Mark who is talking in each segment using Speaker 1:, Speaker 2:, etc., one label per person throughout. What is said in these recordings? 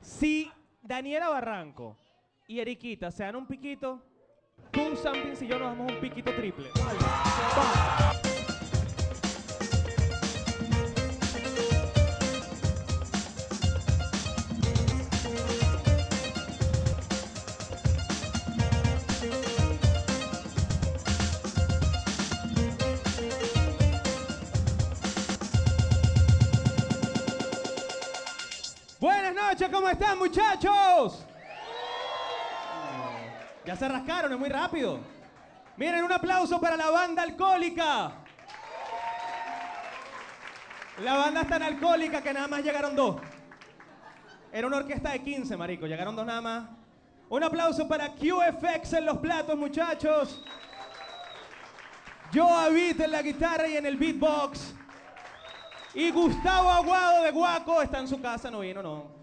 Speaker 1: Si Daniela Barranco y Eriquita se dan un piquito, tú, Sampins y yo nos damos un piquito triple. Buenas noches, ¿cómo están muchachos? Ya se rascaron, es muy rápido. Miren, un aplauso para la banda alcohólica. La banda es tan alcohólica que nada más llegaron dos. Era una orquesta de 15, marico, llegaron dos nada más. Un aplauso para QFX en los platos, muchachos. Yo habito en la guitarra y en el beatbox. Y Gustavo Aguado de Guaco está en su casa, no vino, no.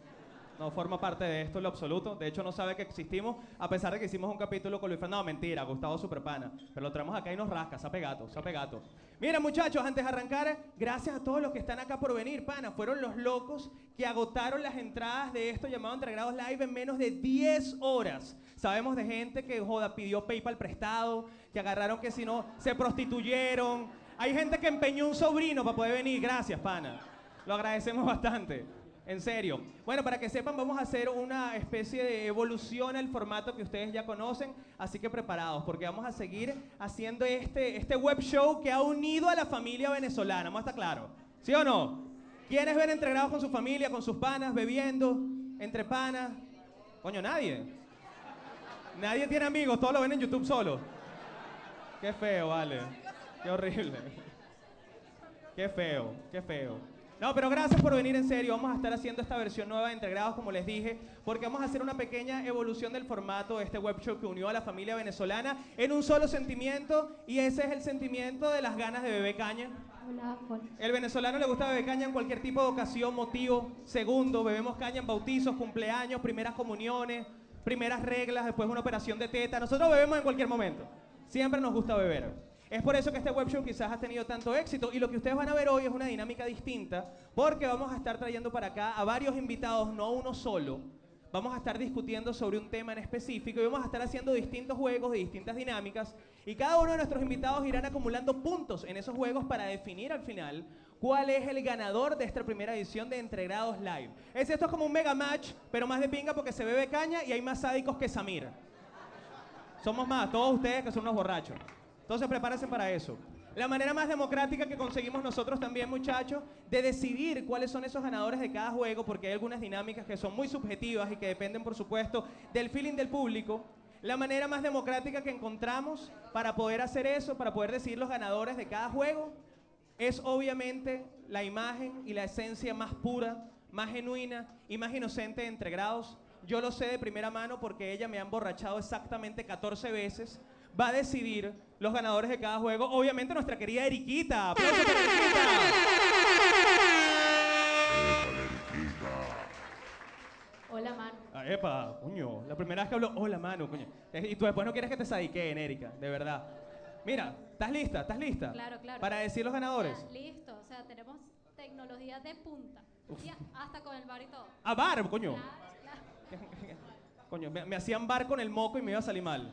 Speaker 1: No forma parte de esto en lo absoluto. De hecho, no sabe que existimos, a pesar de que hicimos un capítulo con Luis Fernando. Mentira, Gustavo Superpana. Pero lo traemos acá y nos rasca, sape gato, sape gato. Miren, muchachos, antes de arrancar, gracias a todos los que están acá por venir, pana. Fueron los locos que agotaron las entradas de esto llamado Entre Grados Live en menos de 10 horas. Sabemos de gente que, joda, pidió PayPal prestado, que agarraron que si no, se prostituyeron. Hay gente que empeñó un sobrino para poder venir. Gracias, pana. Lo agradecemos bastante. En serio. Bueno, para que sepan, vamos a hacer una especie de evolución al formato que ustedes ya conocen, así que preparados, porque vamos a seguir haciendo este, este web show que ha unido a la familia venezolana, ¿vamos a estar claro? ¿Sí o no? ¿Quiénes ven entregados con su familia, con sus panas, bebiendo, entre panas? Coño, nadie. Nadie tiene amigos, todos lo ven en YouTube solo. Qué feo, vale. Qué horrible. Qué feo, qué feo. No, pero gracias por venir en serio. Vamos a estar haciendo esta versión nueva de Entregrados, como les dije, porque vamos a hacer una pequeña evolución del formato de este web show que unió a la familia venezolana en un solo sentimiento, y ese es el sentimiento de las ganas de bebé caña.
Speaker 2: Hola, Paul.
Speaker 1: El venezolano le gusta beber caña en cualquier tipo de ocasión, motivo, segundo, bebemos caña en bautizos, cumpleaños, primeras comuniones, primeras reglas, después una operación de teta. Nosotros bebemos en cualquier momento. Siempre nos gusta beber. Es por eso que este web show quizás ha tenido tanto éxito y lo que ustedes van a ver hoy es una dinámica distinta porque vamos a estar trayendo para acá a varios invitados, no a uno solo, Vamos a estar discutiendo sobre un tema en específico y vamos a estar haciendo distintos juegos y distintas dinámicas. Y cada uno de nuestros invitados irán acumulando puntos en esos juegos para definir al final cuál es el ganador de esta primera edición de Entregrados Live. Es esto es como un mega match, pero más de pinga porque se bebe caña y hay más sádicos que Samir. Somos más, todos ustedes que son unos borrachos. Entonces prepárense para eso. La manera más democrática que conseguimos nosotros también, muchachos, de decidir cuáles son esos ganadores de cada juego, porque hay algunas dinámicas que son muy subjetivas y que dependen, por supuesto, del feeling del público. La manera más democrática que encontramos para poder hacer eso, para poder decidir los ganadores de cada juego, es obviamente la imagen y la esencia más pura, más genuina y más inocente de entre grados. Yo lo sé de primera mano porque ella me ha emborrachado exactamente 14 veces. Va a decidir los ganadores de cada juego. Obviamente nuestra querida Eriquita. ¡Aplausos para Eriquita!
Speaker 2: Hola, mano.
Speaker 1: Ah, epa, coño. La primera vez que hablo, hola, mano, coño. Eh, Y tú después no quieres que te sadiqueen, Erika, de verdad. Mira, ¿estás lista? ¿Estás lista?
Speaker 2: Claro, claro.
Speaker 1: Para decir los ganadores.
Speaker 2: Ya, listo, o sea, tenemos tecnología de punta. Y hasta con el bar y todo.
Speaker 1: A bar, coño.
Speaker 2: Claro, claro.
Speaker 1: Coño, me, me hacían bar con el moco y me iba a salir mal.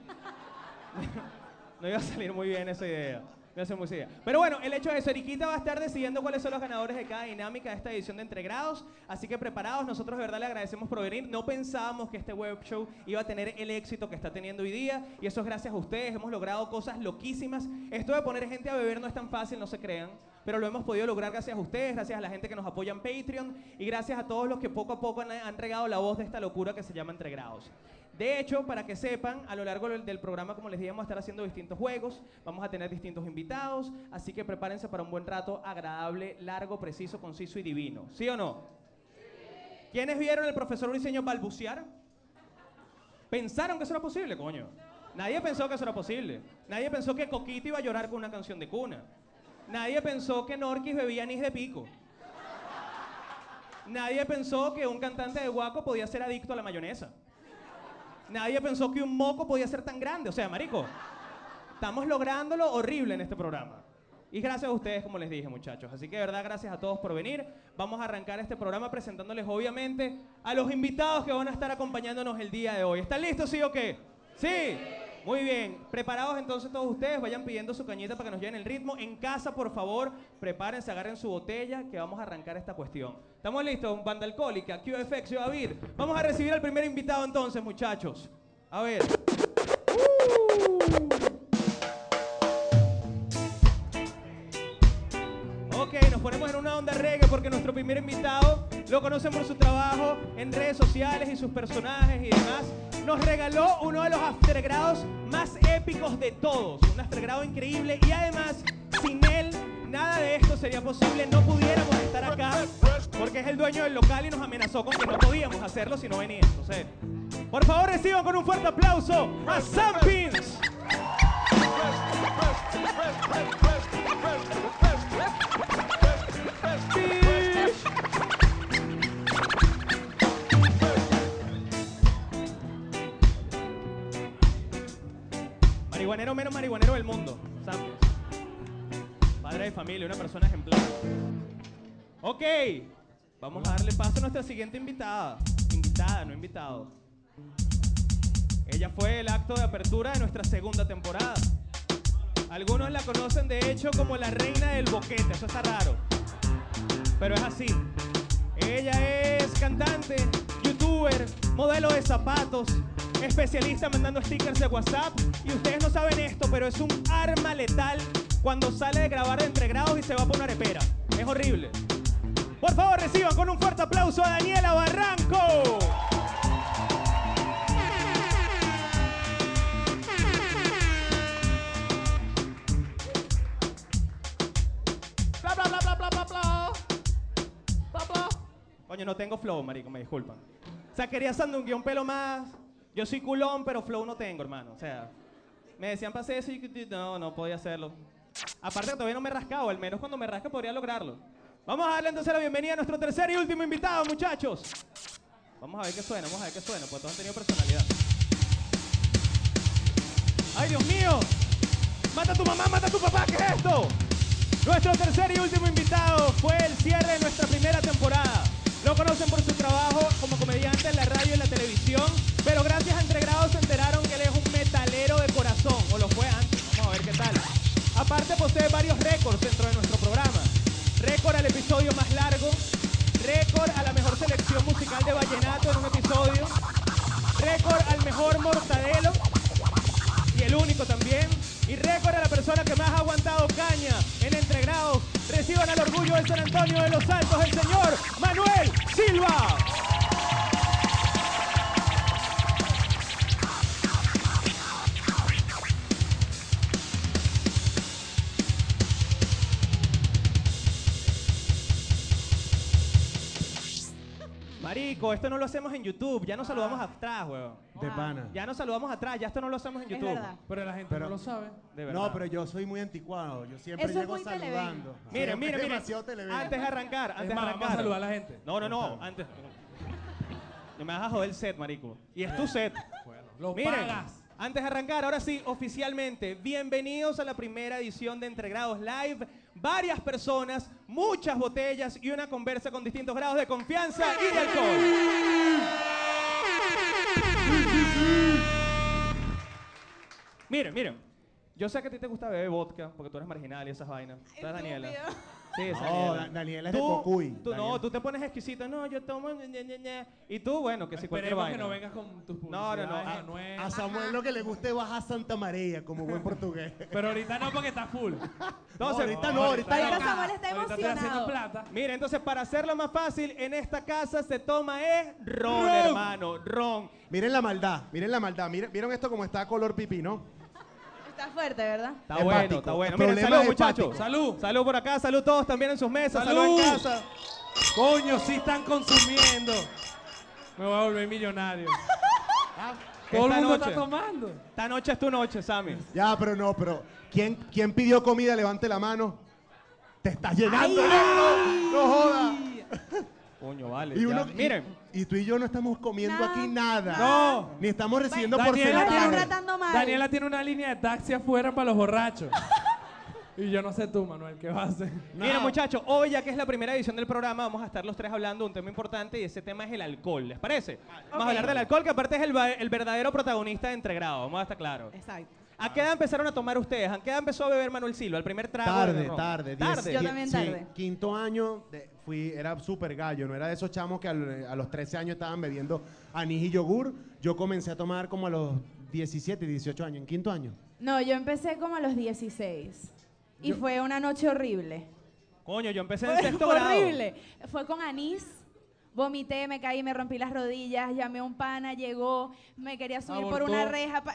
Speaker 1: no iba a salir muy bien esa idea. Me hace muy seria. Pero bueno, el hecho de eso, Eriquita va a estar decidiendo cuáles son los ganadores de cada dinámica de esta edición de Entregrados. Así que preparados, nosotros de verdad le agradecemos por venir. No pensábamos que este web show iba a tener el éxito que está teniendo hoy día. Y eso es gracias a ustedes. Hemos logrado cosas loquísimas. Esto de poner gente a beber no es tan fácil, no se crean pero lo hemos podido lograr gracias a ustedes, gracias a la gente que nos apoya en Patreon y gracias a todos los que poco a poco han, han regado la voz de esta locura que se llama Entregrados. De hecho, para que sepan, a lo largo del, del programa, como les dije, vamos a estar haciendo distintos juegos, vamos a tener distintos invitados, así que prepárense para un buen rato agradable, largo, preciso, conciso y divino. ¿Sí o no? ¿Quiénes vieron el profesor Briseño balbucear? ¿Pensaron que eso era posible, coño? Nadie pensó que eso era posible. Nadie pensó que Coquito iba a llorar con una canción de cuna. Nadie pensó que Norquis bebía anís de pico. Nadie pensó que un cantante de guaco podía ser adicto a la mayonesa. Nadie pensó que un moco podía ser tan grande. O sea, marico, estamos logrando lo horrible en este programa. Y gracias a ustedes, como les dije, muchachos. Así que, de verdad, gracias a todos por venir. Vamos a arrancar este programa presentándoles, obviamente, a los invitados que van a estar acompañándonos el día de hoy. ¿Están listos, sí o qué? Sí. Muy bien. Preparados entonces todos ustedes. Vayan pidiendo su cañita para que nos lleven el ritmo. En casa, por favor, prepárense, agarren su botella, que vamos a arrancar esta cuestión. ¿Estamos listos? Banda Alcohólica, QFX, Yo David. Vamos a recibir al primer invitado entonces, muchachos. A ver. ¡Uh! Ok, nos ponemos en una onda reggae porque nuestro primer invitado lo conocen por su trabajo en redes sociales y sus personajes y demás. Nos regaló uno de los aftergrados más épicos de todos. Un aftergrado increíble y además, sin él, nada de esto sería posible. No pudiéramos estar acá porque es el dueño del local y nos amenazó con que no podíamos hacerlo si no venía. Entonces, por favor, reciban con un fuerte aplauso a Sam Pins. Marihuanero menos marihuanero del mundo, Santos. Padre de familia, una persona ejemplar. Ok, vamos a darle paso a nuestra siguiente invitada. Invitada, no invitado. Ella fue el acto de apertura de nuestra segunda temporada. Algunos la conocen de hecho como la reina del boquete, eso está raro. Pero es así. Ella es cantante, youtuber, modelo de zapatos, especialista mandando stickers de WhatsApp. Y ustedes no saben esto, pero es un arma letal cuando sale de grabar de entregrados y se va por una arepera. Es horrible. Por favor, reciban con un fuerte aplauso a Daniela Barranco.
Speaker 3: Bla bla bla bla bla bla bla. Bla bla.
Speaker 1: Coño, no tengo flow, marico, me disculpan. O sea, quería sandunguear un pelo más. Yo soy culón, pero flow no tengo, hermano. O sea, me decían pasé eso y y- no, no podía hacerlo. Aparte, todavía no me he rascado, al menos cuando me rasca podría lograrlo. Vamos a darle entonces la bienvenida a nuestro tercer y último invitado, muchachos. Vamos a ver qué suena, vamos a ver qué suena, pues todos han tenido personalidad. ¡Ay, Dios mío! ¡Mata a tu mamá, mata a tu papá! ¿Qué es esto? Nuestro tercer y último invitado fue el cierre de nuestra primera temporada. Lo conocen por su trabajo como comediante en la radio y la televisión, pero gracias a Entregrados se enteraron que él es un metalero de corazón, o lo fue antes, vamos a ver qué tal. Aparte posee varios récords dentro de nuestro programa. Récord al episodio más largo, récord a la mejor selección musical de vallenato en un episodio, récord al mejor mortadelo y el único también. Y récord a la persona que más ha aguantado caña en entregrados. Reciban el orgullo del San Antonio de los Altos, el señor Manuel Silva. Marico, esto no lo hacemos en YouTube. Ya nos saludamos atrás, weón.
Speaker 4: De pana.
Speaker 1: Ya nos saludamos atrás. Ya esto no lo hacemos en
Speaker 3: Es
Speaker 1: YouTube.
Speaker 3: verdad.
Speaker 4: Pero la gente
Speaker 5: Pero-
Speaker 4: no lo sabe.
Speaker 1: De verdad.
Speaker 5: No, pero yo soy muy anticuado. Yo siempre
Speaker 3: Eso es
Speaker 5: llego
Speaker 3: muy televen.
Speaker 5: saludando.
Speaker 1: Miren, miren,
Speaker 5: Yo soy
Speaker 1: miren.
Speaker 5: demasiado televen.
Speaker 1: Antes de arrancar, antes
Speaker 4: es
Speaker 1: de
Speaker 4: más,
Speaker 1: arrancar.
Speaker 4: vamos a saludar a la gente.
Speaker 1: No, no, no, antes. No me vas a joder el set, marico. Y es tu set.
Speaker 4: Bueno, lo
Speaker 1: Miren,
Speaker 4: pagas.
Speaker 1: antes de arrancar, ahora sí, oficialmente, bienvenidos a la primera edición de Entregrados Live. Varias personas, muchas botellas y una conversa con distintos grados de confianza y de alcohol. Miren, miren. Yo sé que a ti te gusta beber vodka porque tú eres marginal y esas vainas. Tú eres Daniela.
Speaker 3: Estúpido.
Speaker 1: Sí, esa
Speaker 5: No, Da- Daniela es de Cocuy.
Speaker 1: tú- no,
Speaker 5: Daniela.
Speaker 1: tú te pones exquisito. No, yo tomo. ñe, ñe, ñe, ñe. Y tú, bueno, que si cualquier
Speaker 4: Esperemos
Speaker 1: vaina.
Speaker 4: que no ah, vengas con tus
Speaker 1: No, no, no,
Speaker 4: publicidades
Speaker 1: a-
Speaker 4: de nuevo.
Speaker 5: A Samuel lo que le guste es bajar Santa María como buen portugués.
Speaker 4: Pero ahorita no porque está full.
Speaker 1: Entonces,
Speaker 5: No, ahorita no, ahorita
Speaker 3: Ahorita
Speaker 4: no.
Speaker 3: Samuel está
Speaker 4: Ahorita estoy haciendo
Speaker 3: emocionado.
Speaker 4: plata.
Speaker 1: Mira, entonces para hacerlo más fácil, en esta casa se toma es ron,
Speaker 4: Ron.
Speaker 1: hermano, ron.
Speaker 5: Miren la maldad, miren la maldad. Miren, ¿Vieron esto como está color pipí, no?
Speaker 3: Está fuerte, ¿verdad?
Speaker 1: Está
Speaker 5: Hepático.
Speaker 1: bueno, está bueno. Miren,
Speaker 5: Problemas
Speaker 1: salud,
Speaker 5: hepáticos.
Speaker 1: muchachos.
Speaker 4: Salud.
Speaker 1: Salud por acá, salud todos también en sus mesas, salud, en
Speaker 4: Salud.
Speaker 1: casa.
Speaker 4: Coño, sí están consumiendo. Me voy a volver millonario. Ah, Todo el
Speaker 1: Esta
Speaker 4: mundo está
Speaker 1: noche.
Speaker 4: tomando.
Speaker 1: Esta noche es tu noche, Sammy.
Speaker 5: Ya, pero no, pero ¿quién, quién pidió comida? Levante la mano. Te estás llenando, negro. No jodas.
Speaker 1: Coño, vale.
Speaker 5: Y
Speaker 1: ya.
Speaker 5: uno,
Speaker 1: Miren.
Speaker 5: Y, y tú y yo no estamos comiendo
Speaker 3: Nada.
Speaker 5: aquí nada.
Speaker 4: No.
Speaker 5: Ni estamos recibiendo
Speaker 4: Daniela
Speaker 3: Lo están
Speaker 4: tiene,
Speaker 5: porcentaje.
Speaker 3: tratando mal.
Speaker 4: Daniela tiene una línea de taxi afuera para los borrachos. Y Y yo no sé tú, Manuel, ¿qué vas a hacer?
Speaker 1: Mira, muchachos, hoy ya que es la primera edición del programa, vamos a estar los tres hablando de un tema importante y ese tema es el alcohol, ¿les parece? Vamos a hablar del alcohol, que aparte es el, va- el verdadero protagonista de Entregrado, vamos a estar claros.
Speaker 3: Exacto.
Speaker 1: ¿A qué edad empezaron a tomar ustedes? ¿A qué edad empezó a beber Manuel Silva? ¿El primer trago? de
Speaker 5: Tarde,
Speaker 1: ron?
Speaker 5: tarde.
Speaker 1: Tarde.
Speaker 5: diez-
Speaker 3: Yo
Speaker 5: die-
Speaker 3: también
Speaker 5: sí,
Speaker 3: tarde.
Speaker 5: quinto año de- fui, era súper gallo, no era de esos chamos que al- a los 13 años estaban bebiendo anís y yogur. Yo comencé a tomar como a los 17, 18 años, en quinto año.
Speaker 6: No, yo empecé como a los 16. Y fue una noche horrible.
Speaker 1: Coño, yo empecé en
Speaker 6: Fue
Speaker 1: sexto
Speaker 6: fue
Speaker 1: grado.
Speaker 6: horrible. Fue con anís. Vomité, me caí, me rompí las rodillas, llamé a un pana, llegó, me quería subir por una
Speaker 4: Abortó.
Speaker 6: reja. pa-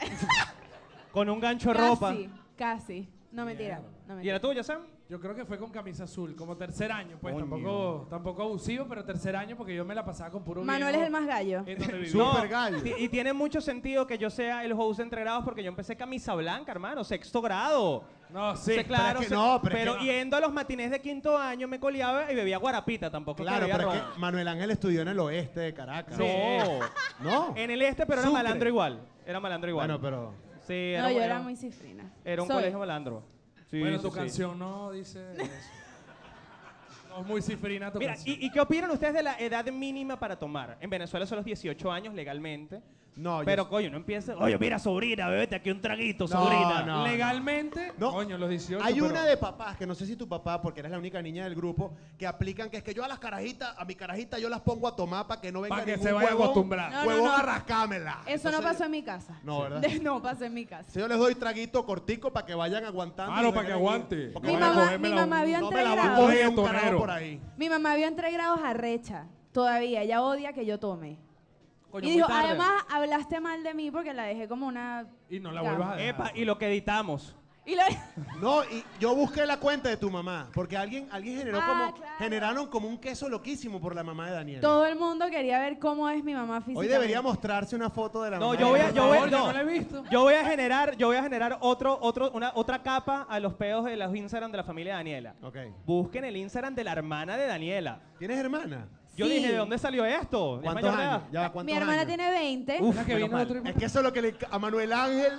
Speaker 1: Con un gancho de
Speaker 6: casi,
Speaker 1: ropa.
Speaker 6: casi. No mentira, no
Speaker 1: ¿Y era
Speaker 6: mentira.
Speaker 1: tuya, Sam?
Speaker 4: Yo creo que fue con camisa azul, como tercer año, pues
Speaker 5: Coño.
Speaker 4: tampoco, tampoco abusivo, pero tercer año porque yo me la pasaba con puro
Speaker 6: Manuel
Speaker 4: viejo
Speaker 6: es el más gallo.
Speaker 4: en donde vivía.
Speaker 5: Súper gallo.
Speaker 1: ti- Y tiene mucho sentido que yo sea el host de entregrados porque yo empecé camisa blanca, hermano, sexto grado.
Speaker 4: No, sí.
Speaker 1: Sí, claro,
Speaker 5: pero es que
Speaker 1: se-
Speaker 5: no, pero es que no.
Speaker 1: yendo a los matinés de quinto año me coleaba y bebía guarapita tampoco.
Speaker 5: Claro,
Speaker 1: que bebía
Speaker 5: pero es
Speaker 1: ron.
Speaker 5: que Manuel Ángel estudió en el oeste de Caracas.
Speaker 1: No.
Speaker 5: No.
Speaker 1: En el este, pero era
Speaker 5: Sucre.
Speaker 1: malandro igual. Era malandro igual.
Speaker 5: Bueno, pero.
Speaker 1: Sí, era,
Speaker 6: no, yo
Speaker 1: era-
Speaker 6: era muy cifrina.
Speaker 1: era un
Speaker 6: Soy.
Speaker 1: colegio malandro. Sí,
Speaker 4: bueno,
Speaker 1: sí,
Speaker 4: tu
Speaker 1: sí.
Speaker 4: canción no dice eso. No es muy cifrina tu
Speaker 1: Mira,
Speaker 4: canción.
Speaker 1: ¿y, y qué opinan ustedes de la edad mínima para tomar? En Venezuela son los 18 años legalmente.
Speaker 5: No, yo-
Speaker 1: pero, coño, no empieza. Oye, mira, sobrina, bébete aquí un traguito,
Speaker 5: No,
Speaker 1: sobrina.
Speaker 5: no,
Speaker 4: Legalmente,
Speaker 5: No.
Speaker 4: coño, los 18.
Speaker 5: Hay
Speaker 4: pero-
Speaker 5: una de papás, que no sé si tu papá, porque eres la única niña del grupo, que aplican que es que yo a las carajitas, a mi carajita yo las pongo a tomar para que no venga
Speaker 4: Pa' que
Speaker 5: ningún
Speaker 4: se vaya
Speaker 5: huevón-
Speaker 4: acostumbrada.
Speaker 6: No, no,
Speaker 5: Huevón
Speaker 6: no.
Speaker 5: a rascármela.
Speaker 6: Eso no
Speaker 5: Entonces,
Speaker 6: pasó en mi casa.
Speaker 5: No, ¿verdad?
Speaker 6: De- no pasó en mi casa.
Speaker 5: Si yo les doy traguito cortico para que vayan aguantando.
Speaker 4: Claro,
Speaker 5: y se
Speaker 4: para que
Speaker 5: vengan aquí.
Speaker 4: aguante.
Speaker 5: Porque
Speaker 6: Mi
Speaker 5: van a
Speaker 6: mamá,
Speaker 5: cogerme
Speaker 6: mi
Speaker 5: la-
Speaker 6: mamá vio
Speaker 5: No
Speaker 6: entre
Speaker 5: me la van a
Speaker 6: grados.
Speaker 5: coger un
Speaker 4: Tonero.
Speaker 5: carajo por ahí.
Speaker 6: Mi mamá vio entre grados a recha. Todavía, ella odia que yo tome.
Speaker 4: Coño,
Speaker 6: y
Speaker 4: muy
Speaker 6: dijo,
Speaker 4: tarde.
Speaker 6: además hablaste mal de mí porque la dejé como una...
Speaker 4: Y no la vuelvas a dejar.
Speaker 1: Epa, y lo que editamos.
Speaker 6: Y la-
Speaker 5: No, y yo busqué la cuenta de tu mamá, porque alguien, alguien generó
Speaker 6: Ah,
Speaker 5: como,
Speaker 6: claro.
Speaker 5: generaron como un queso loquísimo por la mamá de Daniel.
Speaker 6: Todo el mundo quería ver cómo es mi mamá física.
Speaker 5: Hoy debería mostrarse una foto de la
Speaker 1: No,
Speaker 5: mamá.
Speaker 1: yo
Speaker 5: de
Speaker 1: voy a,
Speaker 5: Daniel.
Speaker 1: yo
Speaker 4: Por
Speaker 1: voy,
Speaker 4: favor, yo
Speaker 1: no.
Speaker 4: no la he visto.
Speaker 1: Yo voy a generar, yo voy a generar otro, otro, una, otra capa a los pedos de los Instagram de la familia Daniela.
Speaker 5: Ok.
Speaker 1: Busquen el Instagram de la hermana de Daniela.
Speaker 5: ¿Tienes hermana?
Speaker 1: Yo
Speaker 6: Sí.
Speaker 1: dije, ¿de dónde salió esto? ¿Es
Speaker 5: ¿Cuántos
Speaker 1: mayor de
Speaker 5: años?
Speaker 1: edad?
Speaker 5: Ya va, ¿cuántos
Speaker 6: Mi hermana
Speaker 5: años?
Speaker 6: tiene 20.
Speaker 1: Uf,
Speaker 4: La que
Speaker 1: menos
Speaker 4: vino
Speaker 1: mal.
Speaker 4: otro-
Speaker 5: Es que eso es lo que le, a Manuel Ángel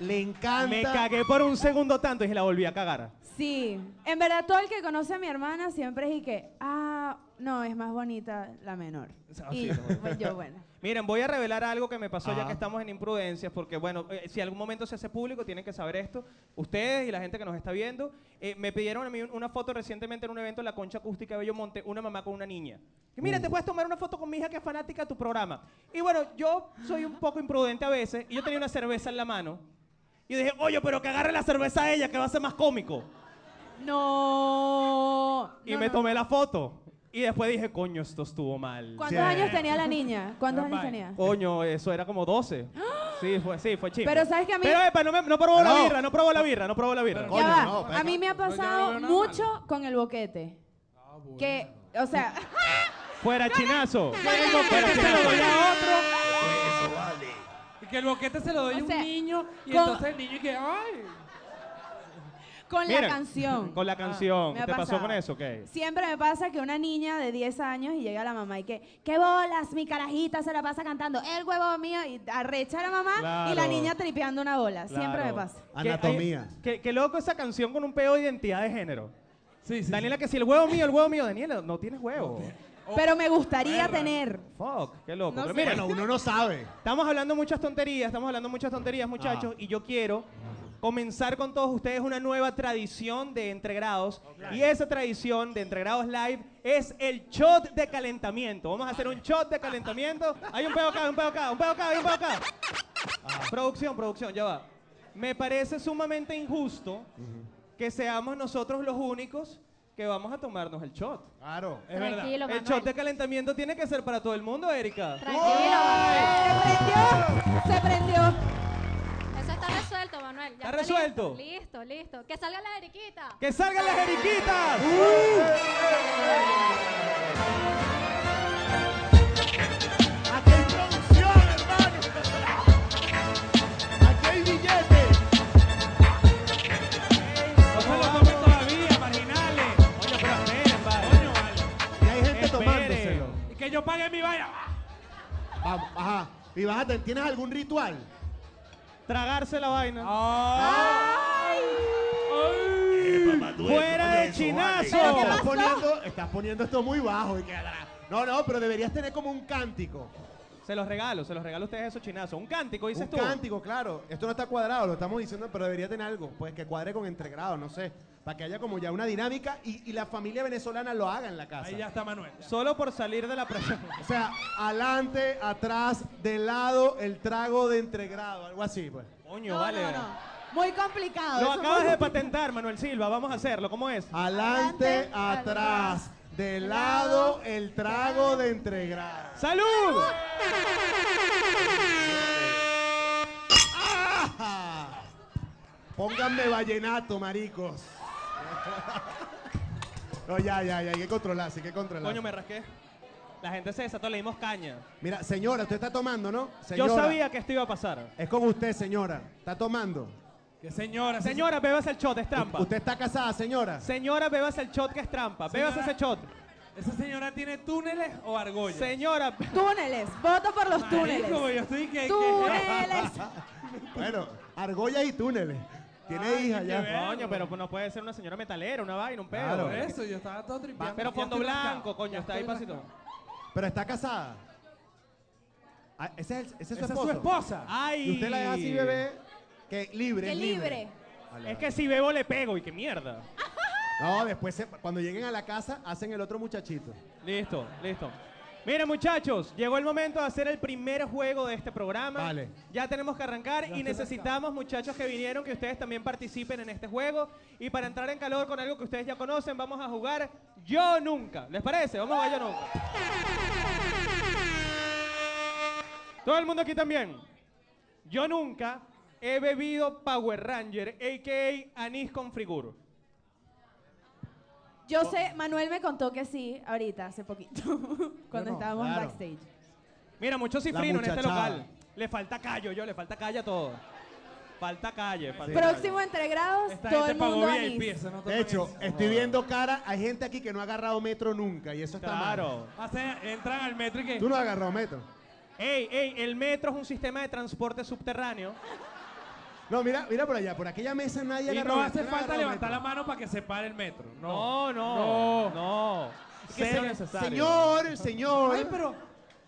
Speaker 5: le encanta.
Speaker 1: Me cagué por un segundo tanto y se la volví a cagar.
Speaker 6: Sí. En verdad, todo el que conoce a mi hermana siempre es y que, ah, no, es más bonita la menor.
Speaker 4: Ah,
Speaker 6: Y pues yo, bueno.
Speaker 1: Miren, voy a revelar algo que me pasó ya
Speaker 5: Ajá.
Speaker 1: que estamos en imprudencias, porque bueno, eh, si algún momento se hace público, tienen que saber esto. Ustedes y la gente que nos está viendo, eh, me pidieron a mí un- una foto recientemente en un evento en la Concha Acústica de Bellomonte, una mamá con una niña. Y mira, te puedes tomar una foto con mi hija que es fanática de tu programa. Y bueno, yo soy un poco imprudente a veces, y yo tenía una cerveza en la mano. Y dije, oye, pero que agarre la cerveza a ella, que va a ser más cómico.
Speaker 6: No.
Speaker 1: Y
Speaker 6: no,
Speaker 1: me
Speaker 6: no.
Speaker 1: tomé la foto. Y después dije, coño, esto estuvo mal.
Speaker 6: ¿Cuántos años tenía la niña? ¿Cuántos años
Speaker 4: Rapaz.
Speaker 6: tenía?
Speaker 1: Coño, eso era como 12. Sí, fue, sí, fue chido.
Speaker 6: Pero ¿sabes que a mí-
Speaker 1: Pero, epa, no, me- no probó la
Speaker 5: No.
Speaker 1: birra, no probó la birra, no probó la birra.
Speaker 5: Coño,
Speaker 6: ya va.
Speaker 5: no, venga.
Speaker 6: a mí me ha
Speaker 4: yo no lo
Speaker 6: pasado
Speaker 4: veo nada Ah,
Speaker 6: mucho con el boquete. Que, o sea,
Speaker 1: Fuera chinazo.
Speaker 4: Que el boquete se lo doy a otro.
Speaker 5: Eso vale.
Speaker 4: Y que el boquete se lo doy
Speaker 6: O
Speaker 4: a un
Speaker 6: sea,
Speaker 4: niño. Y
Speaker 6: con-
Speaker 4: entonces el niño y que, ay.
Speaker 6: con
Speaker 1: Miren,
Speaker 6: la canción. Ah,
Speaker 1: Con la canción.
Speaker 6: Me ha
Speaker 1: ¿Te pasó
Speaker 6: pasado.
Speaker 1: con eso? ¿Qué?
Speaker 6: Siempre me pasa que una niña de 10 años y llega la mamá y que, ¿qué bolas? Mi carajita se la pasa cantando, el huevo mío, y arrecha a la mamá y la
Speaker 1: Claro.
Speaker 6: niña tripeando una bola. Siempre me
Speaker 1: Claro.
Speaker 6: pasa.
Speaker 1: Que hay-
Speaker 5: Anatomía.
Speaker 1: Qué qué loco esa canción con un pedo de identidad de género.
Speaker 4: Sí, sí.
Speaker 1: Daniela, que si el huevo mío, el huevo mío. Daniela, no tienes huevo.
Speaker 6: Pero me gustaría tener.
Speaker 1: Fuck, qué loco.
Speaker 6: No
Speaker 1: Pero
Speaker 6: sé.
Speaker 1: mira,
Speaker 5: Bueno, uno no sabe.
Speaker 1: Estamos hablando muchas tonterías, estamos hablando muchas tonterías, muchachos, y yo quiero comenzar con todos ustedes una nueva tradición de entregrados. Y esa tradición de entregrados live es el shot de calentamiento. Vamos a hacer un shot de calentamiento. Hay un pedo acá, un pedo acá, un pedo acá, hay un pedo acá. Producción, producción, ya va. Me parece sumamente injusto que seamos nosotros los únicos que vamos a tomarnos el shot.
Speaker 5: Claro.
Speaker 4: Es verdad.
Speaker 2: Tranquilo,
Speaker 1: el
Speaker 2: Manuel.
Speaker 1: shot de calentamiento tiene que ser para todo el mundo, Erika.
Speaker 2: Tranquilo, Manuel.
Speaker 6: Se prendió, se prendió.
Speaker 2: Eso está resuelto, Manuel. Ya
Speaker 1: ¿Está resuelto?
Speaker 2: Listo, listo, listo. Que salga la Eriquita.
Speaker 1: ¡Que salgan las jeriquitas!
Speaker 5: Aquí hay producción, hermano. Aquí hay billetes.
Speaker 4: No se lo tomen todavía, marginales.
Speaker 1: Coño, pero esperen, vale.
Speaker 4: Coño, vale.
Speaker 5: Y hay gente
Speaker 1: Esperen.
Speaker 5: tomándoselo.
Speaker 4: Y que yo pague mi vaina.
Speaker 5: Vamos, ajá. Y bájate, ¿tienes algún ritual?
Speaker 6: Ah.
Speaker 1: Tragarse la vaina.
Speaker 4: Ay.
Speaker 5: Ah,
Speaker 1: Fuera de chinazo.
Speaker 6: ¿Pero qué
Speaker 5: estás,
Speaker 6: pasó?
Speaker 5: poniendo, estás poniendo esto muy bajo. y que- No, no, pero deberías tener como un cántico.
Speaker 1: Se los regalo, se los regalo a ustedes esos chinazos. Un cántico, dices
Speaker 5: Un
Speaker 1: tú.
Speaker 5: cántico, claro. Esto no está cuadrado, lo estamos diciendo, pero debería tener algo. Pues que cuadre con entregrado, no sé. Para que haya como ya una dinámica y, y la familia venezolana lo haga en la casa.
Speaker 4: Ahí ya está Manuel.
Speaker 1: Solo por salir de la presión.
Speaker 5: O sea, adelante, atrás, de lado, el trago de entregrado, algo así, pues.
Speaker 1: Coño,
Speaker 6: No,
Speaker 1: vale.
Speaker 6: no, no. Muy
Speaker 1: Lo
Speaker 6: complicado. eso es
Speaker 1: acabas
Speaker 6: muy
Speaker 1: de
Speaker 6: complicado.
Speaker 1: patentar, Manuel Silva. Vamos a hacerlo. ¿Cómo es?
Speaker 5: Adelante,
Speaker 6: Adelante,
Speaker 5: atrás, de lado, el trago de entregrado.
Speaker 1: ¡Salud!
Speaker 5: ¡Ah! Pónganme vallenato, maricos. No, ya, ya, ya, hay que controlarse, hay que controlarse.
Speaker 1: Coño, me rasqué. La gente se desató, le dimos caña.
Speaker 5: Mira, señora, usted está tomando, ¿no?
Speaker 1: Yo
Speaker 5: Señora,
Speaker 1: sabía que esto iba a pasar.
Speaker 5: Es con usted, señora. ¿Está tomando?
Speaker 4: Que señora, sí,
Speaker 1: Señora, bebas el shot, es trampa.
Speaker 5: ¿Usted está casada, señora?
Speaker 1: Señora, bebas el shot, que es trampa. Bebas
Speaker 4: Señora.
Speaker 1: ese shot.
Speaker 4: ¿Esa señora tiene túneles o argollas?
Speaker 1: Señora,
Speaker 6: Túneles. Voto por los túneles.
Speaker 4: Marico, yo estoy que... que-
Speaker 6: Túneles.
Speaker 5: Bueno, argolla y túneles. Tiene
Speaker 4: Ay,
Speaker 5: hija
Speaker 4: qué
Speaker 5: ya.
Speaker 4: ver-
Speaker 1: coño, pero no puede ser una señora metalera, una vaina, un pedo. ¿eh?
Speaker 5: Claro.
Speaker 4: Por eso, yo estaba todo tripeando.
Speaker 1: Pero
Speaker 4: Ya
Speaker 1: fondo
Speaker 4: estoy
Speaker 1: blanco,
Speaker 4: rascado.
Speaker 1: coño,
Speaker 4: Ya
Speaker 1: está ahí
Speaker 4: estoy
Speaker 1: pasito.
Speaker 4: rascado.
Speaker 5: Pero está casada. Ah, ese es, el- ese es su
Speaker 4: Esa es
Speaker 5: esposo.
Speaker 4: su esposa.
Speaker 1: Ay.
Speaker 5: Y usted la deja así, bebé, que libre.
Speaker 6: Que
Speaker 5: es
Speaker 6: libre.
Speaker 5: Vale,
Speaker 1: Es
Speaker 5: vale.
Speaker 1: que si bebo le pego y qué mierda.
Speaker 5: No, después, se- cuando lleguen a la casa, hacen el otro muchachito.
Speaker 1: Listo, listo. Miren muchachos, llegó el momento de hacer el primer juego de este programa.
Speaker 5: Vale.
Speaker 1: Ya tenemos que arrancar y necesitamos muchachos que vinieron que ustedes también participen en este juego. Y para entrar en calor con algo que ustedes ya conocen, vamos a jugar Yo Nunca. ¿Les parece? Vamos a jugar Yo Nunca. Todo el mundo aquí también. Yo nunca he bebido Power Ranger, a.k.a. anís con frigur.
Speaker 6: Yo sé, Manuel me contó que sí, ahorita, hace poquito, cuando
Speaker 5: no,
Speaker 6: estábamos
Speaker 5: claro.
Speaker 6: backstage.
Speaker 1: Mira, mucho cifrino en este
Speaker 5: muchachada.
Speaker 1: local. Le falta callo, yo, le falta calle a todo. Falta calle, falta
Speaker 6: Próximo entre grados,
Speaker 4: Esta
Speaker 6: todo
Speaker 4: gente
Speaker 6: el mundo
Speaker 4: pagó
Speaker 6: anís.
Speaker 4: VIP, eso no toca
Speaker 5: De hecho, eh,
Speaker 4: eso.
Speaker 5: estoy viendo cara, hay gente aquí que no ha agarrado metro nunca y eso está mal.
Speaker 1: Claro.
Speaker 4: O sea, entran al metro y que...
Speaker 5: Tú no has agarrado metro.
Speaker 1: Ey, ey, el metro es un sistema de transporte subterráneo.
Speaker 5: No, mira, mira por allá, por aquella mesa nadie
Speaker 4: Y
Speaker 5: agarró
Speaker 4: no
Speaker 5: metro,
Speaker 4: hace falta
Speaker 5: agarró
Speaker 4: levantar la
Speaker 5: metro.
Speaker 4: mano para que se pare el metro.
Speaker 1: No,
Speaker 4: No.
Speaker 1: no. No.
Speaker 5: Que
Speaker 1: Cero
Speaker 5: se-
Speaker 1: necesario.
Speaker 5: Señor, señor.
Speaker 4: Ay, pero...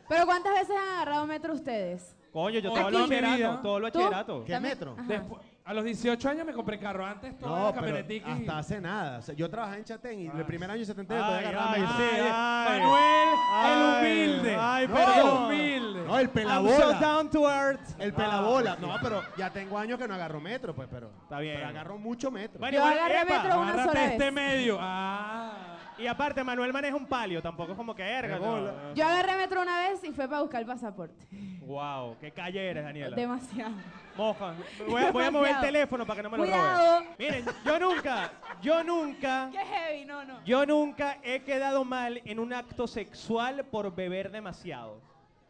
Speaker 6: Pero ¿cuántas veces han agarrado metro ustedes?
Speaker 1: Coño, yo
Speaker 4: Aquí.
Speaker 1: todo el bachillerato.
Speaker 4: Vida.
Speaker 1: Todo el
Speaker 6: ¿Tú?
Speaker 1: bachillerato.
Speaker 5: ¿Qué
Speaker 6: También-
Speaker 5: metro?
Speaker 6: Ajá.
Speaker 4: Después- a los 18 años me compré carro. Antes todo
Speaker 5: No,
Speaker 4: era
Speaker 5: pero
Speaker 4: camionetica. y-
Speaker 5: hasta hace nada. O sea, yo trabajé en Chatén y el primer año de 70
Speaker 1: Ay,
Speaker 5: todavía agarraba
Speaker 1: ay,
Speaker 5: metro.
Speaker 1: sí. ay.
Speaker 4: Manuel,
Speaker 1: Ay,
Speaker 4: el humilde.
Speaker 1: ay,
Speaker 4: No,
Speaker 1: perdón.
Speaker 4: El humilde.
Speaker 5: No,
Speaker 1: I'm
Speaker 5: el
Speaker 1: so
Speaker 5: pelabola.
Speaker 1: down to earth.
Speaker 4: Ah,
Speaker 5: El pelabola.
Speaker 4: pues
Speaker 5: No, pero ya tengo años que no agarro metro, pues, pero.
Speaker 1: Está bien.
Speaker 5: Pero agarro mucho metro.
Speaker 1: Bueno,
Speaker 6: Yo
Speaker 1: igual,
Speaker 6: agarré
Speaker 1: epa,
Speaker 6: metro una
Speaker 4: Agárrate
Speaker 6: sola
Speaker 4: este
Speaker 6: vez.
Speaker 4: medio. Ah.
Speaker 1: Y aparte, Manuel maneja un palio. Tampoco es como que erga.
Speaker 5: Pelabola.
Speaker 6: Yo agarré metro una vez y fue para buscar el pasaporte.
Speaker 1: Wow, qué calle eres, Daniela.
Speaker 6: Demasiado.
Speaker 1: Moja. Voy a, voy a mover el
Speaker 6: Demasiado.
Speaker 1: teléfono para que no me lo
Speaker 6: Cuidado.
Speaker 1: roben. Miren, yo nunca, yo nunca,
Speaker 6: Qué heavy, no, no.
Speaker 1: yo nunca he quedado mal en un acto sexual por beber demasiado.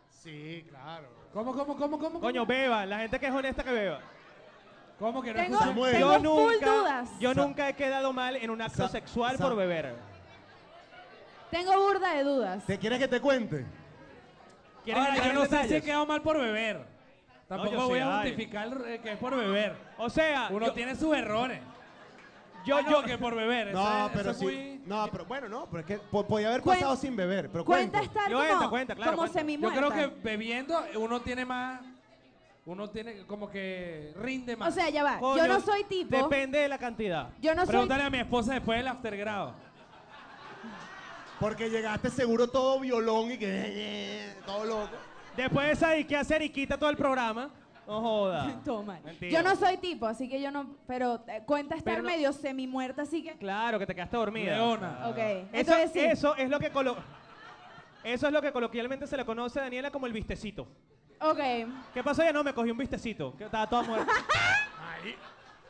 Speaker 5: Sí, claro.
Speaker 4: ¿Cómo, cómo, cómo, cómo?
Speaker 1: Coño, beba, la gente que es honesta que beba.
Speaker 4: ¿Cómo que no
Speaker 6: Tengo,
Speaker 4: escuché?
Speaker 5: Samuel.
Speaker 6: tengo
Speaker 1: Yo
Speaker 6: full
Speaker 1: nunca,
Speaker 6: dudas.
Speaker 1: yo nunca he quedado mal en un acto
Speaker 5: Sa-
Speaker 1: sexual
Speaker 5: sa-
Speaker 1: por beber.
Speaker 6: Tengo burda de dudas.
Speaker 5: ¿Te quieres que te cuente?
Speaker 1: ¿Quieren
Speaker 4: Ahora,
Speaker 1: agregar
Speaker 4: yo no sé si he
Speaker 1: detalles?
Speaker 4: quedado mal por beber. Tampoco
Speaker 1: yo sí,
Speaker 4: voy a
Speaker 1: ay.
Speaker 4: justificar eh, que es por beber.
Speaker 1: O
Speaker 5: Ah,
Speaker 1: sea,
Speaker 4: Uno
Speaker 1: yo,
Speaker 4: tiene sus errores.
Speaker 1: yo,
Speaker 4: Ah,
Speaker 1: yo-
Speaker 4: no, que por beber. eso
Speaker 5: No,
Speaker 4: es- eso
Speaker 5: pero
Speaker 4: es
Speaker 5: sí.
Speaker 4: muy-
Speaker 5: No, pero bueno, no, pero es que po- podía haber
Speaker 6: Cuen-
Speaker 5: pasado sin beber. Pero
Speaker 6: Cuenta
Speaker 5: cuente.
Speaker 6: estar
Speaker 1: Yo
Speaker 6: como,
Speaker 1: cuenta, cuenta, claro,
Speaker 6: como
Speaker 1: cuenta.
Speaker 6: semi
Speaker 4: Yo creo que bebiendo uno tiene más. Uno tiene como que rinde más.
Speaker 6: O sea, ya va.
Speaker 1: coño,
Speaker 6: yo no soy tipo.
Speaker 1: Depende de la cantidad.
Speaker 6: Yo no soy
Speaker 4: Pregúntale a mi esposa después del aftergrado.
Speaker 5: Porque llegaste seguro todo violón y que. eh, Todo loco.
Speaker 1: Después de esa hay que hacer y quita todo el programa. No joda.
Speaker 6: Todo mal.
Speaker 1: Mentira.
Speaker 6: Yo no soy tipo, así que yo no. Pero eh, cuenta estar
Speaker 1: Pero no-
Speaker 6: medio semi muerta, así que.
Speaker 1: Claro, que te quedaste dormida.
Speaker 4: Leona.
Speaker 6: Ok.
Speaker 1: Eso,
Speaker 6: Entonces sí.
Speaker 1: eso es lo que colo- eso es lo que coloquialmente se le conoce a Daniela como el vistecito.
Speaker 6: Ok.
Speaker 1: ¿Qué pasó? Ya no, me cogí un vistecito. Que estaba toda muerta.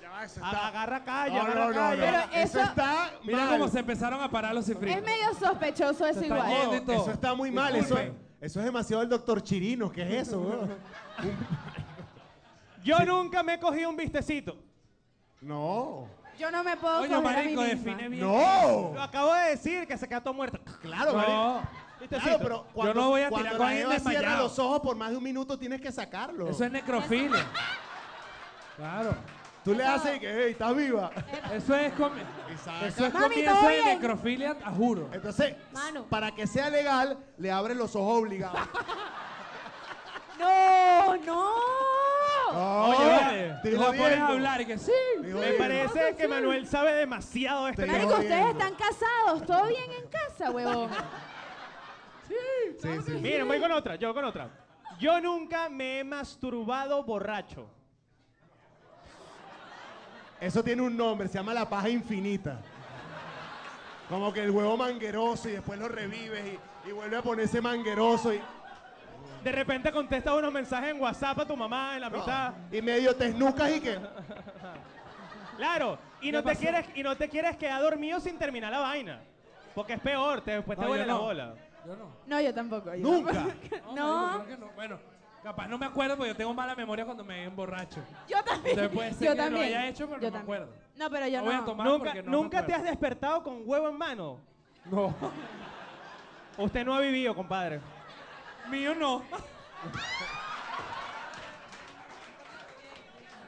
Speaker 5: Ya va, eso
Speaker 1: Aga- Agarra
Speaker 4: Ah,
Speaker 1: calle,
Speaker 5: No,
Speaker 1: agarra
Speaker 5: no, no, no.
Speaker 1: calle.
Speaker 6: Pero
Speaker 5: eso,
Speaker 6: eso-
Speaker 5: está.
Speaker 4: Mira
Speaker 5: mal.
Speaker 4: cómo se empezaron a parar los cifrinos.
Speaker 6: Es medio sospechoso eso
Speaker 4: está
Speaker 6: igual.
Speaker 4: yendo.
Speaker 5: No,
Speaker 4: y todo.
Speaker 5: Eso está muy mal. Eso es,
Speaker 4: Disculpen.
Speaker 5: eso es demasiado el doctor Chirino. ¿Qué es eso, weón?
Speaker 1: Yo nunca me cogí un vistecito.
Speaker 5: No.
Speaker 6: Yo no me puedo
Speaker 4: Coño,
Speaker 6: coger a mí
Speaker 4: marico,
Speaker 6: misma.
Speaker 4: define bien.
Speaker 1: Lo
Speaker 5: No.
Speaker 1: acabo de decir que se quedó toda muerta.
Speaker 5: Claro,
Speaker 4: No.
Speaker 5: marico. Claro,
Speaker 1: Vistecito.
Speaker 5: pero cuando,
Speaker 4: no voy a
Speaker 5: cuando
Speaker 4: tirar con
Speaker 5: la
Speaker 4: alguien
Speaker 5: jeva cierra
Speaker 4: desmayado.
Speaker 5: los ojos por más de un minuto tienes que sacarlo.
Speaker 4: Eso es necrofilia. claro.
Speaker 5: Tú le haces y que, hey, estás viva.
Speaker 4: Eso es, comi-
Speaker 5: Y saca.
Speaker 4: eso
Speaker 6: Mami,
Speaker 4: es
Speaker 6: ¿todo
Speaker 4: comienzo de
Speaker 6: bien?
Speaker 4: necrofilia, a juro.
Speaker 1: Eh,
Speaker 5: Entonces,
Speaker 2: Mano.
Speaker 5: para que sea legal, le abres los ojos obligados.
Speaker 6: No, no.
Speaker 5: Oh.
Speaker 4: Oye, vale,
Speaker 5: estoy
Speaker 4: y la pones
Speaker 5: jodiendo.
Speaker 4: a hablar y que sí.
Speaker 5: Estoy
Speaker 1: Me
Speaker 5: jodiendo.
Speaker 1: parece que Manuel sabe demasiado de este
Speaker 5: Te
Speaker 1: tema.
Speaker 5: digo-
Speaker 6: Marico, ustedes
Speaker 5: jodiendo.
Speaker 6: están casados. ¿Todo bien en casa, huevón?
Speaker 5: Sí, sí, sí.
Speaker 1: Mira, voy con otra, yo con otra. Yo nunca me he masturbado borracho.
Speaker 5: Eso tiene un nombre, se llama la paja infinita. Como que el huevo mangueroso y después lo revives y, y vuelve a ponerse mangueroso y,
Speaker 1: De repente contestas unos mensajes en WhatsApp a tu mamá en la mitad.
Speaker 5: y medio te esnucas y que.
Speaker 1: Claro, y no, te quieres, y no te quieres quedar dormido sin terminar la vaina. Porque es peor, te, después te
Speaker 4: No, yo
Speaker 1: huele la
Speaker 4: no.
Speaker 1: bola.
Speaker 4: Yo no.
Speaker 6: No, yo tampoco. yo
Speaker 5: Nunca.
Speaker 6: tampoco.
Speaker 4: marico,
Speaker 6: No,
Speaker 4: creo que no. Bueno, capaz no me acuerdo porque yo tengo mala memoria cuando me emborracho.
Speaker 6: yo también.
Speaker 4: Entonces puede ser
Speaker 6: yo
Speaker 4: que lo
Speaker 6: también.
Speaker 4: haya hecho, pero
Speaker 6: Yo
Speaker 4: no me
Speaker 6: también.
Speaker 4: acuerdo.
Speaker 6: No, pero yo
Speaker 4: No
Speaker 6: no.
Speaker 4: voy a tomar. Más
Speaker 1: Nunca,
Speaker 4: porque no me
Speaker 1: nunca te has
Speaker 4: acuerdo.
Speaker 1: despertado con huevo en mano.
Speaker 4: No.
Speaker 1: Usted no ha vivido, compadre.
Speaker 4: Mío no.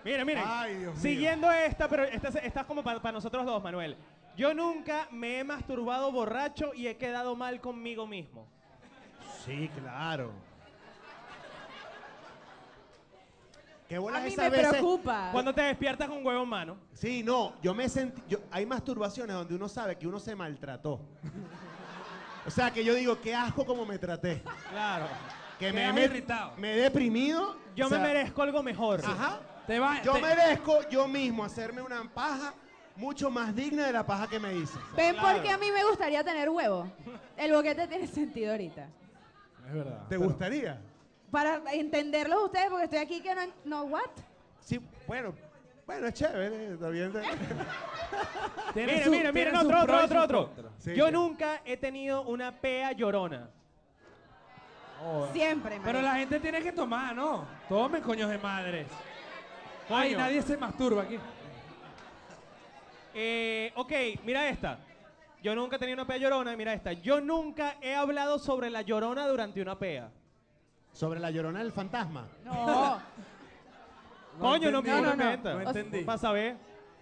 Speaker 1: Miren, miren.
Speaker 5: Ay, Dios mío.
Speaker 1: Siguiendo esta, pero esta, es- esta es como para nosotros dos, Manuel. Yo nunca me he masturbado borracho y he quedado mal conmigo mismo.
Speaker 5: Sí, claro. ¿Qué bolas
Speaker 6: A mí
Speaker 5: esas
Speaker 6: me
Speaker 5: veces?
Speaker 6: preocupa.
Speaker 1: Cuando te despiertas con huevo en mano.
Speaker 5: Sí, no, yo me sentí. yo- hay masturbaciones donde uno sabe que uno se maltrató. O sea que yo digo, qué asco como me traté.
Speaker 1: Claro.
Speaker 5: Que me,
Speaker 4: Quedas
Speaker 5: me-
Speaker 4: irritado.
Speaker 5: me he deprimido.
Speaker 1: Yo
Speaker 5: o sea,
Speaker 1: me merezco algo mejor.
Speaker 5: Ajá.
Speaker 4: Te va,
Speaker 5: Yo
Speaker 4: te-
Speaker 5: merezco yo mismo hacerme una paja mucho más digna de la paja que me hice.
Speaker 6: ¿Ven
Speaker 1: Claro.
Speaker 6: por qué a mí me gustaría tener huevo? El boquete tiene sentido ahorita.
Speaker 4: Es verdad.
Speaker 5: ¿Te gustaría?
Speaker 6: Para entenderlos ustedes, porque estoy aquí que no... ¿No what?
Speaker 5: Sí, bueno, bueno, es chévere, está bien.
Speaker 4: Tiene
Speaker 1: Miren,
Speaker 4: su-
Speaker 1: miren,
Speaker 4: tiene
Speaker 1: miren,
Speaker 4: sus
Speaker 1: otro,
Speaker 4: pros
Speaker 1: otro,
Speaker 4: y
Speaker 1: otro,
Speaker 4: sus
Speaker 1: otro.
Speaker 4: contras.
Speaker 5: Sí,
Speaker 1: Yo
Speaker 5: sí.
Speaker 1: nunca he tenido una pea llorona.
Speaker 6: Siempre,
Speaker 4: Pero
Speaker 6: marico.
Speaker 4: la gente tiene que tomar, ¿no? Tomen, coños de madres. Ay,
Speaker 1: Coño.
Speaker 4: nadie se masturba aquí.
Speaker 1: Eh, ok, mira esta. Yo nunca he tenido una pea llorona. y Mira esta. Yo nunca he hablado sobre la llorona durante una pea.
Speaker 5: Sobre la llorona del fantasma.
Speaker 6: No.
Speaker 1: Coño, no
Speaker 4: entendí.
Speaker 1: me
Speaker 6: No, no, no.
Speaker 1: inventa.
Speaker 4: No entendí.
Speaker 1: Para saber.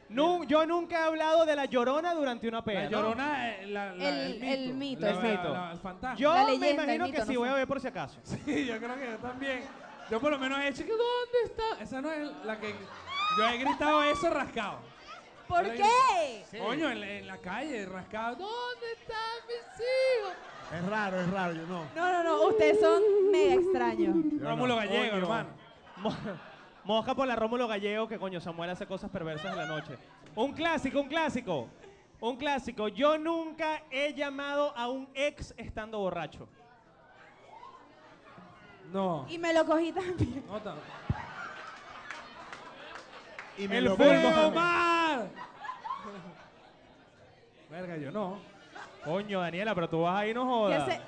Speaker 1: Nu- yo nunca he hablado de la llorona durante una pea. ¿no?
Speaker 4: La llorona, eh, la- la-
Speaker 6: El-
Speaker 4: el, mito.
Speaker 6: el mito,
Speaker 4: La-
Speaker 1: el mito.
Speaker 4: la- la- el fantasma.
Speaker 1: Yo
Speaker 6: La
Speaker 1: me
Speaker 6: leyenda,
Speaker 1: imagino
Speaker 6: el
Speaker 1: que
Speaker 6: mito,
Speaker 1: sí
Speaker 6: no
Speaker 1: voy
Speaker 6: sé.
Speaker 1: a ver por si acaso.
Speaker 4: Sí, yo creo que yo también. Yo por lo menos he hecho que ¿dónde está? Esa no es la que. Yo he gritado eso rascado.
Speaker 6: ¿Por
Speaker 4: Pero
Speaker 6: qué?
Speaker 4: Coño, en, la- en la calle, rascado. ¿Dónde están mis hijos?
Speaker 5: Es raro, es raro, yo no.
Speaker 6: No, no, no. Ustedes son mega extraños.
Speaker 4: Rómulo Gallego,
Speaker 1: Coño.
Speaker 4: hermano.
Speaker 1: Mo- Mosca por la Rómulo Gallego, que coño, Samuel hace cosas perversas en la noche. Un clásico, un clásico. Un clásico. Yo nunca he llamado a un ex estando borracho.
Speaker 4: No.
Speaker 6: Y me lo cogí también.
Speaker 4: No tan-
Speaker 5: Y me
Speaker 1: El
Speaker 5: lo
Speaker 1: fútbol.
Speaker 5: pongo.
Speaker 4: Omar! Verga, yo no.
Speaker 1: Coño, Daniela, pero tú vas ahí, no
Speaker 6: ¿Qué
Speaker 1: jodas.
Speaker 6: se,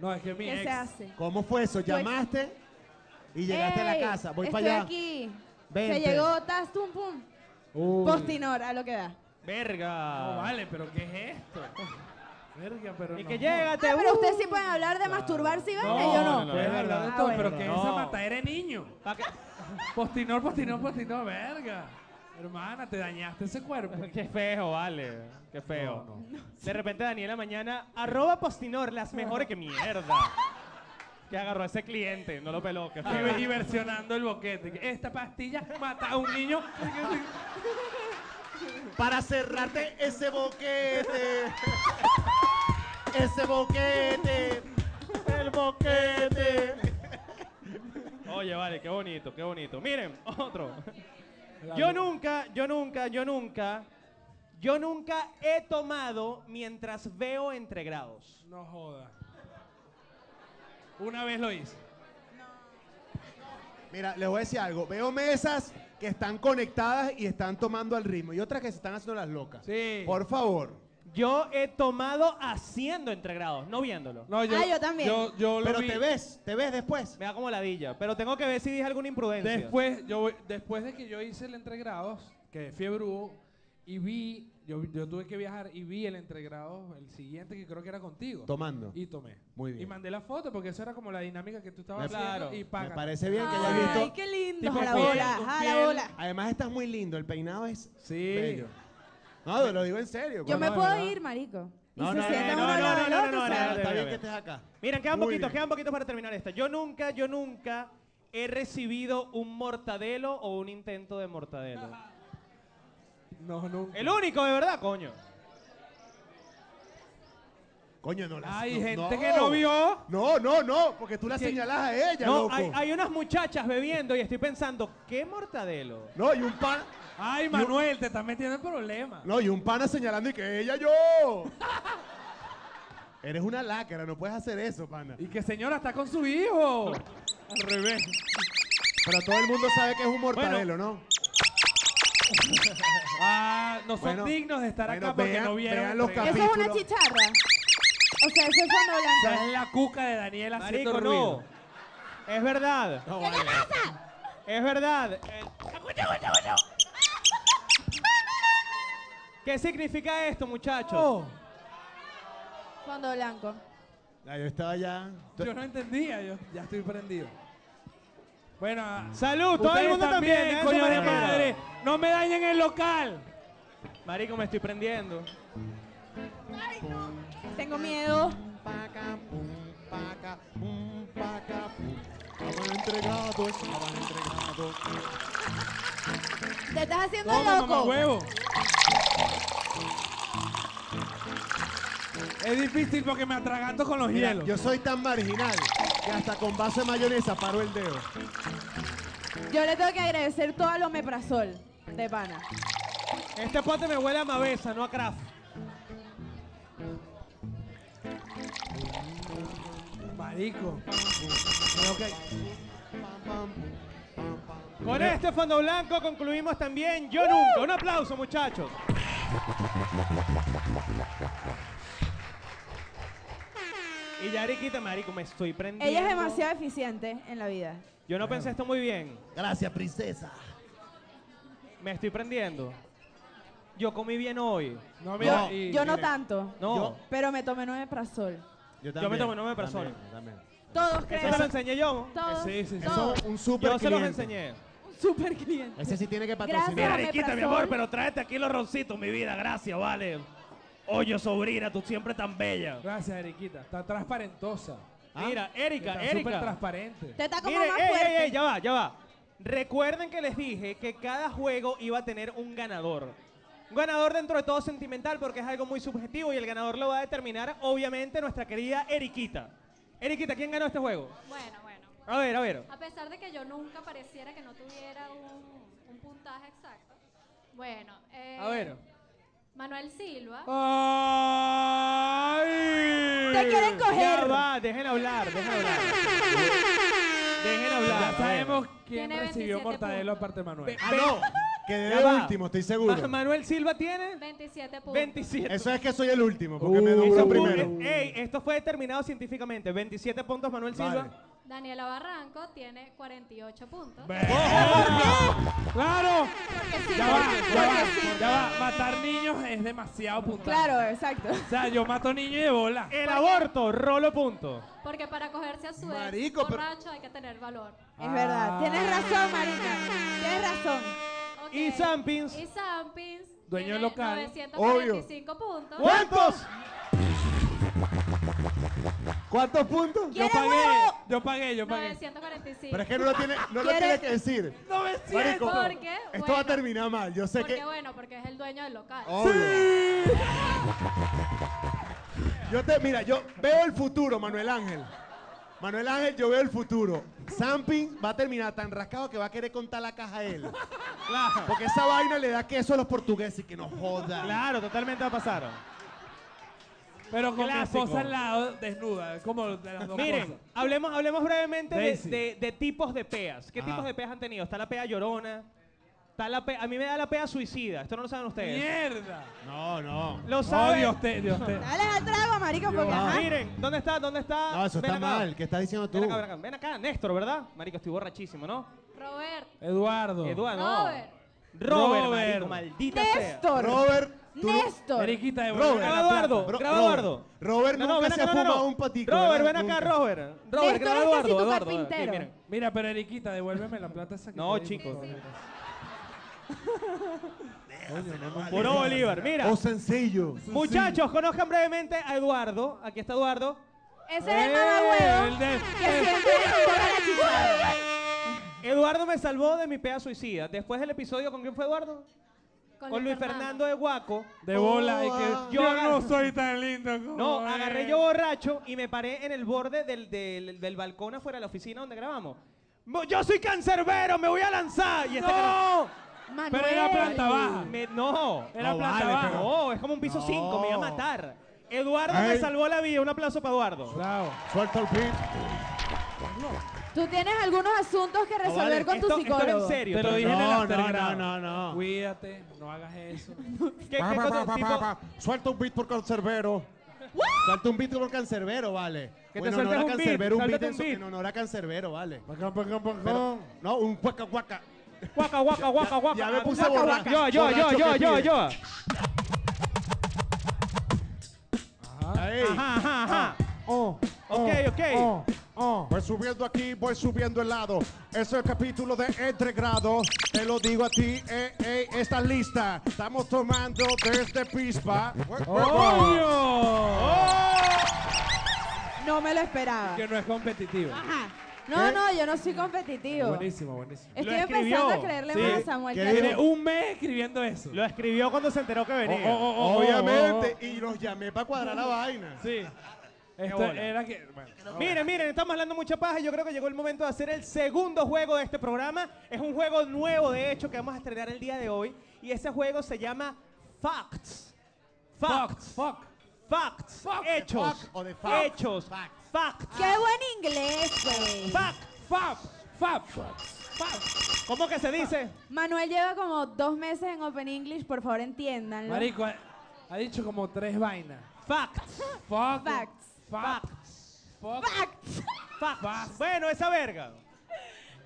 Speaker 4: No, es que mi
Speaker 6: qué
Speaker 4: ex.
Speaker 6: se hace?
Speaker 5: ¿Cómo fue eso? Llamaste y llegaste a la
Speaker 6: Pues, Ey,
Speaker 5: casa. Voy
Speaker 6: estoy
Speaker 5: para allá.
Speaker 6: aquí.
Speaker 5: Vente.
Speaker 6: Se llegó, tas, tum, pum.
Speaker 4: Uy.
Speaker 6: Postinora, lo que da.
Speaker 1: Verga.
Speaker 4: No vale, pero ¿qué es esto? Verga, pero
Speaker 1: Y
Speaker 4: no.
Speaker 1: que llega,
Speaker 6: Ah, pero ustedes sí pueden hablar de masturbarse y
Speaker 4: No,
Speaker 6: verga, yo no.
Speaker 1: no,
Speaker 4: puedes
Speaker 1: no, no,
Speaker 4: hablar de
Speaker 6: no,
Speaker 4: todo,
Speaker 6: no,
Speaker 4: pero
Speaker 6: no,
Speaker 4: que
Speaker 1: no.
Speaker 4: esa matadera de niño.
Speaker 1: Pa' que-
Speaker 4: Postinor, postinor, postinor, verga. Hermana, te dañaste ese cuerpo.
Speaker 1: Qué feo, vale. Qué feo.
Speaker 4: No,
Speaker 1: De repente Daniela mañana, arroba postinor, las mejores que mierda. Que agarró a ese cliente, no lo peló, qué
Speaker 4: Y, ve- y
Speaker 1: feo.
Speaker 4: versionando el boquete. que Esta pastilla mata a un niño.
Speaker 5: Para cerrarte ese boquete. ese boquete. El boquete.
Speaker 1: Oye, vale, qué bonito, qué bonito. Miren, otro. Yo nunca, yo nunca, yo nunca, yo nunca he tomado mientras veo entre grados.
Speaker 4: No joda. Una vez lo hice.
Speaker 5: Mira, les voy a decir algo. Veo mesas que están conectadas y están tomando al ritmo. Y otras que se están haciendo las locas.
Speaker 4: Sí.
Speaker 5: Por favor.
Speaker 1: Yo he tomado haciendo entre grados, no viéndolo.
Speaker 4: No,
Speaker 6: Ah, yo también.
Speaker 4: Yo, yo lo
Speaker 5: Pero
Speaker 4: vi.
Speaker 5: te ves, te ves después.
Speaker 1: Me da como ladilla, pero tengo que ver si dije alguna imprudencia.
Speaker 4: Después, yo, voy- después de que yo hice el entregrados, que fiebre hubo, y vi, yo, yo tuve que viajar y vi el entregrado, el siguiente que creo que era contigo.
Speaker 5: Tomando.
Speaker 4: Y tomé.
Speaker 5: Muy bien.
Speaker 4: Y mandé la foto porque eso era como la dinámica que tú
Speaker 5: Me-
Speaker 4: estabas hablando
Speaker 1: Claro.
Speaker 4: y
Speaker 5: Me
Speaker 4: paga.
Speaker 5: parece bien que hayas
Speaker 6: Ay,
Speaker 5: visto.
Speaker 6: qué lindo.
Speaker 4: Tipo
Speaker 6: A la
Speaker 4: piel,
Speaker 6: bola,
Speaker 4: con
Speaker 6: a la
Speaker 4: piel.
Speaker 6: bola.
Speaker 5: Además estás muy lindo, el peinado es
Speaker 4: Sí.
Speaker 5: bello. No, te lo digo en serio.
Speaker 6: Yo
Speaker 5: coño.
Speaker 6: me
Speaker 4: no,
Speaker 6: puedo
Speaker 4: ¿verdad?
Speaker 6: ir, marico. Y
Speaker 5: No,
Speaker 6: se
Speaker 5: no, no,
Speaker 6: sientan
Speaker 5: no,
Speaker 6: uno al
Speaker 5: no,
Speaker 6: lado del
Speaker 1: no, no,
Speaker 6: otro,
Speaker 1: no,
Speaker 6: ¿sabes?
Speaker 1: no,
Speaker 5: Está
Speaker 1: Mira,
Speaker 5: bien
Speaker 1: mira.
Speaker 5: que estés acá.
Speaker 1: Miren, quedan
Speaker 5: Muy
Speaker 1: poquitos,
Speaker 5: bien.
Speaker 1: quedan poquitos para terminar esta. Yo nunca, yo nunca he recibido un mortadelo o un intento de mortadelo.
Speaker 4: No, nunca.
Speaker 1: El único, de verdad, coño.
Speaker 5: Coño, no la
Speaker 4: Hay gente que no vio.
Speaker 5: No, no, no, porque tú la
Speaker 4: Que-
Speaker 5: señalas a ella,
Speaker 1: No,
Speaker 5: loco.
Speaker 1: hay, hay unas muchachas bebiendo y estoy pensando, ¿qué mortadelo?
Speaker 5: No, y un pan.
Speaker 4: Ay, Manuel, te estás metiendo en problemas.
Speaker 5: No, y un pana señalando y que ella yo. Eres una lacra, no puedes hacer eso, pana.
Speaker 4: Y que señora está con su hijo. Al revés.
Speaker 5: Pero todo el mundo sabe que es un mortadelo, ¿no?
Speaker 4: Ah, no son
Speaker 5: Bueno,
Speaker 4: dignos de estar
Speaker 5: bueno,
Speaker 4: acá porque
Speaker 5: vean-
Speaker 4: no vieron.
Speaker 5: vean los
Speaker 4: entregar.
Speaker 6: Eso es una
Speaker 5: capítulo.
Speaker 6: chicharra. O sea, eso es fondo
Speaker 4: O
Speaker 6: blanco.
Speaker 4: sea, es la cuca de Daniel haciendo
Speaker 1: Marico,
Speaker 4: ruido.
Speaker 1: no. Es verdad. Es verdad. Eh, ¿Qué significa esto, muchachos?
Speaker 4: Oh.
Speaker 6: Fondo blanco.
Speaker 5: Ah, yo estaba ya.
Speaker 4: Yo no entendía, yo ya estoy prendido. Bueno, ah,
Speaker 5: Mm.
Speaker 4: a-
Speaker 1: Salud, todo el
Speaker 4: ustedes
Speaker 1: mundo también,
Speaker 5: ¿eh?
Speaker 1: dense
Speaker 4: coño de
Speaker 1: manera.
Speaker 4: ¿eh? madre. No me dañen el local.
Speaker 1: Marico, me estoy prendiendo.
Speaker 6: Tengo miedo.
Speaker 5: Paca, pum, paca, pum, paca, pum. pues, Estaban entregados, estaban entregados.
Speaker 6: Te estás haciendo
Speaker 4: Toma, mamá
Speaker 6: loco.
Speaker 4: huevo. Es difícil porque me atraganto con los
Speaker 5: Mira,
Speaker 4: hielos.
Speaker 5: yo soy tan marginal que hasta con vaso de mayonesa paro el dedo.
Speaker 6: Yo le tengo que agradecer todo al omeprazol de pana.
Speaker 1: Este pote me huele a Mavesa, no a Kraft.
Speaker 4: Marico.
Speaker 1: Con este fondo blanco concluimos también Yo Nunca. Un aplauso, muchachos. Y ya, Ariquita, marico, me estoy prendiendo.
Speaker 6: Ella es demasiado eficiente en la vida.
Speaker 1: Yo no pensé esto muy bien.
Speaker 5: Gracias, princesa.
Speaker 1: Me estoy prendiendo. Yo comí bien hoy.
Speaker 4: No, mira,
Speaker 6: Yo,
Speaker 4: y-
Speaker 6: yo no tanto.
Speaker 1: No.
Speaker 6: Pero me tomé nueve prazol.
Speaker 5: Yo,
Speaker 1: Yo me tomo nueve
Speaker 5: también,
Speaker 1: personas.
Speaker 5: también.
Speaker 6: Todos
Speaker 1: Eso te lo
Speaker 6: creen.
Speaker 1: enseñé yo.
Speaker 6: Todos.
Speaker 4: Sí, sí, sí.
Speaker 5: Eso
Speaker 6: Todos.
Speaker 5: es un super
Speaker 1: Yo se los
Speaker 5: cliente.
Speaker 1: enseñé.
Speaker 6: Un super cliente.
Speaker 5: Ese sí tiene que
Speaker 6: Gracias.
Speaker 5: patrocinar.
Speaker 1: Ariquita, mi amor, pero tráete aquí los roncitos, mi vida. Gracias, vale. Oye, sobrina, tú siempre tan bella.
Speaker 4: Gracias, Eriquita. Está transparentosa.
Speaker 1: Mira, Erika,
Speaker 4: Ah, Está súper
Speaker 1: Erika.
Speaker 4: transparente.
Speaker 6: Te está como
Speaker 1: Mire,
Speaker 6: más
Speaker 1: ey,
Speaker 6: fuerte.
Speaker 1: ey, ey, ya va, ya va. Recuerden que les dije que cada juego iba a tener un ganador. Un ganador dentro de todo sentimental porque es algo muy subjetivo y el ganador lo va a determinar, obviamente, nuestra querida Eriquita. Eriquita, ¿quién ganó este juego?
Speaker 2: Bueno, bueno.
Speaker 1: A ver, a ver.
Speaker 2: A pesar de que yo nunca pareciera que no tuviera un, un puntaje exacto. Bueno, eh,
Speaker 4: A ver. Oh.
Speaker 2: Manuel Silva.
Speaker 4: ¡Ay!
Speaker 6: Te quieren
Speaker 1: Ya
Speaker 6: coger.
Speaker 1: va, dejen hablar, dejen hablar. Dejen hablar.
Speaker 4: Ya sabemos quién
Speaker 2: Tiene
Speaker 4: recibió
Speaker 2: 27
Speaker 4: Mortadelo
Speaker 2: puntos.
Speaker 4: aparte de Manuel.
Speaker 5: Ah, no. Quedé
Speaker 1: Ya
Speaker 5: de
Speaker 1: va.
Speaker 5: último, estoy seguro.
Speaker 1: Ma- Manuel Silva tiene
Speaker 2: 27 puntos.
Speaker 1: 27.
Speaker 5: Eso es que soy el último, porque me
Speaker 4: Uh,
Speaker 5: dubló
Speaker 4: eso
Speaker 5: primero.
Speaker 1: Uh, Ey, esto fue determinado científicamente. 27 puntos Manuel Silva.
Speaker 5: Vale.
Speaker 2: Daniela Barranco tiene 48 puntos.
Speaker 4: ¡Claro!
Speaker 6: Porque sí,
Speaker 4: Ya va,
Speaker 6: porque-
Speaker 4: ya
Speaker 6: porque
Speaker 4: va,
Speaker 6: sí.
Speaker 4: ya va. Matar niños es demasiado puntaje.
Speaker 6: Claro, exacto.
Speaker 4: O sea, yo mato niños de bola.
Speaker 1: El aborto, rolo punto.
Speaker 2: Porque para cogerse a su ex
Speaker 5: Marico, pero-
Speaker 2: borracho hay que tener valor.
Speaker 6: Es
Speaker 1: Ah.
Speaker 6: verdad. Tienes razón, Marina. Tienes razón.
Speaker 2: Ok.
Speaker 1: Y Zampins.
Speaker 2: Y Zampins.
Speaker 4: Dueño
Speaker 2: tiene
Speaker 4: local.
Speaker 2: 945 puntos.
Speaker 5: ¿Cuántos? ¿Cuántos puntos?
Speaker 4: Yo
Speaker 6: ¿Quieres
Speaker 4: pagué,
Speaker 6: huevo?
Speaker 4: yo pagué, yo pagué.
Speaker 2: 945.
Speaker 5: Pero es que no lo tiene, no lo
Speaker 6: ¿Quieres?
Speaker 5: tiene que decir. Marico,
Speaker 2: ¿Por qué?
Speaker 5: esto
Speaker 2: Bueno.
Speaker 5: va a terminar mal. Yo sé
Speaker 2: porque
Speaker 5: que.
Speaker 2: bueno, porque es el dueño del local.
Speaker 5: Obvio. Yo te, mira, yo veo el futuro, Manuel Ángel. Manuel Ángel, yo veo el futuro. Samping va a terminar tan rascado que va a querer contar la caja a él. Porque esa vaina le da queso a los portugueses, que no joda.
Speaker 1: Claro, totalmente va a pasar.
Speaker 4: Pero con
Speaker 1: Clásico.
Speaker 4: mi esposa al lado, desnuda. Es como de las dos
Speaker 1: Miren,
Speaker 4: cosas.
Speaker 1: hablemos, hablemos brevemente de,
Speaker 4: Daisy.
Speaker 1: de- de tipos de peas. ¿Qué
Speaker 5: Ajá.
Speaker 1: tipos de peas han tenido? Está la pea llorona. Está la pea, a mí me da la pea suicida. Esto no lo saben ustedes.
Speaker 4: ¡Mierda!
Speaker 5: No, no.
Speaker 1: Lo
Speaker 4: Oh,
Speaker 1: saben.
Speaker 4: Dios te, Dios te.
Speaker 6: Dale al trago, marico, porque
Speaker 5: Ah.
Speaker 6: ajá.
Speaker 1: Miren, ¿dónde está? ¿Dónde está?
Speaker 5: No, eso
Speaker 1: Ven
Speaker 5: está
Speaker 1: acá.
Speaker 5: mal. ¿Qué estás diciendo tú?
Speaker 1: Ven acá, ven acá, ven acá, Néstor, ¿verdad? Marico, estoy borrachísimo, ¿no?
Speaker 2: Robert.
Speaker 4: Eduardo.
Speaker 1: Eduardo. no.
Speaker 2: Robert.
Speaker 1: Robert,
Speaker 4: Robert.
Speaker 1: marico, maldita sea.
Speaker 6: Néstor.
Speaker 5: Robert. tú-
Speaker 6: Néstor.
Speaker 4: Mariquita de
Speaker 5: Robert.
Speaker 1: Graba Eduardo,
Speaker 5: Bro-
Speaker 1: graba
Speaker 5: Robert.
Speaker 1: Eduardo.
Speaker 5: Robert nunca
Speaker 1: ven
Speaker 5: se
Speaker 1: acá,
Speaker 5: ha fumado un patico,
Speaker 1: Robert,
Speaker 5: ¿verdad?
Speaker 1: ven acá,
Speaker 5: Nunca.
Speaker 1: Robert.
Speaker 6: Néstor
Speaker 1: Robert, graba
Speaker 6: es casi
Speaker 1: Eduardo,
Speaker 6: tu
Speaker 1: Eduardo. aquí,
Speaker 6: carpintero.
Speaker 1: miren.
Speaker 4: Mira, pero Eriquita, devuélveme la plata esa que
Speaker 1: No,
Speaker 4: te di,
Speaker 1: chicos.
Speaker 4: por favor.
Speaker 1: Puro Bolívar, mira.
Speaker 5: O Oh, sencillo.
Speaker 1: Muchachos, conozcan brevemente a Eduardo. Aquí está Eduardo.
Speaker 6: Ese es el mamahuevo
Speaker 4: el de-
Speaker 6: que siempre se pone la chicharra.
Speaker 1: Eduardo me salvó de mi pea suicida. Después del episodio, ¿con quién fue Eduardo? Con, Luis Fernando de Guaco.
Speaker 4: De bola y que
Speaker 1: Yo
Speaker 4: yo
Speaker 1: agarré-
Speaker 4: no soy tan lindo como
Speaker 1: No,
Speaker 4: él.
Speaker 1: agarré yo borracho y me paré en el borde del, del- del balcón afuera de la oficina donde grabamos. Mo- Yo soy cancerbero, me voy a lanzar. Y este
Speaker 4: ¡No!
Speaker 6: Manuel.
Speaker 4: Pero era planta baja.
Speaker 1: Me- no,
Speaker 4: Era
Speaker 1: no,
Speaker 4: planta
Speaker 1: vale,
Speaker 4: baja.
Speaker 1: pero No, es como un piso 5, me iba a matar. Eduardo me
Speaker 5: Ay.
Speaker 1: salvó la vida. Un aplauso para Eduardo.
Speaker 4: Bravo.
Speaker 5: Suelta el pin.
Speaker 6: Tú tienes algunos asuntos que
Speaker 1: No,
Speaker 6: resolver
Speaker 1: vale,
Speaker 6: con
Speaker 1: esto-
Speaker 6: tu
Speaker 1: esto era
Speaker 6: psicólogo.
Speaker 1: en serio.
Speaker 4: Te lo
Speaker 1: esto-
Speaker 4: dije en el
Speaker 5: No, no,
Speaker 4: underground.
Speaker 5: no, no, no.
Speaker 4: Cuídate, no hagas eso.
Speaker 1: ¿Qué- qué
Speaker 5: Pa, pa,
Speaker 1: cosa-
Speaker 5: pa, pa,
Speaker 1: tipo-
Speaker 5: pa. Suelta un beat por cancerbero. Suelta un beat por cancerbero, vale.
Speaker 1: Que
Speaker 5: O
Speaker 1: te
Speaker 5: en honor
Speaker 1: sueltes
Speaker 5: a
Speaker 1: un beat,
Speaker 5: cancerbero, un beat
Speaker 1: suéltate
Speaker 5: en
Speaker 1: un
Speaker 5: su-
Speaker 1: beat.
Speaker 5: en honor a cancerbero, vale.
Speaker 4: Pacán, pacán, pacán.
Speaker 5: Pero, no, un cuaca cuaca.
Speaker 1: Guaca, guaca, guaca,
Speaker 5: ya
Speaker 1: guaca.
Speaker 5: me puse
Speaker 1: Guaca,
Speaker 5: borracho.
Speaker 1: guaca. Yo, yo,
Speaker 5: Borracho
Speaker 1: yo, yo,
Speaker 5: que
Speaker 1: yo,
Speaker 5: pide.
Speaker 1: yo.
Speaker 5: Ahí.
Speaker 1: Ajá, ajá, ajá.
Speaker 4: Oh,
Speaker 1: Ok,
Speaker 4: oh,
Speaker 1: ok.
Speaker 4: oh, oh.
Speaker 5: Voy subiendo aquí, voy subiendo el lado. Es el capítulo de Entre Grados. Te lo digo a ti, eh, eh, estás lista. Estamos tomando desde Pispa. Oh,
Speaker 4: ¡Coño!
Speaker 6: No me lo esperaba.
Speaker 4: Que no es competitivo.
Speaker 6: Ajá. No,
Speaker 5: ¿Qué?
Speaker 6: no, yo no soy competitivo.
Speaker 4: Buenísimo, buenísimo.
Speaker 6: Estoy
Speaker 1: Lo escribió.
Speaker 6: empezando a creerle
Speaker 1: Sí.
Speaker 6: más a Samuel.
Speaker 5: ¿Qué
Speaker 6: que a
Speaker 5: dice?
Speaker 4: Tiene
Speaker 6: Lu.
Speaker 4: un mes escribiendo eso. Oh,
Speaker 1: Lo escribió cuando se enteró que venía.
Speaker 5: Oh, Obviamente, y los llamé para cuadrar la vaina.
Speaker 4: oh. Sí. Esto
Speaker 1: bola.
Speaker 4: era que. Bueno,
Speaker 5: oh.
Speaker 1: Miren, miren, estamos hablando mucha paja y yo creo que llegó el momento de hacer el segundo juego de este programa. Es un juego nuevo, de hecho, que vamos a estrenar el día de hoy. Y ese juego se llama Facts. Facts.
Speaker 4: Fuck.
Speaker 1: Facts.
Speaker 4: Fuck.
Speaker 1: Hechos.
Speaker 5: Fuck o de fuck.
Speaker 1: Hechos.
Speaker 5: Facts.
Speaker 1: Facts.
Speaker 6: Qué buen inglés, güey.
Speaker 1: Fact.
Speaker 4: Fab. Fab. Fab.
Speaker 1: ¿Cómo que se dice?
Speaker 6: Manuel lleva como dos meses en Open English, por favor entiéndanlo.
Speaker 4: Marico, ha, ha dicho como tres vainas.
Speaker 1: Facts.
Speaker 4: Fuck.
Speaker 6: Facts.
Speaker 4: Fab.
Speaker 1: Facts.
Speaker 4: Fuck.
Speaker 6: Facts.
Speaker 1: Facts.
Speaker 4: Facts.
Speaker 1: Bueno, esa verga.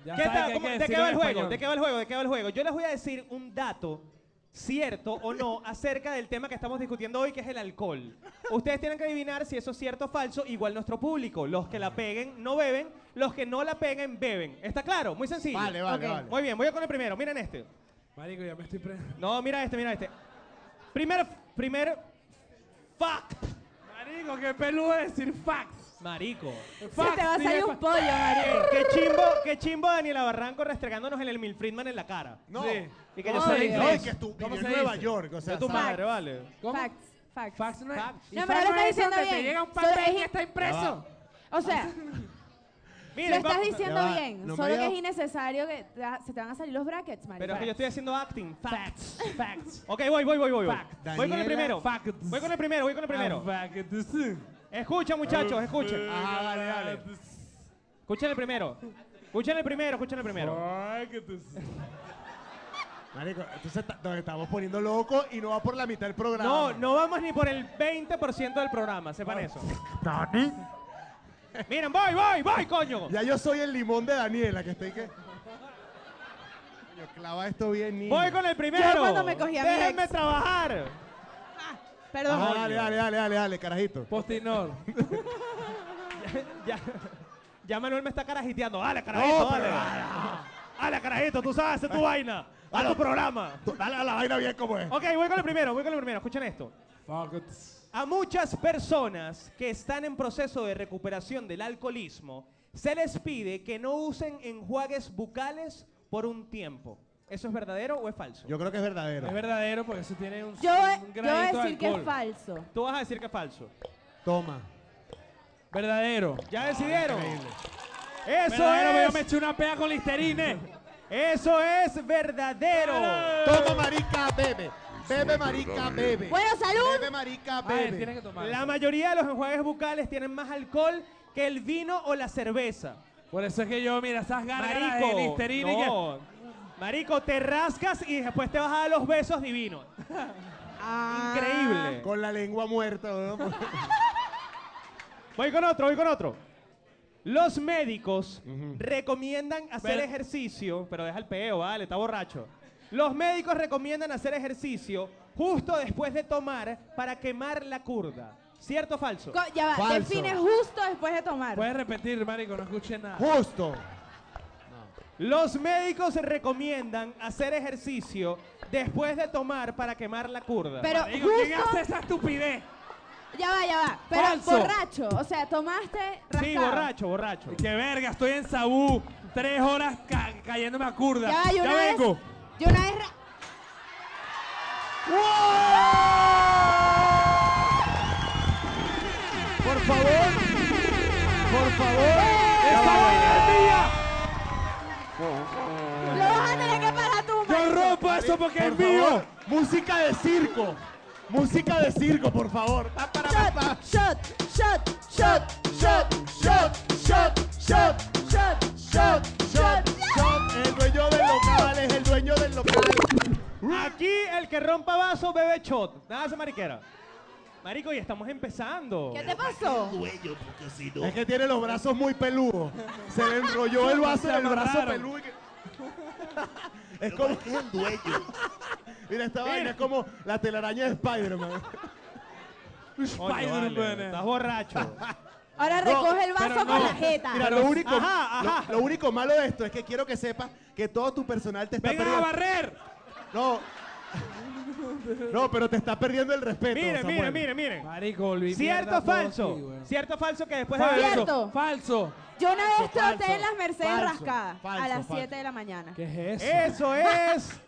Speaker 4: Ya
Speaker 1: ¿Qué
Speaker 4: sabes
Speaker 1: tal?
Speaker 4: que hay
Speaker 1: ¿Cómo-
Speaker 4: que
Speaker 1: ¿De qué
Speaker 4: decirlo
Speaker 1: va el
Speaker 4: en
Speaker 1: juego?
Speaker 4: español.
Speaker 1: ¿De qué va el juego? ¿De qué va el juego? Yo les voy a decir un dato, cierto o no, acerca del tema que estamos discutiendo hoy, que es el alcohol. Ustedes tienen que adivinar si eso es cierto o falso, igual nuestro público. Los que la peguen no beben, los que no la peguen beben. ¿Está claro? Muy sencillo.
Speaker 5: Vale, vale,
Speaker 6: Ok.
Speaker 5: vale.
Speaker 1: Muy bien, voy con el primero. Miren este.
Speaker 4: Marico, ya me estoy pre...
Speaker 1: No, mira este, mira este. Primer, primer fact.
Speaker 4: Marico, qué peludo decir facts.
Speaker 1: Marico.
Speaker 6: Se te va a salir un pollo,
Speaker 1: Eh,
Speaker 6: Mario.
Speaker 1: qué chimbo, qué chimbo Daniela Barranco restregándonos en el Mil Friedman en la cara.
Speaker 5: No.
Speaker 4: Sí.
Speaker 1: Y que yo
Speaker 6: Obvio.
Speaker 1: soy
Speaker 5: No,
Speaker 1: inglés.
Speaker 5: y que tú
Speaker 4: ¿Cómo
Speaker 5: viví
Speaker 4: se
Speaker 5: en Nueva
Speaker 4: dice?
Speaker 5: York, o sea,
Speaker 1: de tu
Speaker 5: ¿sabes?
Speaker 1: madre, vale.
Speaker 4: ¿Cómo?
Speaker 6: Facts. Facts.
Speaker 4: Facts no es.
Speaker 1: Facts.
Speaker 4: y
Speaker 6: No, pero lo está
Speaker 4: facts es donde
Speaker 6: diciendo
Speaker 4: Te
Speaker 6: bien.
Speaker 4: llega un
Speaker 6: Sobre
Speaker 4: papel
Speaker 6: hi-
Speaker 4: que está impreso.
Speaker 6: Ah. O sea, lo
Speaker 1: Miren,
Speaker 6: estás
Speaker 1: vamos-
Speaker 6: diciendo
Speaker 5: Ya va,
Speaker 6: bien,
Speaker 5: no me
Speaker 6: solo que
Speaker 5: diga-
Speaker 6: es innecesario que te va- se te van a salir los brackets, Mario.
Speaker 1: Pero es que yo estoy haciendo acting. Facts.
Speaker 4: Facts.
Speaker 1: Ok, voy, voy, voy, voy. voy.
Speaker 4: Facts.
Speaker 1: Voy con el
Speaker 5: Daniela,
Speaker 1: primero.
Speaker 4: facts.
Speaker 1: Voy con el primero, voy con el primero.
Speaker 4: Ah, facts.
Speaker 1: Escucha, muchachos, escuchen.
Speaker 5: Ajá, dale, dale.
Speaker 1: Escuchen el primero. Escuchen el primero, escuchen el primero.
Speaker 4: Facts.
Speaker 5: Marico, entonces ta- nos estamos poniendo locos y no va por la mitad del programa.
Speaker 1: No, no vamos ni por el 20% del programa, sepan eso. Miren, voy, voy, voy, coño.
Speaker 5: Ya yo soy el limón de Daniela, que estoy que. Coño, clava esto bien, niño.
Speaker 1: Voy con el primero.
Speaker 6: Yo cuando me cogí a mi
Speaker 1: Déjenme
Speaker 6: ex.
Speaker 1: trabajar.
Speaker 6: Perdón.
Speaker 5: Ajá, Ah, dale, dale, dale, dale, dale, carajito.
Speaker 4: Postinor.
Speaker 1: Ya, ya Manuel me está carajiteando. Dale, carajito,
Speaker 5: No, pero-
Speaker 1: dale. Dale, carajito, tú sabes, haz tu vaina. Haz tu programa.
Speaker 5: Tú, Dale a la vaina bien como es.
Speaker 1: Ok, voy con el primero, voy con el primero. Escuchen esto.
Speaker 4: Facts.
Speaker 1: A muchas personas que están en proceso de recuperación del alcoholismo, se les pide que no usen enjuagues bucales por un tiempo. ¿Eso es verdadero o es falso?
Speaker 5: Yo creo que es verdadero.
Speaker 4: Es verdadero porque eso tiene un,
Speaker 6: Yo,
Speaker 4: un
Speaker 6: yo
Speaker 4: gradito
Speaker 6: voy a decir que
Speaker 4: de alcohol.
Speaker 6: es falso.
Speaker 1: Tú vas a decir que es falso.
Speaker 5: Toma.
Speaker 4: Verdadero.
Speaker 5: Ah,
Speaker 1: ¿Ya decidieron?
Speaker 4: Eso
Speaker 1: Eso
Speaker 4: verdadero, Yo me
Speaker 1: es,
Speaker 4: eché una pea con listerine.
Speaker 1: eso es verdadero.
Speaker 5: Toma, marica, bebe. Bebe, marica, bebe.
Speaker 6: Bueno, salud.
Speaker 5: Bebe, marica,
Speaker 4: Ay, tiene que
Speaker 5: bebe.
Speaker 4: tomar.
Speaker 1: La mayoría de los enjuagues bucales tienen más alcohol que el vino o la cerveza.
Speaker 4: Por eso es que yo, mira, esas garras de
Speaker 1: Marico,
Speaker 4: listerine
Speaker 1: no. Marico, te rascas y después te vas a dar los besos divinos. Increíble.
Speaker 5: Con la lengua muerta, weón.
Speaker 1: Voy con otro, voy con otro. Los médicos recomiendan hacer
Speaker 4: Ver-
Speaker 1: ejercicio, pero deja el peo, vale, está borracho. Los médicos recomiendan hacer ejercicio justo después de tomar para quemar la curda. ¿Cierto o falso?
Speaker 6: Co- Ya va,
Speaker 5: Falso.
Speaker 6: define justo después de tomar.
Speaker 4: Puedes repetir, marico, no escuché nada.
Speaker 5: Justo.
Speaker 1: Los médicos recomiendan hacer ejercicio después de tomar para quemar la curda.
Speaker 6: Pero
Speaker 4: Marico, ¿quién
Speaker 6: justo-
Speaker 4: hace esa estupidez?
Speaker 6: Ya va, ya va. Pero
Speaker 4: Falso.
Speaker 6: borracho. O sea, tomaste rascado.
Speaker 1: sí, borracho, borracho.
Speaker 4: Qué verga, estoy en Sabú, tres horas ca- cayéndome a curda.
Speaker 6: Ya va, yo una vez.
Speaker 4: vengo.
Speaker 6: Yo una vez. ra-
Speaker 5: Por favor. Por favor.
Speaker 4: ¡Esa vaina es mía!
Speaker 6: Lo vas a tener que parar tú,
Speaker 4: Yo
Speaker 6: marico.
Speaker 4: rompo eso porque
Speaker 5: por
Speaker 4: es mío.
Speaker 5: favor, Música de circo. Música de circo, por favor. Pa, para, pa,
Speaker 6: Shot,
Speaker 5: pa.
Speaker 6: shot, shot, shot, shot, shot, shot, shot, shot, shot,
Speaker 5: Shot,
Speaker 6: shot.
Speaker 5: shot. El dueño del local es el dueño del local.
Speaker 1: Aquí el que rompa vaso bebe shot. Nada de esa mariquera. Marico, y estamos empezando.
Speaker 6: ¿Qué te pasó?
Speaker 5: Es que tiene los brazos muy peludos. Se le enrolló el vaso en el brazo peludo. y que- Es como el dueño. Mira esta vaina, es como la telaraña de Spider-Man.
Speaker 1: Coño, vale,
Speaker 4: Spider-Man.
Speaker 1: estás borracho.
Speaker 6: Ahora recoge el vaso
Speaker 4: pero
Speaker 6: con
Speaker 4: no.
Speaker 6: la jeta.
Speaker 5: Mira, lo único,
Speaker 1: Ajá, ajá.
Speaker 5: Lo, lo único malo de esto es que quiero que sepas que todo tu personal te está
Speaker 4: ¡Vengan a
Speaker 5: perdiendo.
Speaker 4: barrer!
Speaker 5: No. No, pero te está perdiendo el respeto.
Speaker 1: Miren,
Speaker 5: Samuel.
Speaker 1: miren, miren, miren.
Speaker 4: Marico, volví
Speaker 1: ¿Cierto
Speaker 4: mierda
Speaker 1: o
Speaker 4: todo
Speaker 1: falso?
Speaker 4: aquí, weón.
Speaker 1: ¿Cierto o falso que después de
Speaker 4: Falso,
Speaker 1: beber-
Speaker 6: Cierto.
Speaker 4: falso.
Speaker 6: Yo una vez
Speaker 5: falso,
Speaker 6: troté en las Mercedes
Speaker 5: falso,
Speaker 6: rascadas
Speaker 5: falso,
Speaker 6: a las
Speaker 5: falso.
Speaker 6: 7 de la mañana.
Speaker 4: ¿Qué es eso?
Speaker 1: Eso es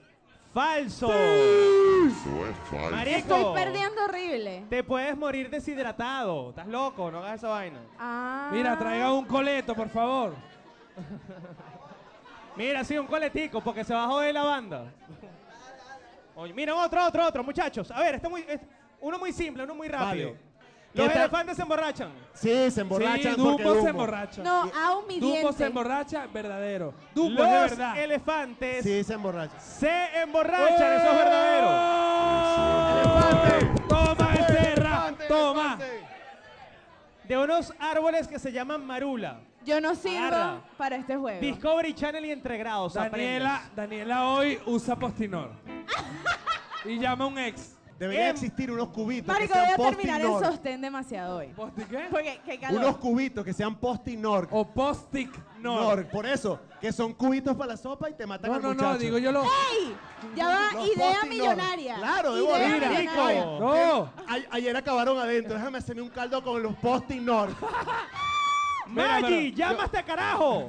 Speaker 1: falso.
Speaker 7: Eso es falso.
Speaker 1: Marico,
Speaker 6: Estoy perdiendo horrible.
Speaker 1: te puedes morir deshidratado. Estás loco, no hagas esa vaina.
Speaker 6: Ah.
Speaker 4: Mira, traiga un coleto, por favor.
Speaker 1: Mira, sí, un coletico, porque se bajó de la banda. Oye, mira, otro, otro, otro, muchachos. A ver, este muy, es- uno muy simple, uno muy rápido.
Speaker 5: Vale.
Speaker 1: Los
Speaker 5: ¿Qué tal?
Speaker 1: elefantes se emborrachan.
Speaker 5: Sí, se emborrachan
Speaker 4: sí,
Speaker 5: porque
Speaker 4: Dumbo
Speaker 5: el
Speaker 4: se
Speaker 5: humo.
Speaker 4: emborracha.
Speaker 6: No, aún mi
Speaker 4: Dumbo se
Speaker 6: diente.
Speaker 4: emborracha, verdadero.
Speaker 1: Los
Speaker 4: Dumbo es de verdad.
Speaker 1: elefantes
Speaker 5: Sí, se emborrachan.
Speaker 1: se emborrachan, eso
Speaker 4: ¡Oh!
Speaker 1: es verdadero.
Speaker 5: ¡Elefante!
Speaker 4: Toma, becerra,
Speaker 5: ¡Elefante,
Speaker 4: toma.
Speaker 5: elefante!
Speaker 1: De unos árboles que se llaman marula.
Speaker 6: Yo no sirvo
Speaker 1: Agarra.
Speaker 6: para este juego.
Speaker 1: Discovery Channel y entregrados.
Speaker 4: Daniela, Daniela hoy usa postinor. y llama a un ex.
Speaker 5: Debería
Speaker 1: Em-
Speaker 5: existir unos cubitos
Speaker 6: Marico,
Speaker 5: que
Speaker 6: voy
Speaker 5: sean
Speaker 6: a
Speaker 5: post
Speaker 6: terminar el sostén demasiado hoy.
Speaker 4: ¿Posti qué?
Speaker 6: Porque, qué calor.
Speaker 5: Unos cubitos que sean post-inor.
Speaker 4: O postic nor.
Speaker 5: Nor, Por eso, que son cubitos para la sopa y te matan
Speaker 4: No,
Speaker 5: al
Speaker 4: no,
Speaker 5: muchacho.
Speaker 4: no, digo yo lo.
Speaker 6: ¡Ey! Ya va,
Speaker 5: Los
Speaker 6: idea
Speaker 5: post-inor.
Speaker 6: millonaria.
Speaker 5: Claro, de
Speaker 6: idea
Speaker 5: bola.
Speaker 1: Mira,
Speaker 6: millonaria.
Speaker 1: rico.
Speaker 4: No.
Speaker 5: Ay- ayer acabaron adentro. Déjame hacerme un caldo con los post-inor.
Speaker 4: Mira,
Speaker 1: Maggi,
Speaker 4: pero-
Speaker 1: llama hasta carajo.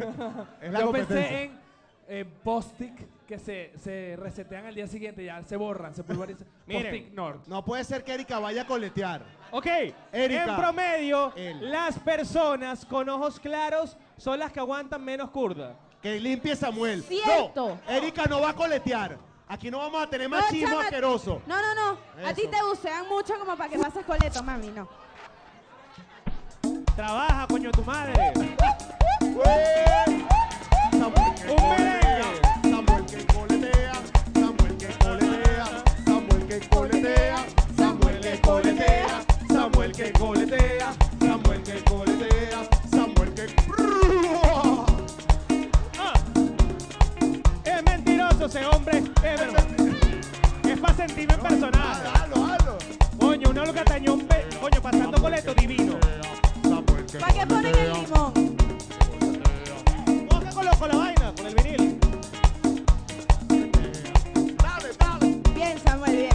Speaker 5: Es la
Speaker 4: Yo
Speaker 5: competencia.
Speaker 4: pensé en eh, postic que se, se resetean al día siguiente, ya se borran, se pulverizan.
Speaker 1: Miren.
Speaker 4: postic nor.
Speaker 5: No puede ser que Erika vaya a coletear.
Speaker 1: Ok,
Speaker 5: Erika.
Speaker 1: en promedio,
Speaker 5: Él.
Speaker 1: las personas con ojos claros son las que aguantan menos curda.
Speaker 5: Que limpie Samuel.
Speaker 6: Cierto.
Speaker 5: No, Erika no va a coletear. Aquí no vamos a tener
Speaker 6: No,
Speaker 5: machismo
Speaker 6: chama,
Speaker 5: asqueroso.
Speaker 6: No, no, no. A ti
Speaker 5: Eso.
Speaker 6: te bucean mucho como para que pases coleto, mami, no.
Speaker 1: Trabaja, coño, tu madre. Un
Speaker 5: Samuel que coletea,
Speaker 1: merengue.
Speaker 5: Samuel que coletea, Samuel que coletea, Samuel que coletea, Samuel que coletea, Samuel que coletea, Samuel que coletea, Samuel que
Speaker 1: Ah. Es mentiroso ese hombre. Es, verdad. es para sentirme personal.
Speaker 5: Halo, halo.
Speaker 1: Coño, un Olga Tañón, pe- coño, pasando coleto divino.
Speaker 5: Samuel que
Speaker 6: ¿Para qué ponen el limón?
Speaker 1: ¿Cómo que coloco la vaina con el vinil?
Speaker 5: dale, dale.
Speaker 6: Bien, Samuel, bien.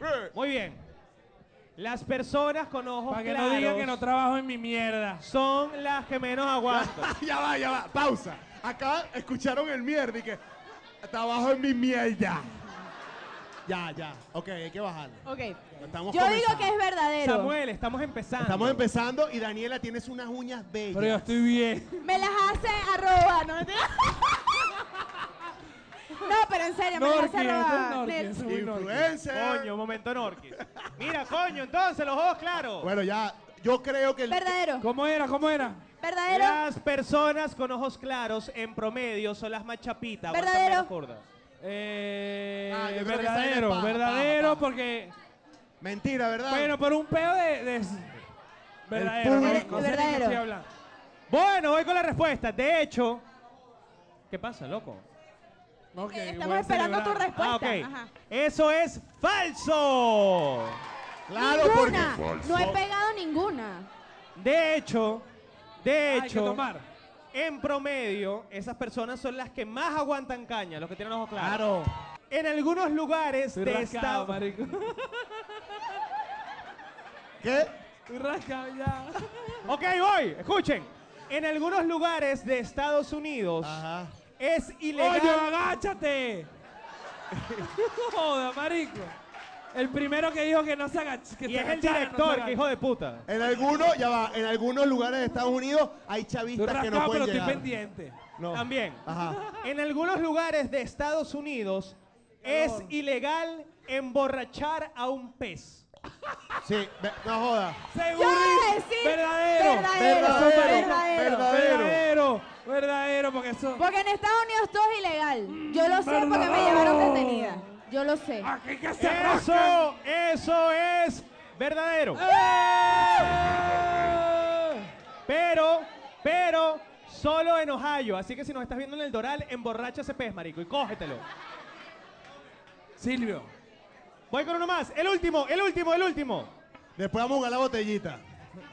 Speaker 5: Eh.
Speaker 1: Muy bien. Las personas con ojos
Speaker 4: Para que
Speaker 1: claros
Speaker 4: no digan que no trabajo en mi mierda.
Speaker 1: son las que menos aguantan.
Speaker 5: Ya va, ya va. Pausa. Acá escucharon el mierda y que está abajo en mi mierda. Ya, ya. Ok, hay que bajarlo.
Speaker 6: Ok.
Speaker 5: Estamos
Speaker 6: Yo digo
Speaker 5: comenzando.
Speaker 6: que es verdadero.
Speaker 1: Samuel, estamos empezando.
Speaker 5: Estamos empezando y Daniela tienes unas uñas bellas.
Speaker 4: Pero yo estoy bien.
Speaker 6: Me las hace arroba, no mentira. No, pero en serio, me las
Speaker 4: Norqui,
Speaker 6: hace arroba.
Speaker 4: este es
Speaker 6: Nel.
Speaker 4: Norqui, es muy Norqui.
Speaker 5: Influencer.
Speaker 1: Coño, un momento, Norquis. Mira, coño, entonces, los ojos claros.
Speaker 5: Bueno, ya, yo creo que el-
Speaker 6: Verdadero,
Speaker 4: ¿Cómo era? ¿Cómo era?
Speaker 6: verdadero,
Speaker 1: Las personas con ojos claros en promedio son las más chapitas. aguantan
Speaker 6: Verdadero.
Speaker 1: menos curda.
Speaker 4: Eh,
Speaker 5: Ah, yo creo que esa
Speaker 4: verdadero,
Speaker 5: era paja, paja,
Speaker 4: verdadero,
Speaker 5: paja.
Speaker 4: porque.
Speaker 5: mentira, ¿verdad?
Speaker 4: Bueno, por un pedo de. de- verdadero,
Speaker 5: público.
Speaker 4: no, no sé ni qué
Speaker 6: Verdadero.
Speaker 4: estoy hablando.
Speaker 1: Bueno, voy con la respuesta. De hecho, ¿Qué pasa, loco?
Speaker 4: Ok,
Speaker 6: eh, Estamos
Speaker 4: voy a
Speaker 6: esperando tu
Speaker 4: celebrar.
Speaker 6: respuesta.
Speaker 1: Ah, ok.
Speaker 6: Ajá.
Speaker 1: Eso es falso.
Speaker 5: Claro,
Speaker 6: ninguna.
Speaker 7: porque-
Speaker 6: No he pegado ninguna.
Speaker 1: De hecho, de
Speaker 4: Hay que
Speaker 1: hecho,
Speaker 4: tomar.
Speaker 1: en promedio, esas personas son las que más aguantan caña, los que tienen ojos claros.
Speaker 4: Claro.
Speaker 1: En algunos lugares
Speaker 4: Estoy
Speaker 1: de
Speaker 4: rascado,
Speaker 1: Estados
Speaker 4: marico.
Speaker 5: ¿Qué?
Speaker 4: Estoy rascado ya.
Speaker 1: Ok, voy, escuchen. En algunos lugares de Estados Unidos
Speaker 4: Ah.
Speaker 5: Ajá.
Speaker 1: es ilegal.
Speaker 4: ¡Coño, agáchate! No Joda, marico. El primero que dijo que no se agachó.
Speaker 1: y es el director, que hijo de puta.
Speaker 5: En algunos, ya va, en algunos lugares de Estados Unidos hay
Speaker 4: Estoy
Speaker 5: chavistas que
Speaker 4: rascado,
Speaker 5: no
Speaker 4: pero
Speaker 5: pueden
Speaker 4: estoy
Speaker 5: llegar.
Speaker 4: pendiente.
Speaker 5: No.
Speaker 1: También.
Speaker 5: Ajá.
Speaker 1: En algunos lugares de Estados Unidos es ilegal emborrachar a un pez.
Speaker 5: Sí, ve- no joda.
Speaker 4: Seguro.
Speaker 6: Yo voy a decir
Speaker 4: verdadero.
Speaker 6: verdadero,
Speaker 5: verdadero,
Speaker 6: verdadero.
Speaker 5: verdadero.
Speaker 4: Verdadero. Verdadero, porque eso.
Speaker 6: Porque en Estados Unidos todo es ilegal. Yo lo sé porque me llevaron detenida. Yo lo sé.
Speaker 4: Aquí que se rasca.
Speaker 1: Eso, eso es verdadero.
Speaker 4: ¡Eh!
Speaker 1: Pero, pero, solo en Ohio. Así que si nos estás viendo en el Doral, emborracha ese pez, marico, y cógetelo.
Speaker 4: Silvio.
Speaker 1: Voy con uno más. El último, el último, el último.
Speaker 5: Después vamos a jugar la botellita.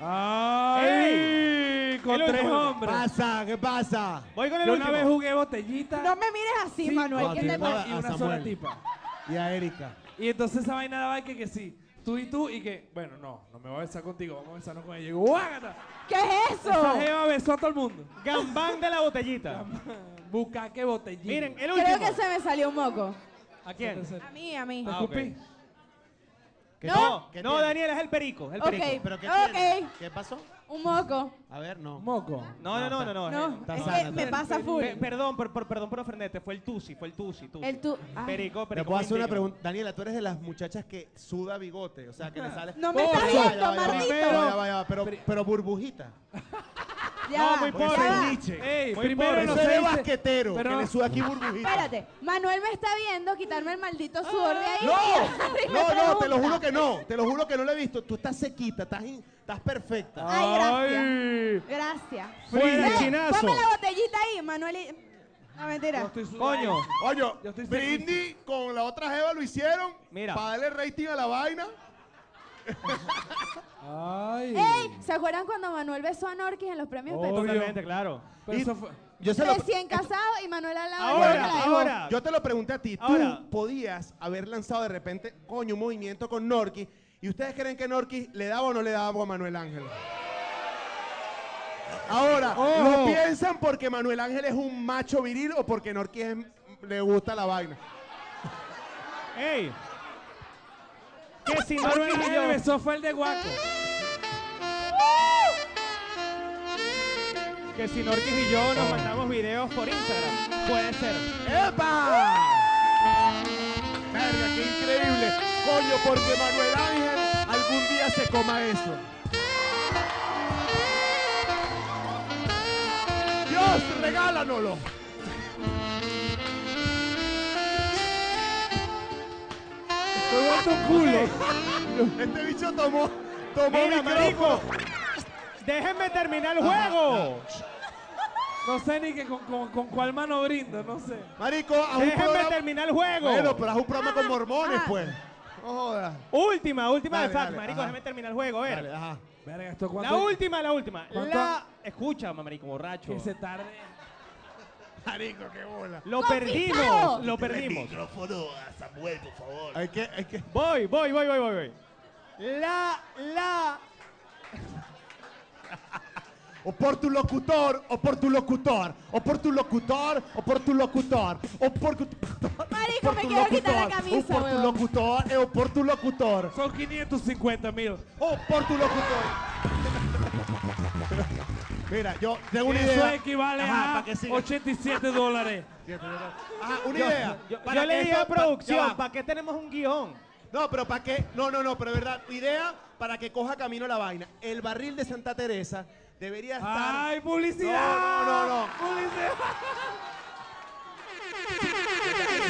Speaker 4: ¡Ay! Con
Speaker 1: El
Speaker 4: tres
Speaker 1: último.
Speaker 4: hombres.
Speaker 5: pasa? ¿Qué pasa?
Speaker 1: Voy con el
Speaker 4: Yo una
Speaker 1: último.
Speaker 4: vez jugué botellita.
Speaker 6: No me mires así,
Speaker 4: cinco
Speaker 6: Manuel. ¿Qué te
Speaker 5: tipo-
Speaker 6: pasa?
Speaker 4: tipas y
Speaker 5: A
Speaker 4: una sola
Speaker 5: Samuel.
Speaker 4: tipa.
Speaker 5: Y a Erika.
Speaker 4: Y entonces esa vaina daba que, que sí, tú y tú, y que, bueno, no, no me voy a besar contigo, vamos a besarnos con ella. Y ¡guágata!
Speaker 6: ¿Qué es
Speaker 4: Esa
Speaker 6: eso?
Speaker 4: jeva besó a todo el mundo.
Speaker 1: Gambán de la botellita.
Speaker 4: Bucaque botellín.
Speaker 1: Miren, el último.
Speaker 6: Creo que se me salió un moco.
Speaker 1: ¿A quién?
Speaker 6: A mí, a mí.
Speaker 1: Ah, ok.
Speaker 4: Escupí.
Speaker 5: ¿Qué
Speaker 1: No,
Speaker 5: tiene?
Speaker 1: no, Daniel, es el perico. es el
Speaker 6: Ok.
Speaker 1: perico.
Speaker 5: ¿Pero qué
Speaker 6: Ok.
Speaker 5: tiene? ¿Qué pasó?
Speaker 6: Un moco.
Speaker 5: A ver, no.
Speaker 4: Moco.
Speaker 1: No, no, no, no. no,
Speaker 6: No,
Speaker 1: es-
Speaker 6: es
Speaker 5: sana,
Speaker 6: que
Speaker 5: está
Speaker 6: me
Speaker 5: sana.
Speaker 6: pasa full.
Speaker 1: Pe- perdón, por, por- perdón por ofenderte. Fue el Tusi, fue el Tusi. tusi.
Speaker 6: El tu- ah.
Speaker 1: Perico,
Speaker 5: Pero
Speaker 1: perico.
Speaker 5: puedo hacer una
Speaker 1: indigno.
Speaker 5: pregunta. Daniela, tú eres de las muchachas que suda bigote. O sea, que le sale.
Speaker 6: Ah. No me
Speaker 5: Oh,
Speaker 6: estás
Speaker 5: ya
Speaker 6: viendo,
Speaker 5: va, ya va, ya va.
Speaker 6: Marrito.
Speaker 5: Ya va, ya va, Pero, pero burbujita.
Speaker 6: Ya
Speaker 1: No,
Speaker 6: va,
Speaker 1: muy
Speaker 6: ya
Speaker 1: pobre.
Speaker 6: va.
Speaker 4: Ey,
Speaker 1: Muy
Speaker 4: primero
Speaker 1: pobre,
Speaker 5: Eso
Speaker 4: no
Speaker 5: es
Speaker 4: se
Speaker 5: de
Speaker 4: dice-
Speaker 5: basquetero.
Speaker 4: pero-
Speaker 5: Que le suda aquí burbujita.
Speaker 6: Espérate, Manuel me está viendo quitarme el maldito sudor de ahí.
Speaker 5: No,
Speaker 6: y me
Speaker 5: no, no, te lo
Speaker 6: pregunta.
Speaker 5: juro que no. Te lo juro que no lo he visto. Tú estás sequita, estás, in- estás perfecta.
Speaker 6: Ay, gracias.
Speaker 4: Ay,
Speaker 6: Gracias.
Speaker 1: Fuera,
Speaker 6: Ve,
Speaker 1: chinazo.
Speaker 6: Ponme la botellita ahí, Manuel. y- No,
Speaker 4: no
Speaker 6: mentira.
Speaker 4: estoy sudando.
Speaker 1: Coño.
Speaker 5: Oye,
Speaker 4: Yo estoy
Speaker 5: Britney con la otra Jeva lo hicieron.
Speaker 1: Mira.
Speaker 5: Para darle rating a la vaina.
Speaker 4: Ay.
Speaker 6: ¡Ey! ¿Se acuerdan cuando Manuel besó a Norquis en los premios
Speaker 4: Obvio.
Speaker 6: Petro?
Speaker 1: Totalmente, claro.
Speaker 4: Pero
Speaker 5: Y-
Speaker 4: eso fue...
Speaker 5: Yo se lo,
Speaker 6: Recién casado y Manuel al lado de
Speaker 1: Ahora,
Speaker 6: ella que la dejó.
Speaker 1: ahora.
Speaker 5: Yo te lo pregunté a ti.
Speaker 1: Ahora.
Speaker 5: Tú podías haber lanzado de repente, coño, un movimiento con Norquis. ¿Y ustedes creen que Norquis le daba o no le daba a Manuel Ángel? Ahora, ¿lo piensan porque Manuel Ángel es un macho viril o porque Norquis es- le gusta la vaina?
Speaker 1: ¡Ey! Que si no
Speaker 4: Manuel
Speaker 1: lo
Speaker 4: Ángel
Speaker 1: yo.
Speaker 4: besó fue el de Guaco.
Speaker 1: Que si Norquis y yo nos mandamos videos por Instagram. Puede ser.
Speaker 5: ¡Epa! Verga, qué increíble. Coño, porque Manuel Ángel algún día se coma eso. Dios, regálanoslo.
Speaker 4: Me vuelto un culo.
Speaker 5: Este bicho tomó, tomó
Speaker 1: Mira,
Speaker 5: micrófono.
Speaker 1: marico. Déjenme terminar el
Speaker 5: Ah,
Speaker 1: juego.
Speaker 4: No sé ni que con, con, con cuál mano brindo, no sé.
Speaker 5: Marico, haz un
Speaker 1: Déjenme
Speaker 5: programa.
Speaker 1: terminar el juego.
Speaker 5: Bueno, pero haz un programa con mormones,
Speaker 6: ah.
Speaker 5: pues. No jodas.
Speaker 1: Última, última
Speaker 5: Dale,
Speaker 1: de fact,
Speaker 5: dale,
Speaker 1: marico.
Speaker 5: ajá.
Speaker 1: Déjame terminar el juego, a ver.
Speaker 5: Dale, ajá.
Speaker 4: Verga, esto cuando...
Speaker 1: La última, la última.
Speaker 4: ¿Cuánto?
Speaker 1: La. Escucha, marico, borracho.
Speaker 4: Que se tarde.
Speaker 5: Marico, qué bola.
Speaker 1: Lo
Speaker 6: Confiscado.
Speaker 1: perdimos, lo perdimos.
Speaker 7: micrófono a Samuel, por favor.
Speaker 5: Hay que, hay que.
Speaker 1: Voy, voy, voy, voy, voy, voy. La, la.
Speaker 5: O por tu locutor, o por tu locutor, o por tu locutor, o por tu locutor, o por tu
Speaker 6: Marico, me quiero quitar la camisa,
Speaker 5: O por tu
Speaker 6: huevón.
Speaker 5: locutor, eh, o por tu locutor,
Speaker 4: Son 550 mil.
Speaker 5: o por tu locutor. Mira, yo tengo una
Speaker 4: Eso
Speaker 5: idea.
Speaker 4: equivale
Speaker 5: Ajá,
Speaker 4: a
Speaker 5: para que siga.
Speaker 4: 87 dólares.
Speaker 5: Ajá, una idea.
Speaker 1: Yo,
Speaker 5: Para
Speaker 1: yo
Speaker 5: que
Speaker 1: le dije
Speaker 5: esto-
Speaker 1: a
Speaker 5: pa- ya
Speaker 1: producción,
Speaker 5: va.
Speaker 1: ¿para qué tenemos un guión?
Speaker 5: No, pero para qué. No, no, no, pero es verdad. Idea para que coja camino la vaina. El barril de Santa Teresa debería estar.
Speaker 4: ¡Ay, publicidad!
Speaker 5: No, no, no, no.
Speaker 4: ¡Publicidad!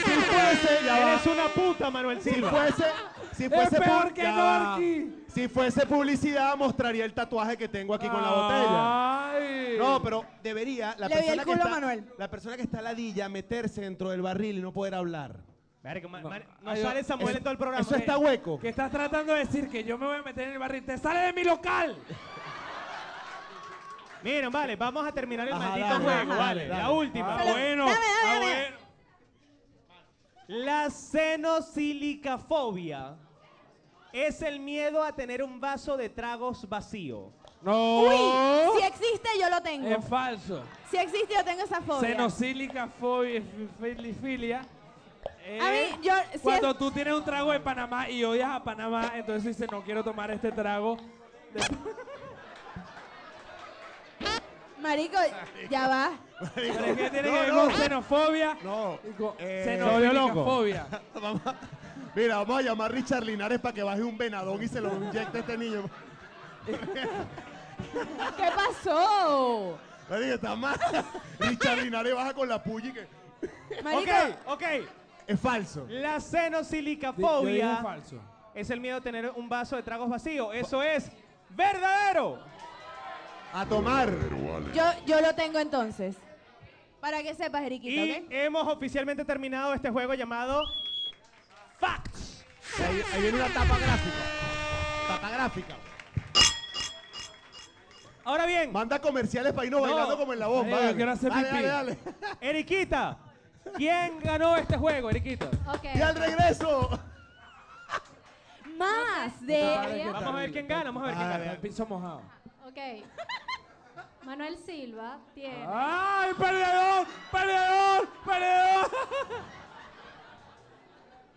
Speaker 5: Si fuese, ya va.
Speaker 1: Eres una puta, Manuel
Speaker 5: Si
Speaker 1: Silva.
Speaker 5: fuese, si
Speaker 4: Es
Speaker 5: fuese
Speaker 4: peor
Speaker 5: pu-
Speaker 4: que
Speaker 5: ya va.
Speaker 4: Norqui.
Speaker 5: Si fuese publicidad, mostraría el tatuaje que tengo aquí con la botella.
Speaker 4: ¡Ay!
Speaker 5: No, pero debería la
Speaker 6: Le vi
Speaker 5: persona,
Speaker 6: el
Speaker 5: que
Speaker 6: culo a
Speaker 5: está,
Speaker 6: Manuel.
Speaker 5: la persona que está ladilla meterse dentro del barril y no poder hablar.
Speaker 1: Marico, ma- ma- no
Speaker 4: Ay,
Speaker 1: sale
Speaker 4: yo-
Speaker 1: Samuel
Speaker 5: eso-
Speaker 1: en todo el programa.
Speaker 5: eso
Speaker 4: Eh,
Speaker 5: está hueco.
Speaker 4: Que estás tratando de decir que yo me voy a meter en el barril. ¡Te sale de mi local!
Speaker 1: Eh, Miren, vale, vamos a terminar el
Speaker 5: Ajá,
Speaker 1: maldito
Speaker 5: dale,
Speaker 1: juego,
Speaker 5: ajá,
Speaker 1: vale.
Speaker 5: dale.
Speaker 1: La última.
Speaker 4: Ah, bueno.
Speaker 6: dame, dame,
Speaker 4: ah,
Speaker 6: dame.
Speaker 4: bueno.
Speaker 1: La xenosilicafobia es el miedo a tener un vaso de tragos vacío.
Speaker 4: No. Oh.
Speaker 6: Uy, si existe, yo lo tengo.
Speaker 4: es falso.
Speaker 6: Si existe, yo tengo esa fobia.
Speaker 4: Xenosílica fobia, fi- filifilia.
Speaker 6: A
Speaker 4: es
Speaker 6: mí, yo- si
Speaker 4: cuando
Speaker 6: es-
Speaker 4: tú tienes un trago de Panamá y odias a Panamá, entonces dices, no quiero tomar este trago.
Speaker 6: Marico, ya va.
Speaker 4: Pero es que tiene
Speaker 5: No,
Speaker 4: que ver
Speaker 5: no.
Speaker 4: con xenofobia.
Speaker 5: No.
Speaker 4: Con
Speaker 5: eh,
Speaker 4: xenofílica fobia.
Speaker 5: Vamos a- Mira, vamos a llamar a Richard Linares para que baje un venadón y se lo inyecte a este niño.
Speaker 6: ¿Qué pasó?
Speaker 5: Marico, está mal. Richard Linares baja con la puya y que...
Speaker 6: Marico,
Speaker 1: Ok, ok.
Speaker 5: Es falso.
Speaker 1: La
Speaker 4: Di- yo dije
Speaker 1: xenosilicafobia
Speaker 4: falso.
Speaker 1: es el miedo a tener un vaso de tragos vacío. Eso es verdadero.
Speaker 5: A tomar.
Speaker 6: yo, yo lo tengo entonces. Para que sepas, Eriquita,
Speaker 1: Y
Speaker 6: ¿ok?
Speaker 1: hemos oficialmente terminado este juego llamado Facts.
Speaker 5: Ahí, ahí viene una tapa gráfica. Tapa gráfica.
Speaker 1: Ahora bien,
Speaker 5: Manda comerciales para irnos
Speaker 1: No.
Speaker 5: bailando como en la bomba.
Speaker 4: Marico,
Speaker 5: dale.
Speaker 4: Eh, quiero hacer
Speaker 5: dale,
Speaker 4: pipí.
Speaker 5: dale, dale.
Speaker 1: Eriquita, ¿quién ganó este juego, Eriquita?
Speaker 2: Ok.
Speaker 5: Y al regreso.
Speaker 6: Más
Speaker 4: Padre, ¿qué
Speaker 6: de...
Speaker 4: tal?
Speaker 1: Vamos a ver quién gana, vamos a ver quién
Speaker 4: Ah,
Speaker 1: gana.
Speaker 4: el piso mojado.
Speaker 2: Ok. Manuel Silva tiene
Speaker 4: Ah, ¡Ay, perdedor! ¡Perdedor! ¡Perdedor!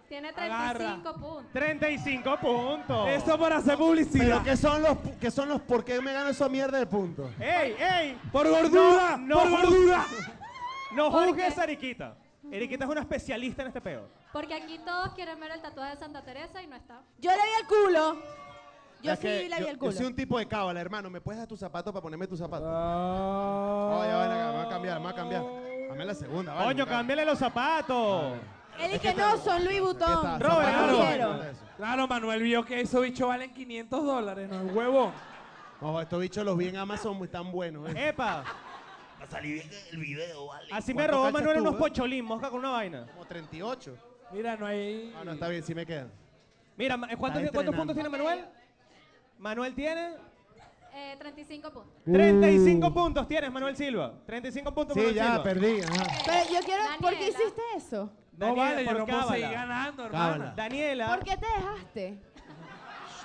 Speaker 2: Tiene
Speaker 4: Agarra.
Speaker 2: 35 puntos.
Speaker 1: 35 puntos.
Speaker 4: Eso para hacer
Speaker 5: Pero
Speaker 4: publicidad.
Speaker 5: ¿qué son los pu- qué son los por qué me gano esa mierda de puntos?
Speaker 1: ¡Ey, ey!
Speaker 4: ¡Por gordura!
Speaker 1: No, no,
Speaker 4: ¡Por
Speaker 1: por-
Speaker 4: gordura!
Speaker 1: No
Speaker 2: ¿Por
Speaker 1: juzgues
Speaker 2: qué?
Speaker 1: a Eriquita. Eriquita es una especialista en este peo.
Speaker 2: Porque aquí todos quieren ver el tatuaje de Santa Teresa y no está.
Speaker 6: Yo le vi el culo. Yo
Speaker 5: Es
Speaker 6: sí
Speaker 5: que
Speaker 6: le vi
Speaker 5: yo-
Speaker 6: el culo.
Speaker 5: Yo soy un tipo de cábala, hermano. ¿Me puedes dar tus zapatos para ponerme tus zapatos?
Speaker 4: Ah.
Speaker 5: Oye, vale, me va a cambiar, me va a cambiar. Dame la segunda, vale.
Speaker 1: Coño,
Speaker 5: me cago.
Speaker 1: cámbiale los zapatos.
Speaker 6: Él y que no, son Louis
Speaker 5: Aquí
Speaker 6: Vuitton.
Speaker 5: está,
Speaker 6: No
Speaker 1: Robert,
Speaker 5: zapatos,
Speaker 1: claro.
Speaker 5: zapatos,
Speaker 6: quiero.
Speaker 5: eso.
Speaker 4: Claro, Manuel vio que esos bichos valen 500 dólares, no es huevo.
Speaker 5: Ojo, estos bichos los vi en Amazon, muy tan buenos. eh.
Speaker 1: Epa,
Speaker 7: Va a salir bien el video, vale.
Speaker 1: así me
Speaker 5: ¿Cuánto
Speaker 1: robó
Speaker 5: calzas
Speaker 1: Manuel
Speaker 5: tú,
Speaker 1: unos
Speaker 5: eh?
Speaker 1: pocholín, mosca con una vaina.
Speaker 5: Como 38.
Speaker 4: Mira, no hay.
Speaker 5: Ah, no, está bien, sí me quedan.
Speaker 1: Mira, ma- ¿cuántos,
Speaker 5: Está
Speaker 1: ¿cuántos
Speaker 5: entrenando.
Speaker 1: puntos tiene Manuel? Manuel tiene
Speaker 2: Eh, 35 puntos.
Speaker 1: 35 puntos. Tienes, Manuel Silva. 35 puntos,
Speaker 5: Sí,
Speaker 1: Manuel
Speaker 5: ya,
Speaker 1: Silva.
Speaker 5: perdí. ajá.
Speaker 6: Pero yo quiero... ¿Por qué
Speaker 2: Daniela.
Speaker 6: hiciste eso?
Speaker 4: No
Speaker 1: Daniela,
Speaker 4: vale, yo
Speaker 1: por
Speaker 4: no puedo
Speaker 1: cábala.
Speaker 4: seguir ganando,
Speaker 5: Cábala.
Speaker 4: hermano.
Speaker 1: Daniela
Speaker 6: ¿Por qué te dejaste?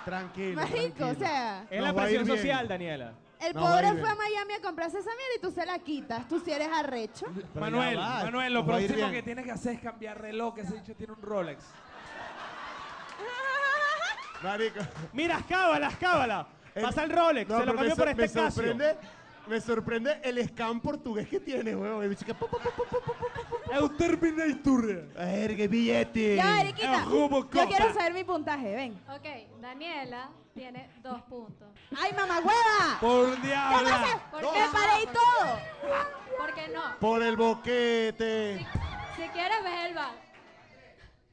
Speaker 5: Tranquilo.
Speaker 6: Marico, o
Speaker 5: tranquilo.
Speaker 6: sea...
Speaker 1: es la
Speaker 5: Nos va a ir
Speaker 1: presión
Speaker 5: bien.
Speaker 1: social, Daniela.
Speaker 6: El
Speaker 5: No,
Speaker 6: pobre
Speaker 5: baby.
Speaker 6: fue a Miami a comprarse esa mierda y tú se la quitas. Tú sí eres arrecho.
Speaker 5: Pero
Speaker 4: Manuel,
Speaker 5: ya va,
Speaker 4: Manuel, lo
Speaker 5: nos va a ir
Speaker 4: próximo
Speaker 5: bien.
Speaker 4: que tienes que hacer es cambiar reloj, que ese bicho tiene un Rolex.
Speaker 5: Marico.
Speaker 1: Mira, cábala, cábala.
Speaker 5: el-
Speaker 1: Pasa el Rolex,
Speaker 5: No,
Speaker 1: se lo
Speaker 5: pero me
Speaker 1: cambió por
Speaker 5: sor-
Speaker 1: este
Speaker 5: me
Speaker 1: caso.
Speaker 5: sorprende, Me sorprende el scam portugués que tiene, huevón. El bicho que... pu, pu, pu, pu, pu, pu, pu, pu.
Speaker 4: ¡Es un Terminator!
Speaker 5: Ay, qué billete.
Speaker 6: Ya, Eriquita,
Speaker 4: el
Speaker 6: yo
Speaker 4: Robocop.
Speaker 6: quiero saber mi puntaje, ven.
Speaker 2: Ok, Daniela tiene 2 puntos.
Speaker 6: ¡Ay, mamá hueva!
Speaker 4: ¡Por diabla!
Speaker 2: ¿Por
Speaker 6: ¡Me paré y todo!
Speaker 2: ¿Por qué no?
Speaker 5: Por el boquete.
Speaker 2: Si quieres, ves el bar.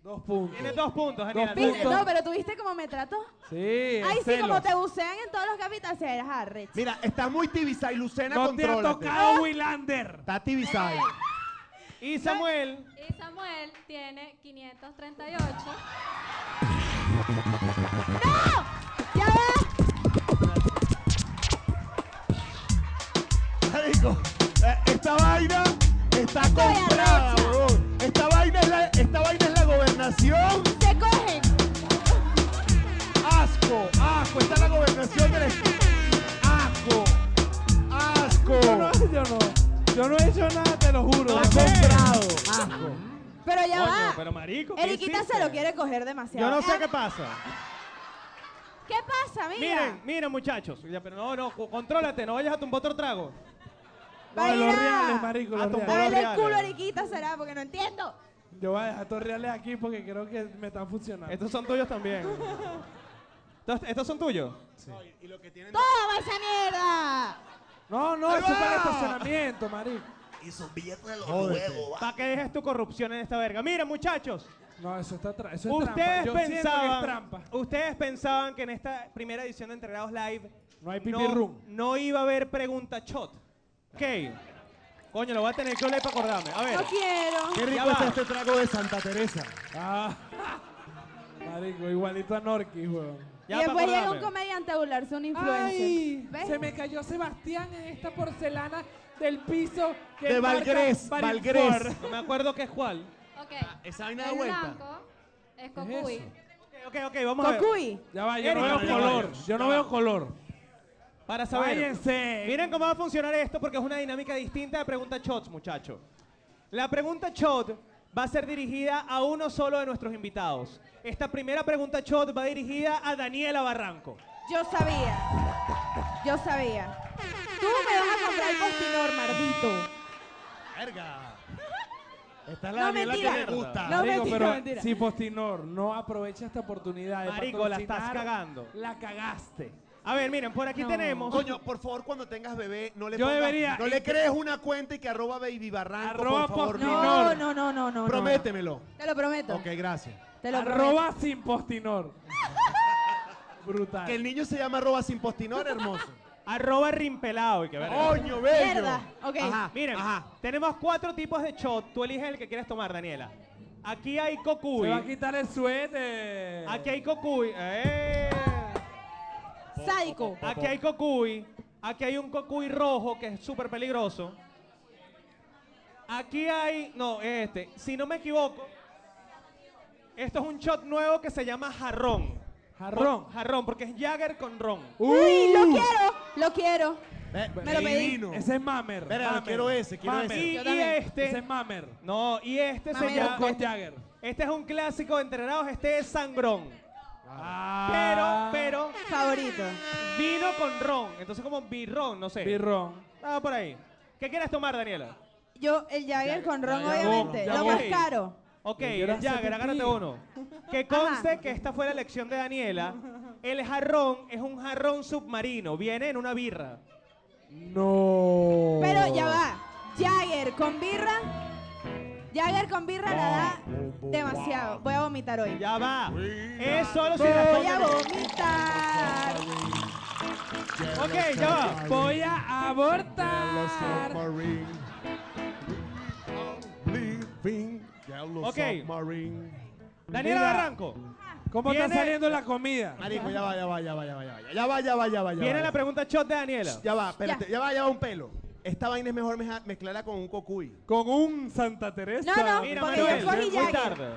Speaker 4: Dos puntos.
Speaker 1: Tiene dos puntos, Daniela.
Speaker 4: puntos.
Speaker 6: ¿Viste? No, pero tú viste cómo me trató.
Speaker 4: Sí, es
Speaker 6: Ay, sí, como
Speaker 4: celos.
Speaker 6: te bucean en todos los capítulos, sí, eres arrecho.
Speaker 5: Mira, está muy tibizá y Lucena
Speaker 4: No te ha
Speaker 5: contrólate.
Speaker 4: tocado Willander.
Speaker 5: Está tibizá.
Speaker 1: Y Samuel,
Speaker 2: Y Samuel tiene 538.
Speaker 6: ¡Ya va!
Speaker 5: Marico, eh, esta vaina está comprada,
Speaker 6: arrecha.
Speaker 5: huevón. Esta vaina es la, esta vaina es la gobernación.
Speaker 6: ¡Se cogen!
Speaker 5: Asco, asco. Está la gobernación del asco, asco.
Speaker 4: Yo no, yo no. Yo no he hecho nada, te lo juro.
Speaker 1: Ah,
Speaker 5: Está comprado, asco.
Speaker 6: Pero ya
Speaker 1: Coño,
Speaker 6: va.
Speaker 1: pero marico, ¿qué
Speaker 6: Eriquita
Speaker 1: hiciste?
Speaker 6: se lo quiere coger demasiado.
Speaker 1: yo no sé
Speaker 6: Ah,
Speaker 1: qué pasa.
Speaker 6: ¿Qué pasa, mira?
Speaker 1: Miren, miren muchachos. Ya, pero no, no, co- contrólate, no vayas a tumbar otro trago.
Speaker 4: No,
Speaker 6: Baila.
Speaker 4: los reales, marico,
Speaker 1: Ah,
Speaker 4: los
Speaker 1: tumba.
Speaker 6: a
Speaker 4: reales.
Speaker 6: ver el
Speaker 1: reales.
Speaker 6: culo, Eriquita, será, porque no entiendo.
Speaker 4: Yo voy a dejar estos reales aquí porque creo que me están funcionando.
Speaker 1: Estos son tuyos también. Estos, estos son tuyos.
Speaker 6: ¡Toma esa mierda!
Speaker 4: No, no, eso es para estacionamiento, marico.
Speaker 7: Y sus billetes de los
Speaker 5: Jódete.
Speaker 7: nuevos, vale.
Speaker 1: Para que dejes tu corrupción en esta verga. Miren, muchachos.
Speaker 4: No, eso está tra- eso es trampa.
Speaker 1: Ustedes
Speaker 4: Yo siento que es
Speaker 1: pensaban.
Speaker 4: trampa.
Speaker 1: Ustedes pensaban que en esta primera edición de Entregados Live
Speaker 4: No hay pipi room.
Speaker 1: no iba a haber pregunta shot. Ok. Coño, lo voy a tener que oler para acordarme. A ver.
Speaker 6: No quiero.
Speaker 5: Qué
Speaker 1: Ya
Speaker 5: rico
Speaker 1: va.
Speaker 5: está este trago de Santa Teresa.
Speaker 4: Ah, marico, igualito a Norquis, weón.
Speaker 1: Ya
Speaker 6: y
Speaker 1: para
Speaker 6: después llega un
Speaker 1: acordarme.
Speaker 6: comediante a burlarse un influencer.
Speaker 3: Ay,
Speaker 6: ¿Ves?
Speaker 3: se me cayó Sebastián en esta porcelana del piso que
Speaker 5: De
Speaker 3: marca
Speaker 5: Valgrés,
Speaker 3: Barinfor.
Speaker 5: Valgrés.
Speaker 1: No me acuerdo qué es cuál.
Speaker 2: Ok.
Speaker 5: esa vaina da
Speaker 2: el
Speaker 5: vuelta.
Speaker 2: blanco es cocuy.
Speaker 4: eso?
Speaker 1: Ok, ok, ok, vamos a ver.
Speaker 6: Cocuy.
Speaker 4: Ya va, yo no
Speaker 1: Erika,
Speaker 4: veo
Speaker 1: ya
Speaker 4: color.
Speaker 1: va.
Speaker 4: Yo no veo color.
Speaker 1: Para saber.
Speaker 4: Váyanse.
Speaker 1: Miren cómo va a funcionar esto porque es una dinámica distinta de pregunta shots, muchachos. La pregunta shot va a ser dirigida a uno solo de nuestros invitados. Esta primera pregunta shot va dirigida a Daniela Barranco.
Speaker 6: Yo sabía. Yo sabía. Tú me vas a comprar el postinor, mardito.
Speaker 5: Verga. Esta es
Speaker 6: No,
Speaker 5: la Daniela que me
Speaker 6: mentira.
Speaker 5: gusta.
Speaker 6: No,
Speaker 4: Marico,
Speaker 6: mentira,
Speaker 4: pero
Speaker 6: mentira.
Speaker 4: si Postinor no aprovecha esta oportunidad de
Speaker 1: Marico, la
Speaker 4: patrocinar,
Speaker 1: estás cagando.
Speaker 4: La cagaste.
Speaker 1: A ver, miren, por aquí tenemos.
Speaker 5: Coño, por favor, cuando tengas bebé, no le
Speaker 4: Yo
Speaker 5: pongas-
Speaker 4: debería-
Speaker 5: no le crees una cuenta y que arroba baby barranco,
Speaker 4: Arroba
Speaker 5: por favor.
Speaker 4: postinor.
Speaker 5: no.
Speaker 6: No, no, no, no, no.
Speaker 5: Prométemelo.
Speaker 6: Te lo prometo.
Speaker 5: Ok, gracias.
Speaker 6: Te lo prometo.
Speaker 4: Arroba sin Postinor. Brutal.
Speaker 5: Que el niño se llama arroba sin postinor, hermoso.
Speaker 1: Arroba rimpelado. Y que ver.
Speaker 5: Coño, bello.
Speaker 6: Mierda, ok.
Speaker 5: Ajá,
Speaker 1: Miren,
Speaker 5: Ajá.
Speaker 1: tenemos cuatro tipos de shot. Tú eliges el que quieras tomar, Daniela. Aquí hay
Speaker 4: Se
Speaker 1: cocuy.
Speaker 4: va a quitar el suéter.
Speaker 1: Aquí hay cocuy. ¡Eh!
Speaker 6: Sádico.
Speaker 1: Aquí hay cocuy. Aquí hay un cocuy rojo que es súper peligroso. Aquí hay. No, es este. Si no me equivoco, esto es un shot nuevo que se llama jarrón.
Speaker 4: Jarrón.
Speaker 1: Por- jarrón, porque es Jagger con ron.
Speaker 6: Uy, lo quiero. Lo quiero.
Speaker 5: Ve-
Speaker 6: Me lo pedí.
Speaker 5: divino.
Speaker 4: Ese es Mamer.
Speaker 5: Verga,
Speaker 4: Mamer.
Speaker 5: quiero ese, quiero
Speaker 4: Mamer.
Speaker 5: ese.
Speaker 1: Y,
Speaker 6: Yo
Speaker 1: y
Speaker 6: también.
Speaker 4: Ese
Speaker 1: este.
Speaker 4: es Mamer.
Speaker 1: No, y este se
Speaker 6: Mamero.
Speaker 1: llama.
Speaker 4: Con Jagger.
Speaker 1: Este es un clásico de entrenados. Este es sangrón. Pero,
Speaker 4: Ah.
Speaker 1: pero,
Speaker 6: Favorito.
Speaker 1: vino con ron. Entonces, como birrón, no sé.
Speaker 4: Birrón.
Speaker 1: Ah, por ahí. ¿Qué quieres tomar, Daniela?
Speaker 6: Yo, el Jagger con Ron,
Speaker 4: ya
Speaker 6: obviamente.
Speaker 4: voy, ya
Speaker 6: lo más
Speaker 1: voy.
Speaker 6: caro.
Speaker 1: Ok,
Speaker 4: Yo quiero hacer
Speaker 1: Jagger,
Speaker 4: pipí.
Speaker 1: agárrate uno. Que conste que esta fue la elección de Daniela. El jarrón es un jarrón submarino, viene en una birra.
Speaker 4: No.
Speaker 6: Pero ya
Speaker 1: Oh.
Speaker 6: va. Jagger con birra. Jagger con birra la da
Speaker 1: Oh.
Speaker 6: demasiado. Voy a vomitar hoy.
Speaker 1: Ya va. Es solo si
Speaker 6: Voy a
Speaker 1: responde.
Speaker 6: vomitar.
Speaker 1: Ok, ya va.
Speaker 4: Voy a abortar.
Speaker 1: Ok. Daniela
Speaker 4: Mira.
Speaker 1: Barranco.
Speaker 4: ¿Cómo está
Speaker 1: Viene-
Speaker 4: saliendo la comida?
Speaker 5: Marico, ya va, ya va, ya va, ya va, ya va. Ya va, ya va, ya va. ya
Speaker 1: Viene
Speaker 5: va.
Speaker 1: la pregunta shot de Daniela.
Speaker 5: Ya va, espérate, ya. va, ya va un pelo. Esta vaina es mejor meja- mezclarla con un cocuy.
Speaker 4: Con un Santa Teresa.
Speaker 6: No, no.
Speaker 1: Mira,
Speaker 6: Porque yo
Speaker 1: Manuel,
Speaker 6: cogí
Speaker 1: muy
Speaker 6: Jagger.
Speaker 1: tarde.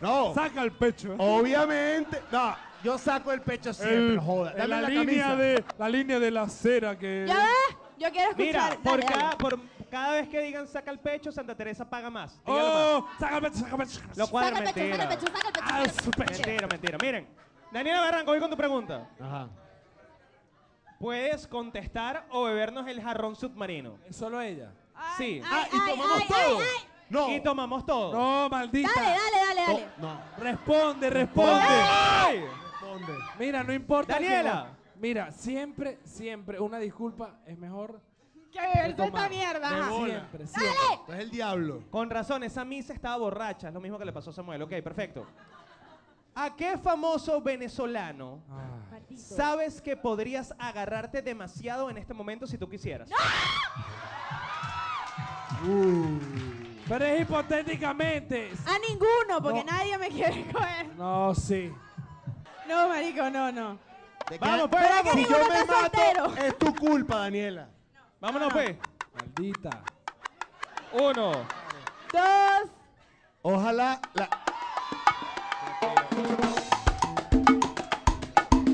Speaker 5: No,
Speaker 4: Saca el pecho.
Speaker 5: obviamente. No, yo saco el pecho Oh, siempre,
Speaker 4: El-
Speaker 5: joda. Dame
Speaker 4: la,
Speaker 5: la,
Speaker 4: línea
Speaker 5: camisa.
Speaker 4: de, la línea de la cera que...
Speaker 6: Ya va. Yo quiero
Speaker 1: Mira,
Speaker 6: escuchar.
Speaker 1: por
Speaker 6: Dale, dale.
Speaker 1: cada, por cada vez que digan saca el pecho, Santa Teresa paga más. Dígalo más.
Speaker 4: ¡Oh! ¡Saca el pecho, saca el pecho! saca el
Speaker 1: Lo
Speaker 4: pecho.
Speaker 1: cual es
Speaker 2: saca el pecho, saca el
Speaker 1: mentira.
Speaker 2: pecho, saca el pecho.
Speaker 4: ¡Ah, su pecho!
Speaker 1: Mentira, mentira. Miren, Daniela Barranco, voy con tu pregunta.
Speaker 5: Ajá.
Speaker 1: Puedes contestar o bebernos el jarrón submarino.
Speaker 4: Solo ella.
Speaker 1: Sí.
Speaker 5: Ah, y
Speaker 6: ay,
Speaker 5: tomamos
Speaker 6: ay,
Speaker 5: todo.
Speaker 6: ay, ay.
Speaker 5: No.
Speaker 1: Y tomamos todo.
Speaker 4: No, maldita.
Speaker 6: Dale, dale, dale,
Speaker 5: No,
Speaker 1: Oh.
Speaker 6: dale.
Speaker 5: no.
Speaker 4: Responde, responde.
Speaker 1: ¡Ay!
Speaker 5: ¿Dónde?
Speaker 4: Mira, no importa.
Speaker 1: Daniela.
Speaker 4: que- Mira, siempre, siempre, una disculpa es mejor.
Speaker 6: Que beberse
Speaker 5: Toma.
Speaker 6: esta mierda.
Speaker 5: Debo- Hola.
Speaker 4: Siempre, siempre.
Speaker 6: Dale.
Speaker 5: Tú eres Pues el diablo.
Speaker 1: Con razón, esa misa estaba borracha. Es lo mismo que le pasó a Samuel. Ok, perfecto. ¿A qué famoso venezolano
Speaker 4: Ah,
Speaker 1: sabes que podrías agarrarte demasiado en este momento si tú quisieras?
Speaker 4: Pero es hipotéticamente.
Speaker 6: A ninguno, porque
Speaker 4: No.
Speaker 6: nadie me quiere coger.
Speaker 4: No, sí.
Speaker 6: No, marico, no, no.
Speaker 5: Te
Speaker 1: Vamos,
Speaker 5: queda-
Speaker 1: pues,
Speaker 6: Pero es que
Speaker 5: Si
Speaker 1: vamos.
Speaker 5: yo
Speaker 6: ninguno
Speaker 5: me
Speaker 6: está
Speaker 5: mato,
Speaker 6: soltero.
Speaker 5: es tu culpa, Daniela.
Speaker 2: Ah.
Speaker 1: Vámonos, pues.
Speaker 4: Maldita.
Speaker 1: Uno.
Speaker 6: Dos.
Speaker 5: Ojalá la.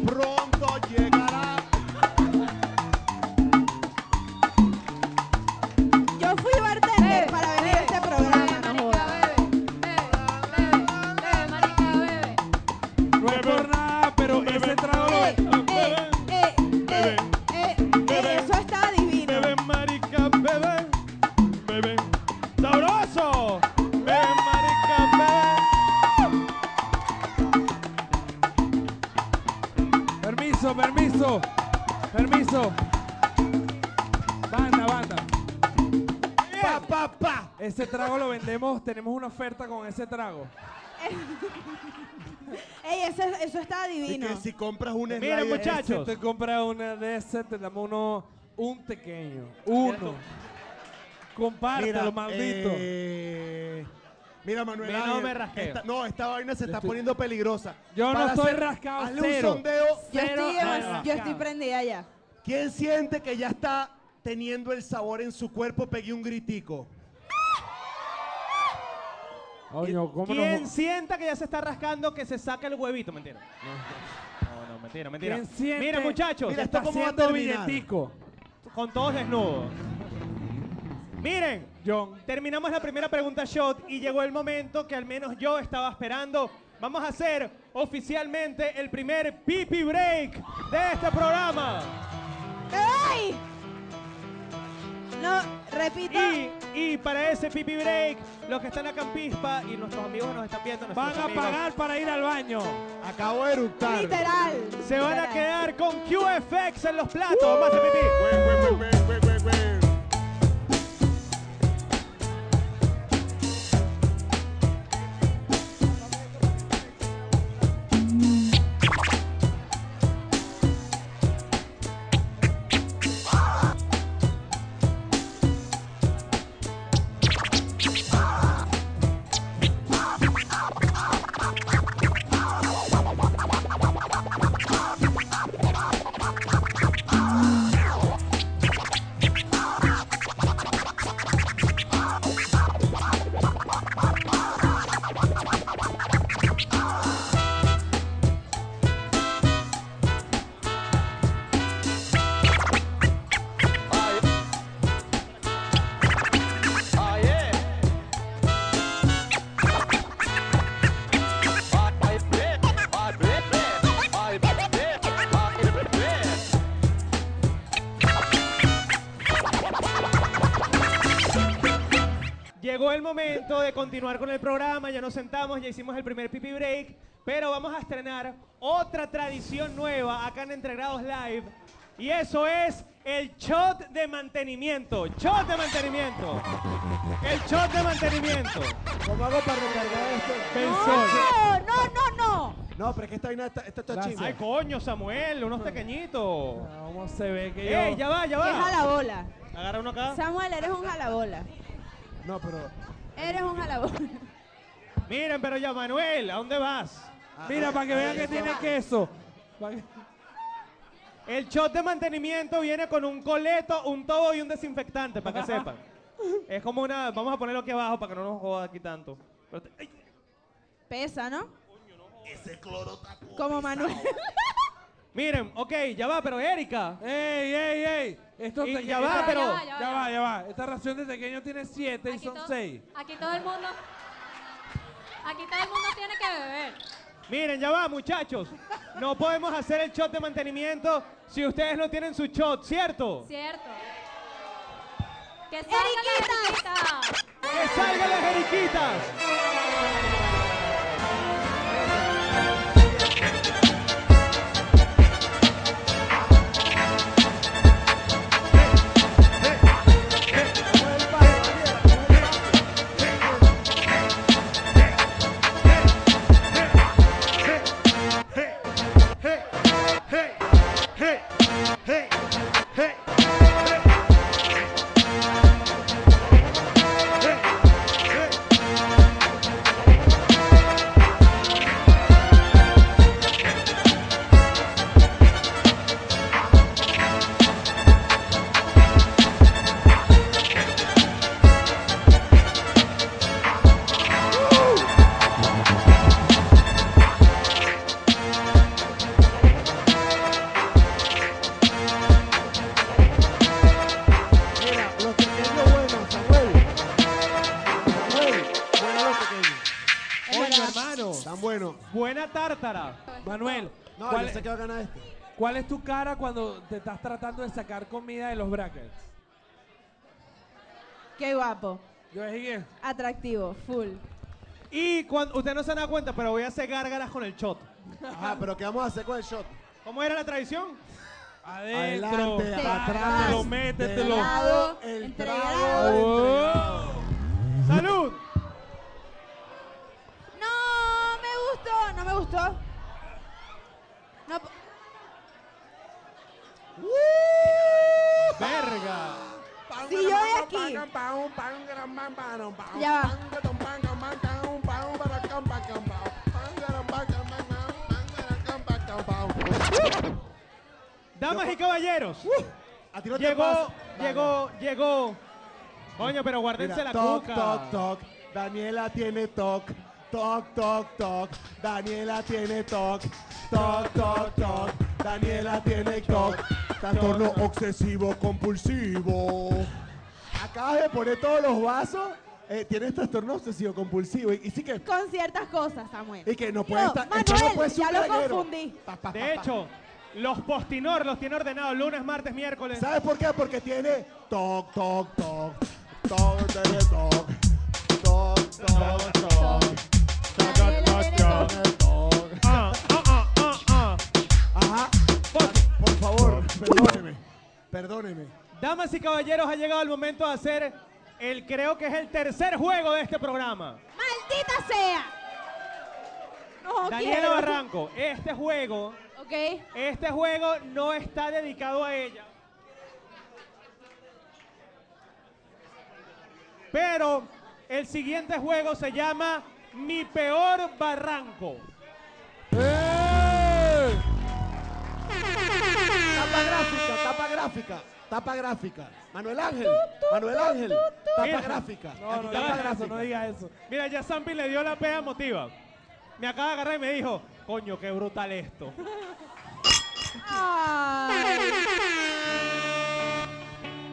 Speaker 5: Pronto llegará.
Speaker 6: Yo fui bartender para venir a este programa. no jodas.
Speaker 4: No es por nada, pero ese trago lo
Speaker 6: Eh, eh, eh, eh, eh, eh, Eso está divino.
Speaker 1: Bebe, marica, bebe. Bebe. ¡Sabroso! Bebe, marica, bebe.
Speaker 4: Permiso, permiso. Permiso. Banda, banda.
Speaker 5: Pa, pa, pa.
Speaker 4: Ese trago lo vendemos, tenemos una oferta con ese trago.
Speaker 6: Ey, eso, eso está
Speaker 5: Y
Speaker 6: divino.
Speaker 5: que si compras un
Speaker 1: Miren,
Speaker 5: slider-
Speaker 1: muchachos.
Speaker 4: Si te compras una de ese, te damos uno, un pequeño. Uno. Compártelo, maldito.
Speaker 5: eh, mira, Manuel.
Speaker 1: Ve, no
Speaker 5: Ángel,
Speaker 1: me rasqueo.
Speaker 5: esta- no, esta vaina se está
Speaker 4: estoy-
Speaker 5: poniendo peligrosa.
Speaker 4: Yo no estoy
Speaker 5: hacer-
Speaker 4: rascado,
Speaker 5: Hazle
Speaker 4: cero.
Speaker 5: un sondeo.
Speaker 6: Yo
Speaker 4: Cero
Speaker 6: estoy, demas-
Speaker 4: arrascado.
Speaker 6: yo estoy prendida ya.
Speaker 5: ¿Quién siente que ya está teniendo el sabor en su cuerpo? Pegué un gritico.
Speaker 4: Coño, ¿cómo nos-
Speaker 1: Quien sienta que ya se está rascando, que se saca el huevito, mentira. No, no, mentira, mentira.
Speaker 4: ¿Quién siente
Speaker 1: Mira, muchachos,
Speaker 5: Mira,
Speaker 4: que
Speaker 5: esto
Speaker 4: está
Speaker 5: cómo va a
Speaker 4: haciendo
Speaker 5: terminar.
Speaker 4: billetico?
Speaker 1: con todos desnudos. Miren,
Speaker 4: John.
Speaker 1: terminamos la primera pregunta shot y llegó el momento que al menos yo estaba esperando. Vamos a hacer oficialmente el primer pipi break de este programa.
Speaker 6: ¡Ay! No, repito.
Speaker 1: Y, y para ese pipi break, los que están acá en Pispa y nuestros amigos que nos están viendo, nuestros
Speaker 4: Van a
Speaker 1: amigos,
Speaker 4: pagar para ir al baño.
Speaker 5: Acabo de eructar.
Speaker 6: Literal.
Speaker 1: se van a
Speaker 6: Literal.
Speaker 1: quedar con QFX en los platos. Más de pipí. Llegó el momento de continuar con el programa, ya nos sentamos, ya hicimos el primer pipi break, pero vamos a estrenar otra tradición nueva acá en Entregrados Live y eso es el shot de mantenimiento, shot de mantenimiento, el shot de mantenimiento.
Speaker 5: ¿Cómo hago para recargar este esto?
Speaker 6: No, no, no, no.
Speaker 5: No, pero es que esta vaina está, esto está
Speaker 4: Gracias.
Speaker 5: chimbo.
Speaker 1: Ay coño Samuel, unos pequeñitos.
Speaker 4: ¿Cómo se ve que yo?
Speaker 1: Ey, ya va, ya
Speaker 6: Es
Speaker 1: va.
Speaker 6: jalabola.
Speaker 1: Agarra uno acá.
Speaker 6: Samuel, eres un jalabola.
Speaker 5: No, pero.
Speaker 6: Eres un jalabola.
Speaker 1: Miren, pero ya Manuel, ¿a dónde vas? ah,
Speaker 4: Mira, para que vean que tiene queso. Pa' que-
Speaker 1: El shot de mantenimiento viene con un coleto, un tobo y un desinfectante, para que sepan. Es como una. Vamos a ponerlo aquí abajo para que no nos joda aquí tanto. Pero te- ¡Ay!
Speaker 6: Pesa, ¿no?
Speaker 7: Ese cloro está
Speaker 6: Como Manuel.
Speaker 1: Miren, ok, ya va, pero Erika.
Speaker 4: ¡Ey, ey, ey! Esto
Speaker 1: Y
Speaker 4: te-
Speaker 1: ya va,
Speaker 4: esta-
Speaker 1: pero-
Speaker 4: Ya va, ya va, ya va. Esta ración de pequeño tiene siete y
Speaker 2: Aquí,
Speaker 4: son
Speaker 2: to-
Speaker 4: seis.
Speaker 2: aquí todo el mundo. Aquí todo el mundo tiene que beber.
Speaker 1: Miren, ya va, muchachos. No podemos hacer el shot de mantenimiento si ustedes no tienen su shot, ¿cierto?
Speaker 2: Cierto. Que salga la Eriquita.
Speaker 1: ¡Que salgan las Eriquitas!
Speaker 5: Mira, los pequeños buenos, Samuel. Samuel, buenos los pequeños.
Speaker 6: Es
Speaker 1: Oye,
Speaker 6: verdad.
Speaker 1: hermano.
Speaker 5: Tan buenos.
Speaker 1: Buena tártara.
Speaker 4: Manuel,
Speaker 5: No,
Speaker 4: ¿cuál,
Speaker 5: yo sé que va a ganar este.
Speaker 4: cuál es tu cara cuando te estás tratando de sacar comida de los brackets?
Speaker 6: Qué guapo.
Speaker 4: Yo dije
Speaker 6: Atractivo, full.
Speaker 1: Y cuando. Ustedes no se han dado cuenta, pero voy a hacer gárgaras con el shot.
Speaker 5: Ajá, pero ¿qué vamos a hacer con el shot?
Speaker 1: ¿Cómo era la tradición?
Speaker 4: adentro,
Speaker 5: Adelante,
Speaker 4: sácatelo,
Speaker 5: atrás,
Speaker 4: métetelo.
Speaker 5: delante.
Speaker 6: Lado,
Speaker 5: El
Speaker 6: entregado.
Speaker 4: Oh.
Speaker 1: ¡Salud!
Speaker 6: No, me gustó, no me gustó. No. po-
Speaker 5: ¡Uh!
Speaker 1: Ven,
Speaker 6: Ya va.
Speaker 1: Damas y caballeros,
Speaker 5: A ti no te
Speaker 1: llegó,
Speaker 5: pasa-
Speaker 1: llegó, llegó. Coño, pero
Speaker 5: Mira,
Speaker 1: guárdense la
Speaker 5: toc,
Speaker 1: cuca.
Speaker 5: toc, toc. Daniela tiene toc. Toc, toc, toc. Daniela tiene toc. Toc, toc, toc. Daniela tiene toc. Trastorno obsesivo compulsivo. Acabas de poner todos los vasos. eh, tienes trastorno obsesivo compulsivo. Y, y sí que.
Speaker 6: Con ciertas cosas, Samuel.
Speaker 5: Y que no
Speaker 6: Yo,
Speaker 5: puede estar. esto
Speaker 6: Manuel,
Speaker 5: no puede ser
Speaker 6: ya
Speaker 5: un
Speaker 6: lo
Speaker 5: reguero.
Speaker 6: confundí.
Speaker 5: Pa, pa, pa,
Speaker 1: De
Speaker 5: pa.
Speaker 1: hecho, los postinor los tiene ordenados lunes, martes, miércoles.
Speaker 5: ¿Sabes por qué? Porque tiene toc, toc, toc, toc, tiene toc, toc, toc, toc, toc,
Speaker 6: Daniela
Speaker 5: toc,
Speaker 6: tiene
Speaker 5: toc, toc.
Speaker 1: Ah, ah, ah, ah, ah.
Speaker 5: Ajá. Por favor, perdóneme, perdóneme.
Speaker 1: Damas y caballeros, ha llegado el momento de hacer el creo que es el tercer juego de este programa.
Speaker 6: ¡Maldita sea! No
Speaker 1: Daniela
Speaker 6: quiero.
Speaker 1: Barranco, este juego,
Speaker 6: Ok.
Speaker 1: este juego no está dedicado a ella. Pero el siguiente juego se llama Mi peor barranco.
Speaker 5: Tapa gráfica, tapa gráfica, tapa gráfica. Manuel Ángel, Manuel Ángel, tapa
Speaker 1: Mira.
Speaker 5: gráfica.
Speaker 4: No, no
Speaker 5: Aquí tapa
Speaker 4: digas eso,
Speaker 5: gráfica.
Speaker 4: no digas eso.
Speaker 1: Mira, ya Sampi le dio la pega motiva. Me acaba de agarrar y me dijo, coño, qué brutal esto.
Speaker 6: Ay.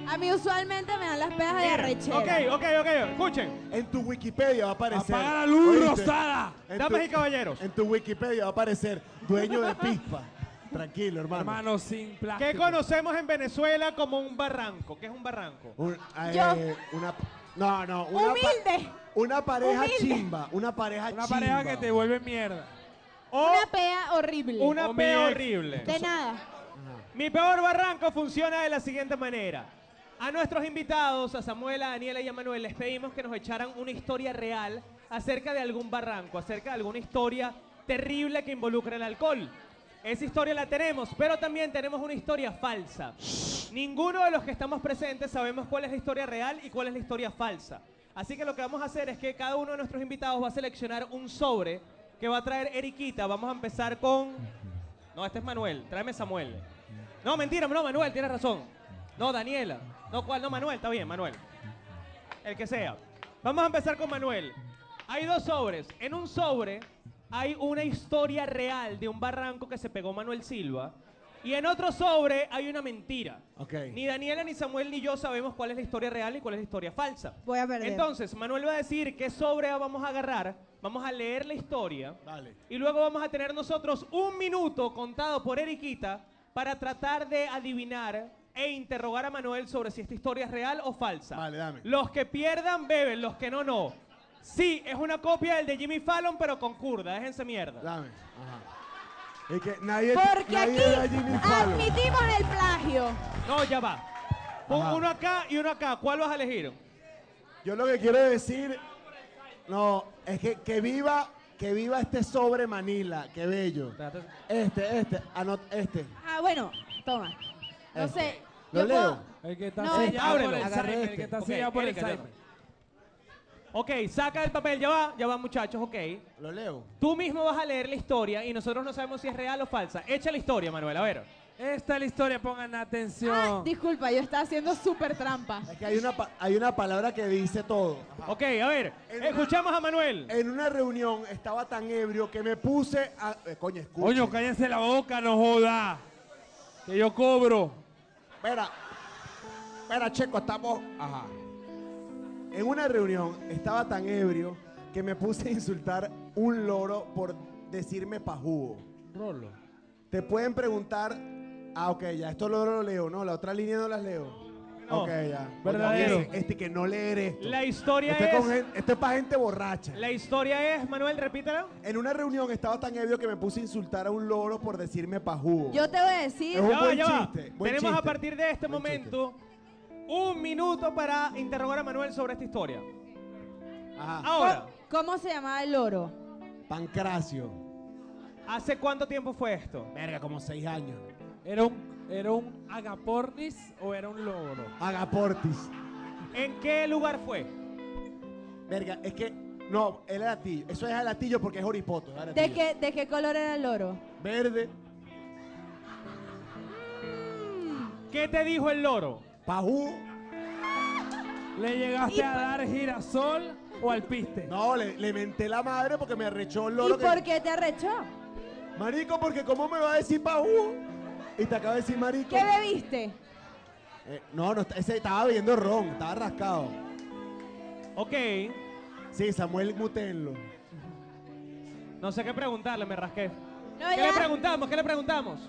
Speaker 6: A mí usualmente me dan las pedas de arrechera.
Speaker 1: Ok, ok, ok, escuchen.
Speaker 5: En tu Wikipedia va a aparecer.
Speaker 4: Apaga la luz
Speaker 5: ¿oíste?
Speaker 4: rosada.
Speaker 5: En
Speaker 1: Damas
Speaker 5: tu-
Speaker 1: y caballeros,
Speaker 5: En tu Wikipedia va a aparecer dueño de pispa. Tranquilo, hermano.
Speaker 4: Hermano sin plástico.
Speaker 1: ¿qué conocemos en Venezuela como un barranco? ¿Qué es un barranco?
Speaker 5: Un-
Speaker 6: Yo.
Speaker 5: eh, una, no, no. Una, pa-
Speaker 6: Humilde.
Speaker 5: una pareja
Speaker 6: Humilde.
Speaker 5: chimba. Una pareja
Speaker 4: Una
Speaker 5: chimba.
Speaker 4: pareja que te vuelve mierda.
Speaker 1: O
Speaker 6: Una pea horrible.
Speaker 1: una
Speaker 4: o mi
Speaker 1: pea
Speaker 4: ex.
Speaker 1: horrible.
Speaker 6: De nada.
Speaker 1: Mi peor barranco funciona de la siguiente manera. A nuestros invitados, a Samuel, a Daniela y a Manuel, les pedimos que nos echaran una historia real acerca de algún barranco, acerca de alguna historia terrible que involucre el alcohol. Esa historia la tenemos, pero también tenemos una historia falsa. Ninguno de los que estamos presentes sabemos cuál es la historia real y cuál es la historia falsa. Así que lo que vamos a hacer es que cada uno de nuestros invitados va a seleccionar un sobre que va a traer Eriquita. Vamos a empezar con... No, este es Manuel. Tráeme Samuel. No, mentira, no, Manuel, tienes razón. No, Daniela. No, ¿cuál? No, Manuel, está bien, Manuel. El que sea. Vamos a empezar con Manuel. Hay dos sobres. En un sobre hay una historia real de un barranco que se pegó Manuel Silva. Y en otro sobre hay una mentira.
Speaker 5: Ok.
Speaker 1: Ni Daniela, ni Samuel, ni yo sabemos cuál es la historia real y cuál es la historia falsa.
Speaker 6: Voy a perder.
Speaker 1: Entonces, Manuel va a decir qué sobre vamos a agarrar. Vamos a leer la historia.
Speaker 5: Vale.
Speaker 1: Y luego vamos a tener nosotros un minuto contado por Eriquita para tratar de adivinar e interrogar a Manuel sobre si esta historia es real o falsa.
Speaker 5: Vale, dame.
Speaker 1: Los que pierdan beben, los que no, no. Sí, es una copia del de Jimmy Fallon, pero con kurda. Déjense mierda.
Speaker 5: Dame. Ajá. Y que nadie,
Speaker 6: Porque
Speaker 5: nadie era
Speaker 6: aquí
Speaker 5: Jimmy Fallon.
Speaker 6: admitimos el plagio.
Speaker 1: No, ya va. Pon
Speaker 5: Ajá.
Speaker 1: uno acá y uno acá. ¿Cuál vas a elegir?
Speaker 5: Yo lo que quiero decir, no, es que, que viva, que viva este sobre Manila, qué bello. Este, este, anot, este.
Speaker 6: Ah, bueno, toma. No
Speaker 5: Este.
Speaker 6: sé.
Speaker 5: Lo
Speaker 6: yo
Speaker 5: leo.
Speaker 4: El que está
Speaker 6: No,
Speaker 4: sellado
Speaker 1: ábrelo.
Speaker 4: por el
Speaker 5: Agarré
Speaker 4: Alzheimer, el
Speaker 5: este.
Speaker 4: que está
Speaker 1: Ok,
Speaker 4: sellado por el
Speaker 1: Erika,
Speaker 4: Alzheimer.
Speaker 1: Ok, saca el papel. Ya va, ya va, muchachos. Ok.
Speaker 5: Lo leo.
Speaker 1: Tú mismo vas a leer la historia y nosotros no sabemos si es real o falsa. Echa la historia, Manuel. A ver.
Speaker 4: Esta es la historia, pongan atención.
Speaker 6: Ah, disculpa, yo estaba haciendo súper trampa.
Speaker 5: Es que hay una, pa- hay una palabra que dice todo.
Speaker 1: Ok, a ver,
Speaker 5: En
Speaker 1: escuchamos a Manuel.
Speaker 5: En una reunión estaba tan ebrio que me puse a. eh, coño, escucha.
Speaker 4: Coño, cállense la boca, no joda. Que yo cobro.
Speaker 5: Espera. Espera, Checo, estamos. Ajá. En una reunión estaba tan ebrio que me puse a insultar un loro por decirme pajugo.
Speaker 4: Rolo.
Speaker 5: Te pueden preguntar. Ah, ok, ya. Esto lo, lo leo, ¿no? La otra línea no las leo.
Speaker 1: No.
Speaker 5: Ok, ya.
Speaker 1: Verdadero.
Speaker 5: Porque Este que no leer esto.
Speaker 1: La historia
Speaker 5: Esto es,
Speaker 1: es.
Speaker 5: con gen- esto es para gente borracha.
Speaker 1: La historia es, Manuel, repítela.
Speaker 5: En una reunión estaba tan ebrio que me puse a insultar a un loro por decirme pajugo.
Speaker 6: Yo te voy a decir,
Speaker 5: Es un
Speaker 1: Ya va,
Speaker 5: buen
Speaker 1: ya va.
Speaker 5: chiste, buen
Speaker 1: Tenemos a
Speaker 5: chiste.
Speaker 1: partir de este
Speaker 5: Buen
Speaker 1: momento un minuto para interrogar a Manuel sobre esta historia.
Speaker 5: Ajá.
Speaker 1: Ahora,
Speaker 6: ¿cómo se llamaba el loro?
Speaker 5: Pancracio.
Speaker 1: ¿hace cuánto tiempo fue esto?
Speaker 5: Verga, como seis años.
Speaker 4: ¿Era un, ¿Era un agapornis o era un logro?
Speaker 5: Agaportis.
Speaker 1: ¿En qué lugar fue?
Speaker 5: Verga, es que. No, el latillo. Eso es el latillo porque es oripoto. es
Speaker 6: ¿De
Speaker 5: alatillo.
Speaker 6: qué, ¿De qué color era el loro?
Speaker 5: Verde.
Speaker 1: ¿Qué te dijo el loro?
Speaker 5: Pajú.
Speaker 4: ¿Le llegaste a dar girasol o al piste?
Speaker 5: No, le, le menté la madre porque me arrechó el
Speaker 6: ¿Y
Speaker 5: loro. que-
Speaker 6: por qué te arrechó?
Speaker 5: Marico, porque ¿cómo me va a decir pajú? Y te acaba de decir marico.
Speaker 6: ¿Qué bebiste?
Speaker 5: Eh, no, no, ese estaba bebiendo ron, estaba rascado.
Speaker 1: Ok,
Speaker 5: Sí, Samuel Mutenlo.
Speaker 1: no sé qué preguntarle, me rasqué.
Speaker 6: No,
Speaker 1: ¿Qué le
Speaker 6: ya.
Speaker 1: preguntamos? ¿Qué le preguntamos?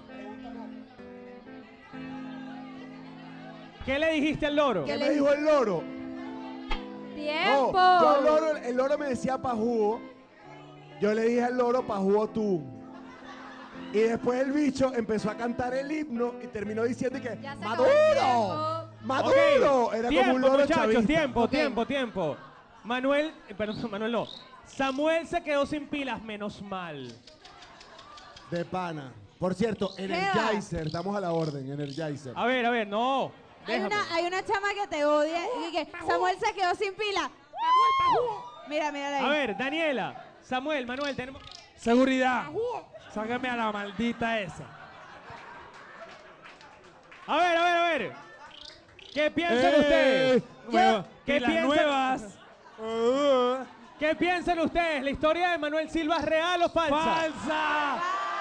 Speaker 1: ¿Qué le dijiste al loro?
Speaker 5: ¿Qué
Speaker 6: ¿Qué
Speaker 5: me
Speaker 6: le-
Speaker 5: dijo el loro?
Speaker 2: ¡Tiempo!
Speaker 5: No, yo al loro, el loro me decía pajugo. Yo le dije al loro, pajugo tú. Y después el bicho empezó a cantar el himno y terminó diciendo que
Speaker 2: Ya se acabó el
Speaker 5: ¡Maduro!
Speaker 2: tiempo.
Speaker 1: Ok,
Speaker 5: ¡Maduro! Era
Speaker 1: tiempo,
Speaker 5: como un loro
Speaker 1: muchachos,
Speaker 5: chavista.
Speaker 1: tiempo,
Speaker 6: Ok.
Speaker 1: tiempo, tiempo. Manuel, eh, perdón, Manuel no. Samuel se quedó sin pilas, menos mal.
Speaker 5: De pana. Por cierto, Energizer, estamos a la orden, Energizer.
Speaker 1: A ver, a ver, no.
Speaker 6: Hay
Speaker 1: déjame.
Speaker 6: una, hay una chama que te odia y que Samuel se quedó sin pila. Mira, mira ahí.
Speaker 1: A ver, Daniela, Samuel, Manuel, tenemos.
Speaker 4: Seguridad. Sáqueme a la maldita esa.
Speaker 1: A ver, a ver, a ver. ¿Qué piensan
Speaker 4: Eh,
Speaker 1: ustedes?
Speaker 4: huevo,
Speaker 1: ¿Qué
Speaker 4: pilas
Speaker 1: piensan?
Speaker 4: nuevas. Uh,
Speaker 1: ¿Qué piensan ustedes? ¿La historia de Manuel Silva es real o falsa?
Speaker 4: falsa.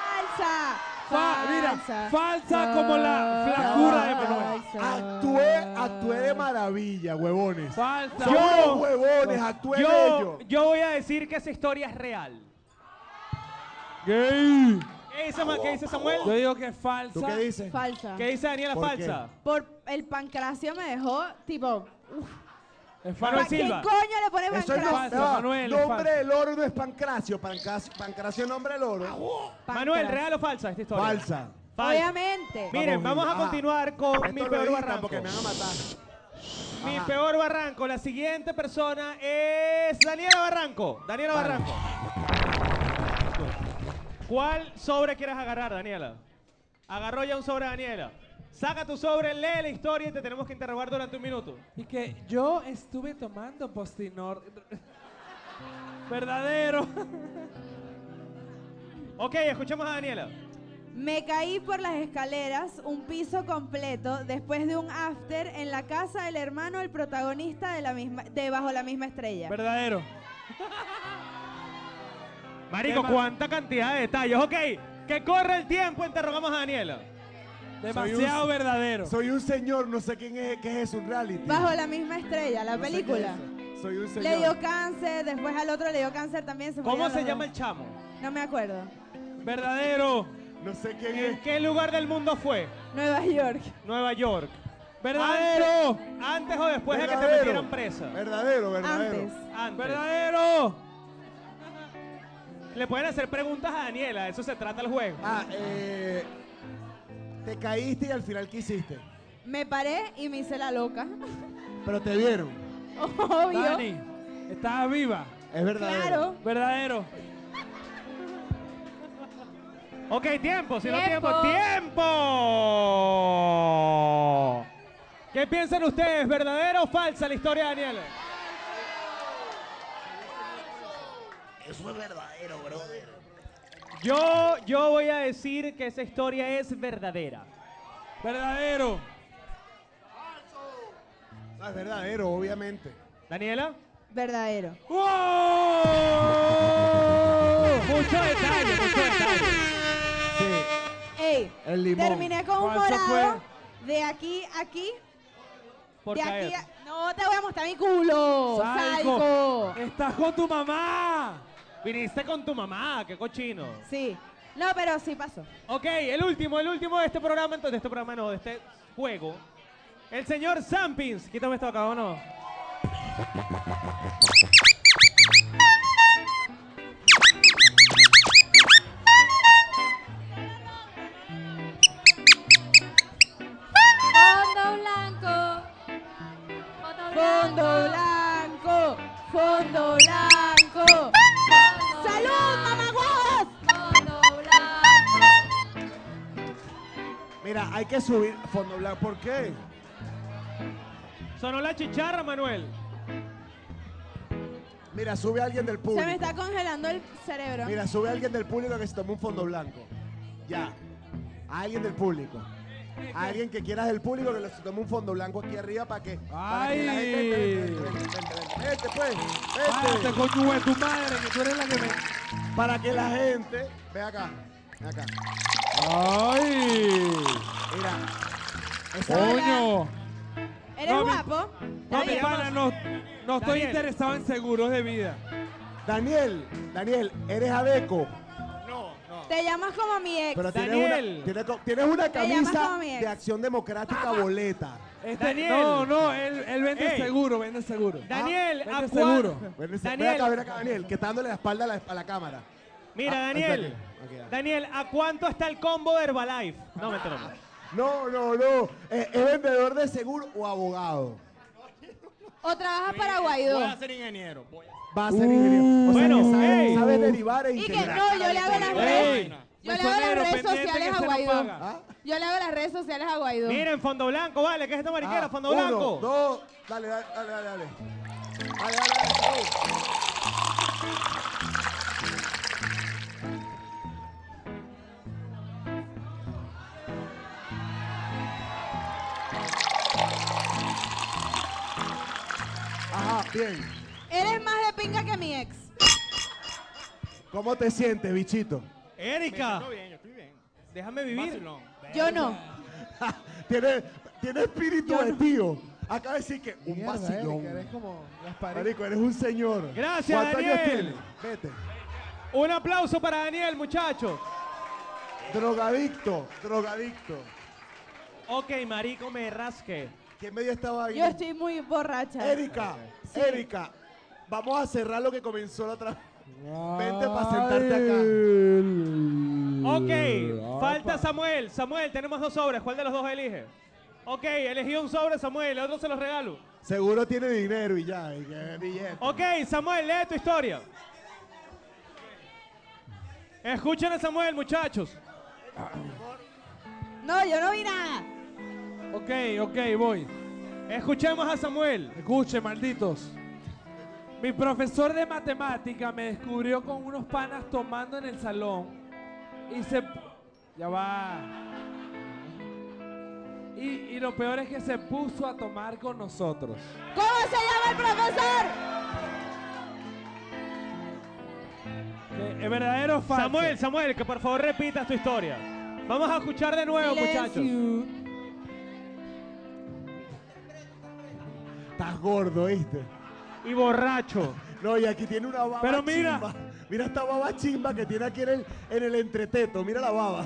Speaker 6: Falsa.
Speaker 4: Fa- mira,
Speaker 6: falsa,
Speaker 4: falsa como la flacura de Manuel.
Speaker 5: Actué, actué de maravilla, huevones.
Speaker 4: Falsa.
Speaker 5: Yo, huevones, actué
Speaker 1: yo,
Speaker 5: bello.
Speaker 1: yo voy a decir que esa historia es real.
Speaker 4: Gay.
Speaker 1: ¿Qué dice, Ma- qué dice
Speaker 4: Yo
Speaker 1: Samuel?
Speaker 4: digo que es falsa.
Speaker 5: ¿Tú qué dices?
Speaker 6: Falsa.
Speaker 1: ¿Qué dice Daniela
Speaker 5: ¿Por
Speaker 1: falsa?
Speaker 6: Por el pancracio me dejó, tipo,
Speaker 1: Manuel
Speaker 4: Es
Speaker 6: ¿pa'
Speaker 4: falsa.
Speaker 1: Silva.
Speaker 6: ¿qué coño le pone
Speaker 5: Eso es
Speaker 6: pancracio?
Speaker 4: falsa,
Speaker 5: no, no,
Speaker 4: Manuel, es
Speaker 5: Nombre
Speaker 4: falsa.
Speaker 5: del oro no es Pancracio. Pancracio, Pancracio es nombre del oro.
Speaker 1: Manuel,
Speaker 6: Pancracio.
Speaker 1: ¿real o falsa esta historia?
Speaker 5: Falsa.
Speaker 1: Falsa.
Speaker 6: Obviamente.
Speaker 1: Miren, vamos a
Speaker 5: Ajá.
Speaker 1: continuar con
Speaker 5: Ah, Esto
Speaker 1: mi
Speaker 5: lo
Speaker 1: peor
Speaker 5: editan
Speaker 1: barranco.
Speaker 5: Porque me van a matar.
Speaker 1: Mi peor barranco. La siguiente persona es Daniela Barranco. Daniela Barranco. ¿Cuál sobre quieres agarrar, Daniela? Agarró ya un sobre, Daniela. Saca tu sobre, lee la historia y te tenemos que interrogar durante un minuto.
Speaker 4: Y que yo estuve tomando postinor. Verdadero.
Speaker 1: Ok, escuchemos a Daniela.
Speaker 6: Me caí por las escaleras, un piso completo, después de un after en la casa del hermano del protagonista de, la misma, de Bajo la misma estrella.
Speaker 4: Verdadero.
Speaker 1: Marico,
Speaker 4: Tema.
Speaker 1: cuánta cantidad de detalles. Ok, que corre el tiempo, interrogamos a Daniela.
Speaker 4: Demasiado verdadero.
Speaker 5: Soy un señor, no sé quién es, qué es eso, un reality.
Speaker 6: Bajo la misma estrella, la
Speaker 5: No sé
Speaker 6: película.
Speaker 5: qué es eso. Soy un señor.
Speaker 6: Le dio cáncer, después al otro le dio cáncer también. Se
Speaker 1: ¿Cómo
Speaker 6: murieron
Speaker 1: se
Speaker 6: los
Speaker 1: llama el
Speaker 6: dos.
Speaker 1: chamo?
Speaker 6: No me acuerdo.
Speaker 4: Verdadero.
Speaker 5: No sé quién
Speaker 1: ¿En
Speaker 5: es.
Speaker 1: qué lugar del mundo fue?
Speaker 6: Nueva York.
Speaker 1: Nueva York.
Speaker 4: Verdadero.
Speaker 1: Antes, antes o después de que te
Speaker 5: Verdadero.
Speaker 1: metieran presa.
Speaker 5: Verdadero, verdadero.
Speaker 6: Antes.
Speaker 1: Antes.
Speaker 4: Verdadero.
Speaker 1: Le pueden hacer preguntas a Daniela, de eso se trata el juego.
Speaker 5: Ah, eh. Te caíste y al final, ¿qué hiciste?
Speaker 6: Me paré y me hice la loca.
Speaker 5: Pero te vieron.
Speaker 6: Obvio.
Speaker 4: Dani, estás viva.
Speaker 5: Es verdadero.
Speaker 6: Claro.
Speaker 4: Verdadero.
Speaker 1: Ok, tiempo, si no
Speaker 2: Tiempo.
Speaker 1: tiempo, tiempo. ¿Qué piensan ustedes, verdadero o falsa la historia de Daniela?
Speaker 7: Eso es verdadero, brother.
Speaker 1: Yo, yo voy a decir que esa historia es verdadera.
Speaker 4: Verdadero.
Speaker 5: No, es verdadero, obviamente.
Speaker 1: Daniela,
Speaker 6: Verdadero.
Speaker 4: ¡Wow! Mucho detalle, mucho detalle.
Speaker 5: Sí.
Speaker 6: Ey,
Speaker 5: El limón.
Speaker 6: terminé con un
Speaker 4: Falso
Speaker 6: morado. De aquí a aquí.
Speaker 1: por
Speaker 6: de
Speaker 1: caer.
Speaker 6: aquí a... No te voy a mostrar mi culo.
Speaker 4: Salgo.
Speaker 6: Salgo.
Speaker 4: Estás con tu mamá.
Speaker 1: Viniste con tu mamá, qué cochino.
Speaker 6: Sí. No, pero sí pasó.
Speaker 1: Ok, el último, el último de este programa, entonces de este programa no, de
Speaker 4: Eh,
Speaker 1: este juego. El señor Sampins. Quítame esto acá, ¿o no?
Speaker 2: Fondo blanco. Fondo blanco.
Speaker 6: Fondo blanco. Fondo blanco. ¡Salud, mamagüevos!
Speaker 2: Fondo blanco.
Speaker 5: Mira, hay que subir fondo blanco. ¿Por qué?
Speaker 1: Sonó la chicharra, Manuel.
Speaker 5: Mira, sube alguien del público.
Speaker 6: Se me está congelando el cerebro.
Speaker 5: Mira, sube alguien del público que se tome un fondo blanco. Ya. Alguien del público. Alguien que quieras del público que se tome un fondo blanco aquí arriba para que. para que la gente-
Speaker 4: Ay.
Speaker 5: vente, vente, vente, vente, vente, pues.
Speaker 4: Párate,
Speaker 5: Vente.
Speaker 4: coño de tu madre, que tú eres la que me.
Speaker 5: Para que la gente. Ve acá. Ve acá.
Speaker 4: ¡Ay!
Speaker 5: Mira. Esa-
Speaker 4: ¡Coño!
Speaker 6: Eres
Speaker 4: No, mi-
Speaker 6: guapo.
Speaker 4: No,
Speaker 6: Está
Speaker 4: mi
Speaker 6: bien.
Speaker 4: pana, no, no estoy
Speaker 1: Daniel.
Speaker 4: interesado en seguros de vida.
Speaker 5: Daniel, Daniel, eres abeco.
Speaker 6: Te llamas como mi ex.
Speaker 5: Pero tienes
Speaker 1: Daniel.
Speaker 5: una, tienes, co- tienes una
Speaker 6: llamas
Speaker 5: camisa
Speaker 6: como mi ex.
Speaker 5: de acción democrática boleta.
Speaker 4: Este-
Speaker 1: Daniel.
Speaker 4: No, no, él, él vende
Speaker 1: Ey.
Speaker 4: seguro, vende seguro.
Speaker 1: Daniel,
Speaker 4: Ah,
Speaker 1: ¿a
Speaker 4: vete
Speaker 1: cuán-
Speaker 4: seguro.
Speaker 5: Ven, ven
Speaker 1: Daniel,
Speaker 5: acá, ven acá, Daniel, que está dándole la espalda a la, a la cámara.
Speaker 1: mira,
Speaker 5: Ah,
Speaker 1: Daniel.
Speaker 5: está aquí. Ok, ah.
Speaker 1: Daniel, ¿a cuánto está el combo de Herbalife? No, mentira. no.
Speaker 5: No, no, no. ¿Es, es vendedor de seguro o abogado?
Speaker 6: O trabajas para Guaidó.
Speaker 8: ser ingeniero. voy a-
Speaker 5: Va a ser ingeniero. O sea,
Speaker 1: Uh. Bueno,
Speaker 5: que sabe,
Speaker 1: ey.
Speaker 5: sabe derivar e
Speaker 6: Y que
Speaker 5: integrar.
Speaker 6: no, yo le hago las
Speaker 4: Ey,
Speaker 6: redes. Yo le hago
Speaker 4: mesonero,
Speaker 6: las redes
Speaker 4: pendiente
Speaker 6: sociales
Speaker 4: que
Speaker 6: a
Speaker 4: se nos
Speaker 6: Guaidó.
Speaker 4: paga.
Speaker 5: ¿Ah?
Speaker 6: Yo le hago las redes sociales a Guaidó.
Speaker 1: Miren, fondo blanco, vale, ¿qué es esta mariquera?
Speaker 5: Ah,
Speaker 1: fondo
Speaker 5: uno,
Speaker 1: blanco.
Speaker 5: dos. Dale, dale, dale, dale. Dale, dale, dale. go. Ajá, bien.
Speaker 6: Eres más de pinga que mi ex.
Speaker 5: ¿Cómo te sientes, bichito?
Speaker 1: Erika,
Speaker 8: Estoy bien, yo estoy bien.
Speaker 1: déjame vivir.
Speaker 8: Vacilón.
Speaker 6: Yo no.
Speaker 5: tiene, tiene espíritu de tío. Acaba de decir que un
Speaker 3: Mierda,
Speaker 5: vacilón.
Speaker 3: Erika, eres como las paredes.
Speaker 5: Marico, eres un señor.
Speaker 1: Gracias,
Speaker 5: ¿Cuántos años
Speaker 1: Daniel.
Speaker 5: tienes? Vete.
Speaker 1: Un aplauso para Daniel, muchachos.
Speaker 5: Drogadicto, drogadicto.
Speaker 1: Ok, marico, me rasque.
Speaker 5: ¿Quién me dio esta vaina?
Speaker 6: Yo estoy muy borracha.
Speaker 5: Erika, Erika, vamos a cerrar lo que comenzó la otra Vente para sentarte acá.
Speaker 1: Ok, falta Samuel. Samuel, tenemos dos sobres. ¿Cuál de los dos elige? Ok, elegí un sobre, Samuel, el otro se los regalo.
Speaker 5: Seguro tiene dinero y ya, y que- billete.
Speaker 1: Ok, Samuel, lee tu historia. Escuchen a Samuel, muchachos.
Speaker 6: No, yo no vi nada.
Speaker 4: Ok, ok, voy.
Speaker 1: Escuchemos a Samuel.
Speaker 4: Escuche, malditos. Mi profesor de matemática me descubrió con unos panas tomando en el salón y se... Ya va. Y, y lo peor es que se puso a tomar con nosotros.
Speaker 6: ¿Cómo se llama el profesor?
Speaker 4: Eh, ¿Es verdadero o falso?
Speaker 1: Samuel, Samuel, que por favor repitas tu historia. Vamos a escuchar de nuevo,
Speaker 6: Silencio.
Speaker 1: muchachos.
Speaker 5: Estás gordo, ¿viste?
Speaker 1: Y borracho.
Speaker 5: No, y aquí tiene una baba
Speaker 4: Pero mira.
Speaker 5: chimba. Mira esta baba chimba que tiene aquí en el, en el entreteto. Mira la baba.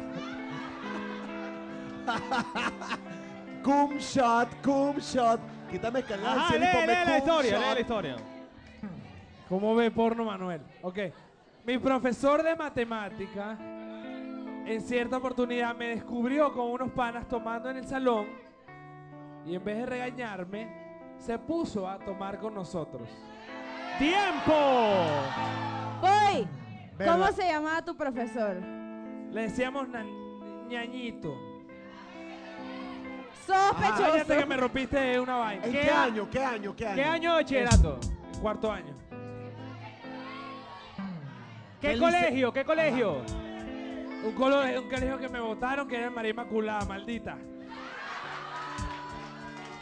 Speaker 5: cum shot, cum shot. Quítame el canal
Speaker 1: Ajá,
Speaker 5: cielo
Speaker 1: lee,
Speaker 5: y ponme
Speaker 1: lee la
Speaker 5: cum
Speaker 1: historia,
Speaker 5: shot.
Speaker 1: lee la historia.
Speaker 4: ¿Cómo ve porno Manuel? Ok. Mi profesor de matemática en cierta oportunidad me descubrió con unos panas tomando en el salón y en vez de regañarme, se puso a tomar con nosotros.
Speaker 1: ¡Tiempo!
Speaker 6: Voy.
Speaker 5: Verdad.
Speaker 6: ¿Cómo se llamaba tu profesor?
Speaker 4: Le decíamos na- ñañito. Ah, Cállate este que
Speaker 6: Sospechoso.
Speaker 4: me rompiste una vaina.
Speaker 5: ¿En qué,
Speaker 1: ¿Qué a-
Speaker 5: año? ¿Qué año? ¿Qué año?
Speaker 1: ¿Qué año de bachillerato?
Speaker 4: Cuarto año.
Speaker 1: ¿Qué colegio? ¿Qué colegio?
Speaker 4: Un, colo- un colegio que me votaron que era el María Inmaculada, maldita.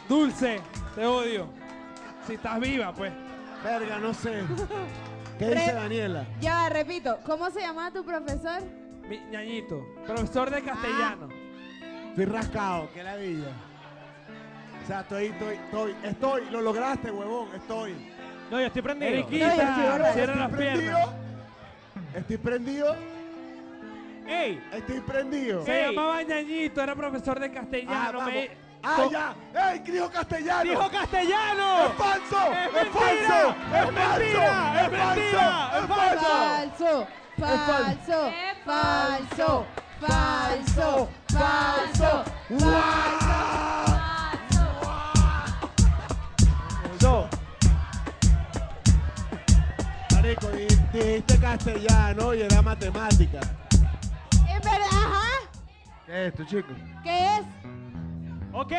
Speaker 4: Dulce, te odio. Si estás viva, pues.
Speaker 5: Verga, no sé. ¿Qué dice
Speaker 6: Pre-
Speaker 5: Daniela?
Speaker 6: Ya, repito. ¿Cómo se llamaba tu profesor?
Speaker 4: Mi ñañito, profesor de castellano.
Speaker 5: Ah, Estoy rascado, qué ladilla. O sea, estoy, estoy, estoy, estoy, lo lograste, huevón, estoy.
Speaker 1: No, yo estoy prendido.
Speaker 4: Eriquita,
Speaker 6: No, yo estoy borracha.
Speaker 4: cierra las
Speaker 5: Prendido.
Speaker 4: piernas.
Speaker 5: Estoy prendido,
Speaker 1: ¡Ey!
Speaker 5: estoy prendido.
Speaker 4: Se
Speaker 1: Ey.
Speaker 4: llamaba ñañito, era profesor de castellano.
Speaker 5: ah,
Speaker 4: me-
Speaker 5: vamos. Ah, ya. ¡Ey, dijo castellano!
Speaker 1: ¡Dijo castellano!
Speaker 5: ¡Es falso!
Speaker 1: ¡Es
Speaker 5: ¡Es falso!
Speaker 1: mentira! ¡Es mentira! ¡Es mentira! ¡Es falso!
Speaker 6: Falso. Falso.
Speaker 2: Epa.
Speaker 6: Falso. Falso. Falso.
Speaker 5: ¡Falso! Marico, di- dijiste castellano y era matemática.
Speaker 6: En verdad, ajá.
Speaker 5: ¿Qué es esto, chico?
Speaker 6: ¿Qué es?
Speaker 1: Ok.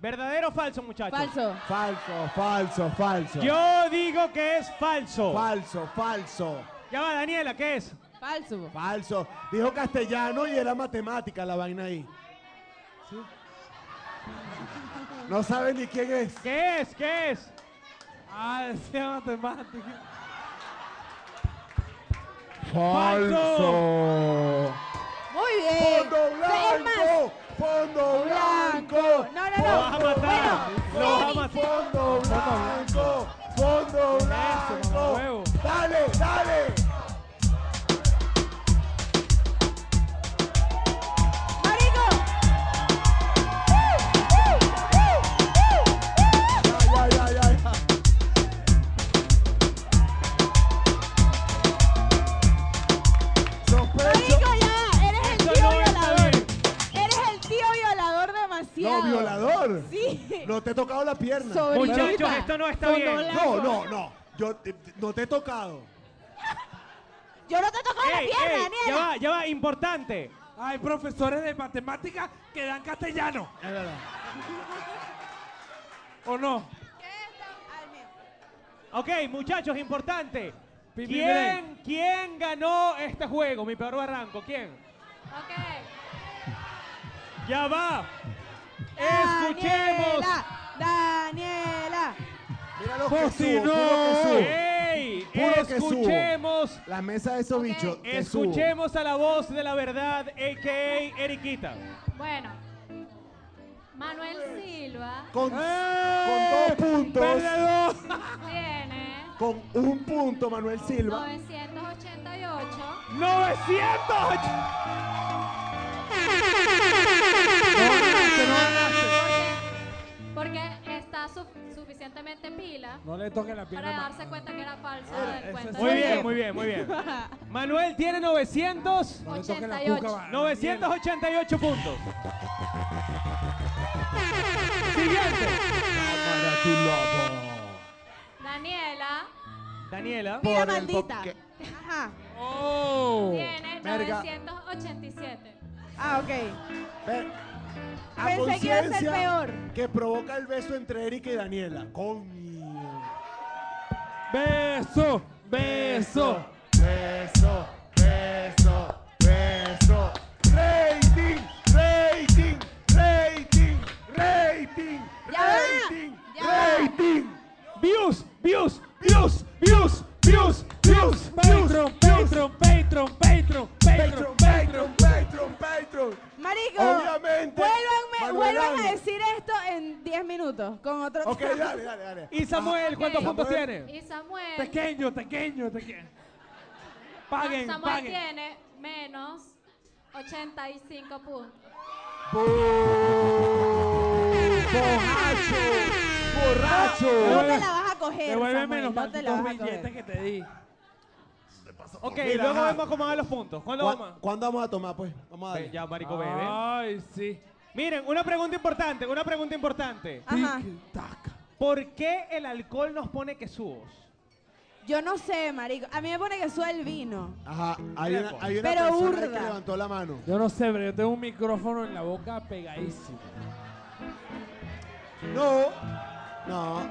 Speaker 1: ¿Verdadero o falso, muchachos?
Speaker 6: Falso.
Speaker 5: Falso, falso, falso.
Speaker 1: Yo digo que es falso.
Speaker 5: Falso, falso.
Speaker 1: ya va, Daniela, ¿qué es?
Speaker 6: Falso.
Speaker 5: Falso. Dijo castellano y era matemática la vaina ahí. No saben ni quién es.
Speaker 1: ¿Qué es? ¿Qué es?
Speaker 4: Ah, decía matemática.
Speaker 5: Falso.
Speaker 6: Muy bien.
Speaker 5: Fondo
Speaker 6: Es más,
Speaker 5: blanco. Fondo blanco.
Speaker 6: blanco. No, no, no.
Speaker 1: Lo vas a matar. Lo
Speaker 6: Bueno,
Speaker 1: vas a
Speaker 6: Félix,
Speaker 1: matar.
Speaker 5: Fondo blanco. Fondo blanco.
Speaker 4: mamahuevo.
Speaker 5: Dale, dale.
Speaker 6: marico.
Speaker 5: Ya, ya, ya, ya, ya. Sospecho.
Speaker 6: Marico, ya. Eres el
Speaker 1: Eso
Speaker 6: tío
Speaker 1: no es
Speaker 6: violador.
Speaker 1: saber.
Speaker 6: Eres el tío violador demasiado.
Speaker 5: No, violador.
Speaker 6: Sí.
Speaker 5: No te he tocado la pierna.
Speaker 6: Sobrinita.
Speaker 1: Muchachos, esto no está
Speaker 6: Fondo
Speaker 1: bien.
Speaker 6: blanco.
Speaker 5: No, no, no. Yo te- te- no te he tocado.
Speaker 6: Yo no te toco la
Speaker 1: Ey,
Speaker 6: pierna,
Speaker 1: ey, ya
Speaker 6: Daniela.
Speaker 1: va, ya va, importante.
Speaker 4: Hay profesores de matemática que dan castellano.
Speaker 5: Es verdad.
Speaker 4: ¿O no?
Speaker 1: Ok, muchachos, importante.
Speaker 4: Pi, pi,
Speaker 1: ¿Quién, ¿Quién ganó este juego? Mi peor barranco, ¿quién?
Speaker 2: Ok,
Speaker 1: Ya va. Escuchemos.
Speaker 6: Daniela.
Speaker 5: Mira lo que
Speaker 4: Pues si
Speaker 5: subo,
Speaker 4: no.
Speaker 5: puro que subo.
Speaker 1: ¡Ey!
Speaker 5: Puro que subo.
Speaker 1: Escuchemos.
Speaker 5: La mesa de esos
Speaker 2: Ok.
Speaker 5: bichos. que subo.
Speaker 1: Escuchemos a la voz de la verdad, a.k.a. Eriquita.
Speaker 2: bueno. Manuel Silva
Speaker 5: Con,
Speaker 4: ¡Eh!
Speaker 5: con dos puntos.
Speaker 4: ¡Perdedor!
Speaker 2: tiene
Speaker 5: Con un punto, Manuel Silva.
Speaker 2: 988.
Speaker 4: ¡900!
Speaker 2: Porque está su- suficientemente pila
Speaker 4: No le toque la pierna.
Speaker 2: para
Speaker 4: más.
Speaker 2: darse cuenta que era falso
Speaker 4: eso
Speaker 2: del cuento.
Speaker 4: es-
Speaker 1: Muy
Speaker 2: de-
Speaker 1: bien, muy bien, muy bien. Manuel tiene 900.
Speaker 4: No le toque la
Speaker 2: 88.
Speaker 4: cuca, va.
Speaker 1: 988 puntos. Siguiente.
Speaker 6: eh.
Speaker 5: Para tu lobo.
Speaker 2: Daniela
Speaker 1: Daniela.
Speaker 6: Mira,
Speaker 5: Por el
Speaker 6: maldita.
Speaker 5: boque-
Speaker 6: Ajá.
Speaker 4: ¡Oh!
Speaker 2: tiene
Speaker 5: verga.
Speaker 2: 987.
Speaker 6: Ah, ok.
Speaker 5: Ve, a
Speaker 6: Pensé que iba a ser
Speaker 5: conciencia
Speaker 6: peor.
Speaker 5: Que provoca el beso entre Erika y Daniela. Coño.
Speaker 4: ¡Beso! ¡Beso!
Speaker 5: Beso, beso, beso. Rating, rating, rating, rating,
Speaker 6: Ya va,
Speaker 5: rating,
Speaker 6: ya va.
Speaker 5: rating.
Speaker 1: Views, views.
Speaker 5: Views, views, views, views,
Speaker 4: Patreon, Patreon, Patreon, Patreon,
Speaker 5: Patreon,
Speaker 4: Patreon, Patreon.
Speaker 5: Patreon, Patreon, Patreon.
Speaker 6: Marico.
Speaker 5: Obviamente,
Speaker 6: Vuélvanme,
Speaker 5: Manuel
Speaker 6: vuélvanme a
Speaker 5: Ángel.
Speaker 6: decir esto en 10 minutos con otro
Speaker 5: Ok,
Speaker 6: tema.
Speaker 5: dale, dale, dale.
Speaker 1: ¿Y
Speaker 5: Ah,
Speaker 1: Samuel cuántos
Speaker 2: Ok.
Speaker 1: puntos
Speaker 5: Samuel.
Speaker 1: tiene?
Speaker 2: Y Samuel,
Speaker 4: Pequeño, pequeño, pequeño. Paguen,
Speaker 2: Samuel
Speaker 4: paguen.
Speaker 2: tiene menos 85 puntos.
Speaker 5: Borracho, Ah,
Speaker 6: No
Speaker 5: borracho.
Speaker 6: te la vas a coger.
Speaker 4: Devuélveme
Speaker 6: Samuel,
Speaker 4: los
Speaker 6: no te la vas
Speaker 4: malditos
Speaker 6: a
Speaker 4: billetes
Speaker 6: coger.
Speaker 4: que te di.
Speaker 1: Ok,
Speaker 5: Mira,
Speaker 1: luego
Speaker 5: ajá.
Speaker 1: vemos cómo van los puntos. ¿Cuándo
Speaker 5: ¿Cuá-
Speaker 1: vamos?
Speaker 5: ¿Cuándo vamos a tomar, pues? Vamos a darle.
Speaker 1: Ya, marico, bebé.
Speaker 5: Ah.
Speaker 4: Ay, sí.
Speaker 1: Miren, una pregunta importante, una pregunta importante.
Speaker 6: Ajá.
Speaker 4: Tic-tac.
Speaker 1: ¿Por qué el alcohol nos pone que subos?
Speaker 6: Yo no sé, marico. A mí me pone que suda el vino.
Speaker 5: Ajá, hay una, hay una
Speaker 6: Pero
Speaker 5: persona ahí
Speaker 6: burda.
Speaker 5: que levantó la mano.
Speaker 4: Yo no sé, pero yo tengo un micrófono en la boca pegadísimo.
Speaker 5: No, no.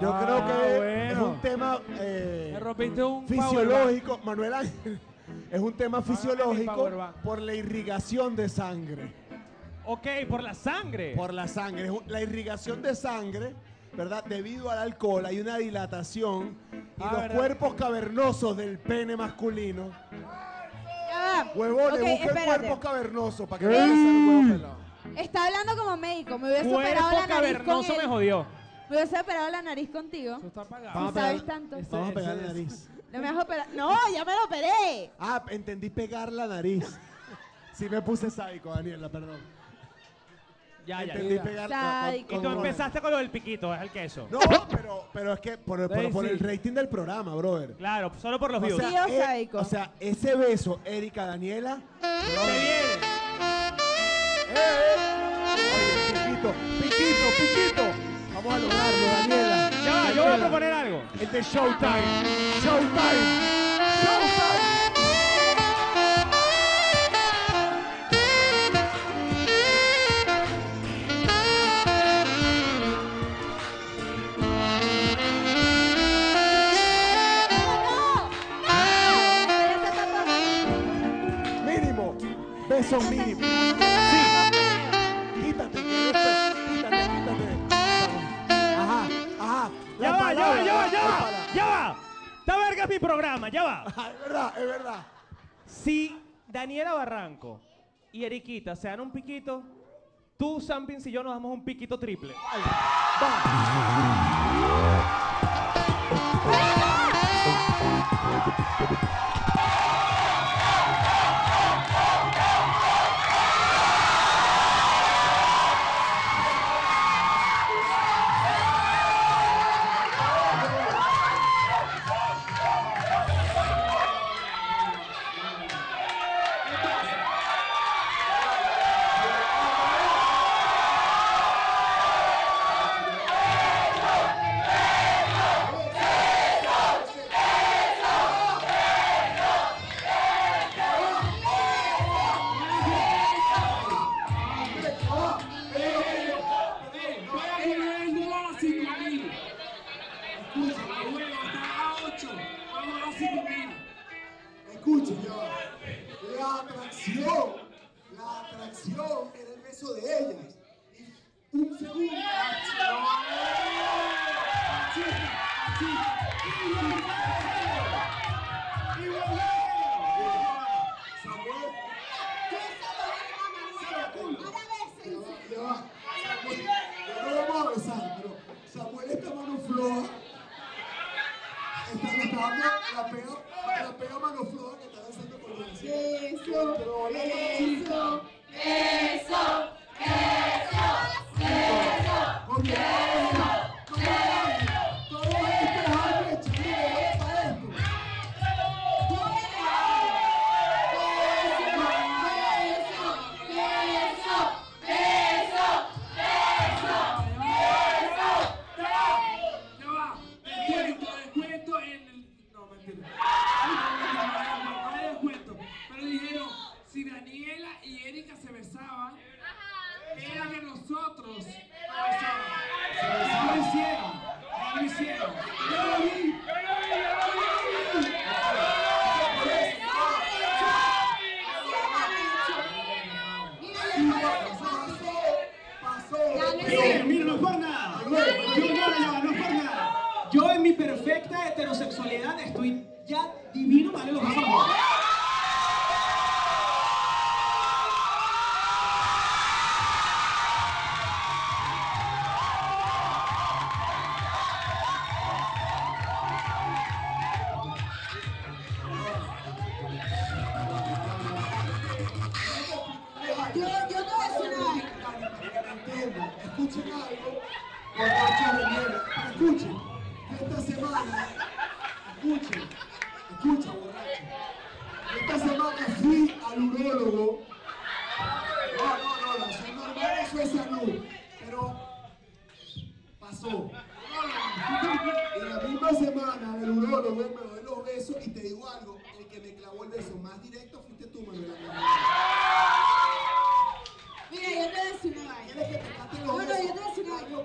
Speaker 5: Yo
Speaker 4: Ah,
Speaker 5: creo que es
Speaker 4: bueno.
Speaker 5: un tema eh,
Speaker 4: Me rompiste un
Speaker 5: fisiológico, Manuel Ángel. Es un tema fisiológico
Speaker 4: powerbank.
Speaker 5: por la irrigación de sangre.
Speaker 1: Ok, por la sangre.
Speaker 5: Por la sangre. Es un- La irrigación de sangre, ¿verdad? Debido al alcohol hay una dilatación y
Speaker 4: Ah,
Speaker 5: los
Speaker 4: ¿verdad?
Speaker 5: cuerpos cavernosos del pene masculino.
Speaker 6: Ya va.
Speaker 5: Huevones,
Speaker 6: Ok,
Speaker 5: busca el
Speaker 6: espérate.
Speaker 5: cuerpo cavernoso para que vean el huevo pelado.
Speaker 6: Está hablando como médico. Me hubiese operado
Speaker 1: Cuerpo
Speaker 6: la nariz con
Speaker 1: cavernoso
Speaker 6: él.
Speaker 1: me jodió.
Speaker 6: Me hubiese operado la nariz contigo.
Speaker 4: Eso está apagado.
Speaker 5: Vamos a
Speaker 6: No sabes
Speaker 5: pegar-
Speaker 6: tanto.
Speaker 5: Vamos a
Speaker 4: Ese-
Speaker 5: pegar
Speaker 4: ese-
Speaker 5: la nariz.
Speaker 6: No me has operado. No, ya me lo operé.
Speaker 5: Ah, entendí pegar la nariz. Sí me puse sádico, Daniela, perdón.
Speaker 1: Ya, ya.
Speaker 5: Entendí
Speaker 4: ya.
Speaker 5: pegar la
Speaker 6: Sádico.
Speaker 1: Y tú empezaste con lo del piquito, es el queso.
Speaker 5: No, pero, pero es que por, el- por- por el rating del programa, brother.
Speaker 1: Claro, solo por los
Speaker 5: O
Speaker 1: views.
Speaker 5: sea,
Speaker 6: Tío
Speaker 5: eh,
Speaker 6: sádico.
Speaker 5: o sea, ese beso, Erika Daniela. Eh,
Speaker 1: Se viene.
Speaker 5: Oye, piquito, piquito, piquito. Vamos a lograrlo, Daniela.
Speaker 1: Ya va, yo voy a proponer algo.
Speaker 5: Este es Showtime. Showtime. Showtime. pesos mínimos. Sí. Quítate, que esto- quítate, quítate. Ajá, ajá. La
Speaker 1: Ya va, ya va,
Speaker 5: palabra,
Speaker 1: ya va, ya
Speaker 5: la
Speaker 1: va,
Speaker 5: palabra.
Speaker 1: ya va. Esta verga es mi programa, ya va.
Speaker 5: Ajá, es verdad, es verdad.
Speaker 1: Si Daniela Barranco y Eriquita se dan un piquito, tú, Sampins y yo nos damos un piquito triple.
Speaker 9: Escuchen, ya va. La atracción, la atracción era el beso de ellas. Y un segundo. Ya va. Samuel, ya no vamos a besar, pero Samuel esta mano floja. Esta le está dando la pega, la pega mano floja que está besando con la Eso, eso, eso, eso, Todo esto es algo de chile, voy para esto.
Speaker 1: Mira, no es por nada. Yo, no, no, no, no es por nada. Yo en mi perfecta heterosexualidad estoy ya divino, vale los ojos.
Speaker 9: Yo, yo te voy a decir una vaina.
Speaker 5: Entiendo, escuchen algo. borrachos de mierda. Escuchen, esta semana, escuchen, escucha, borracho. Esta semana fui al urólogo. No, no, no, no, eso es normal, eso es salud. Pero pasó.
Speaker 9: En la misma semana del urólogo me doy los besos y te digo algo, el que me clavó el beso más directo fuiste tú, Manuela. Mira, yo te voy a decir una vaina. ¿Quieres que te cante los besos? No, no, yo te voy a decir una vaina.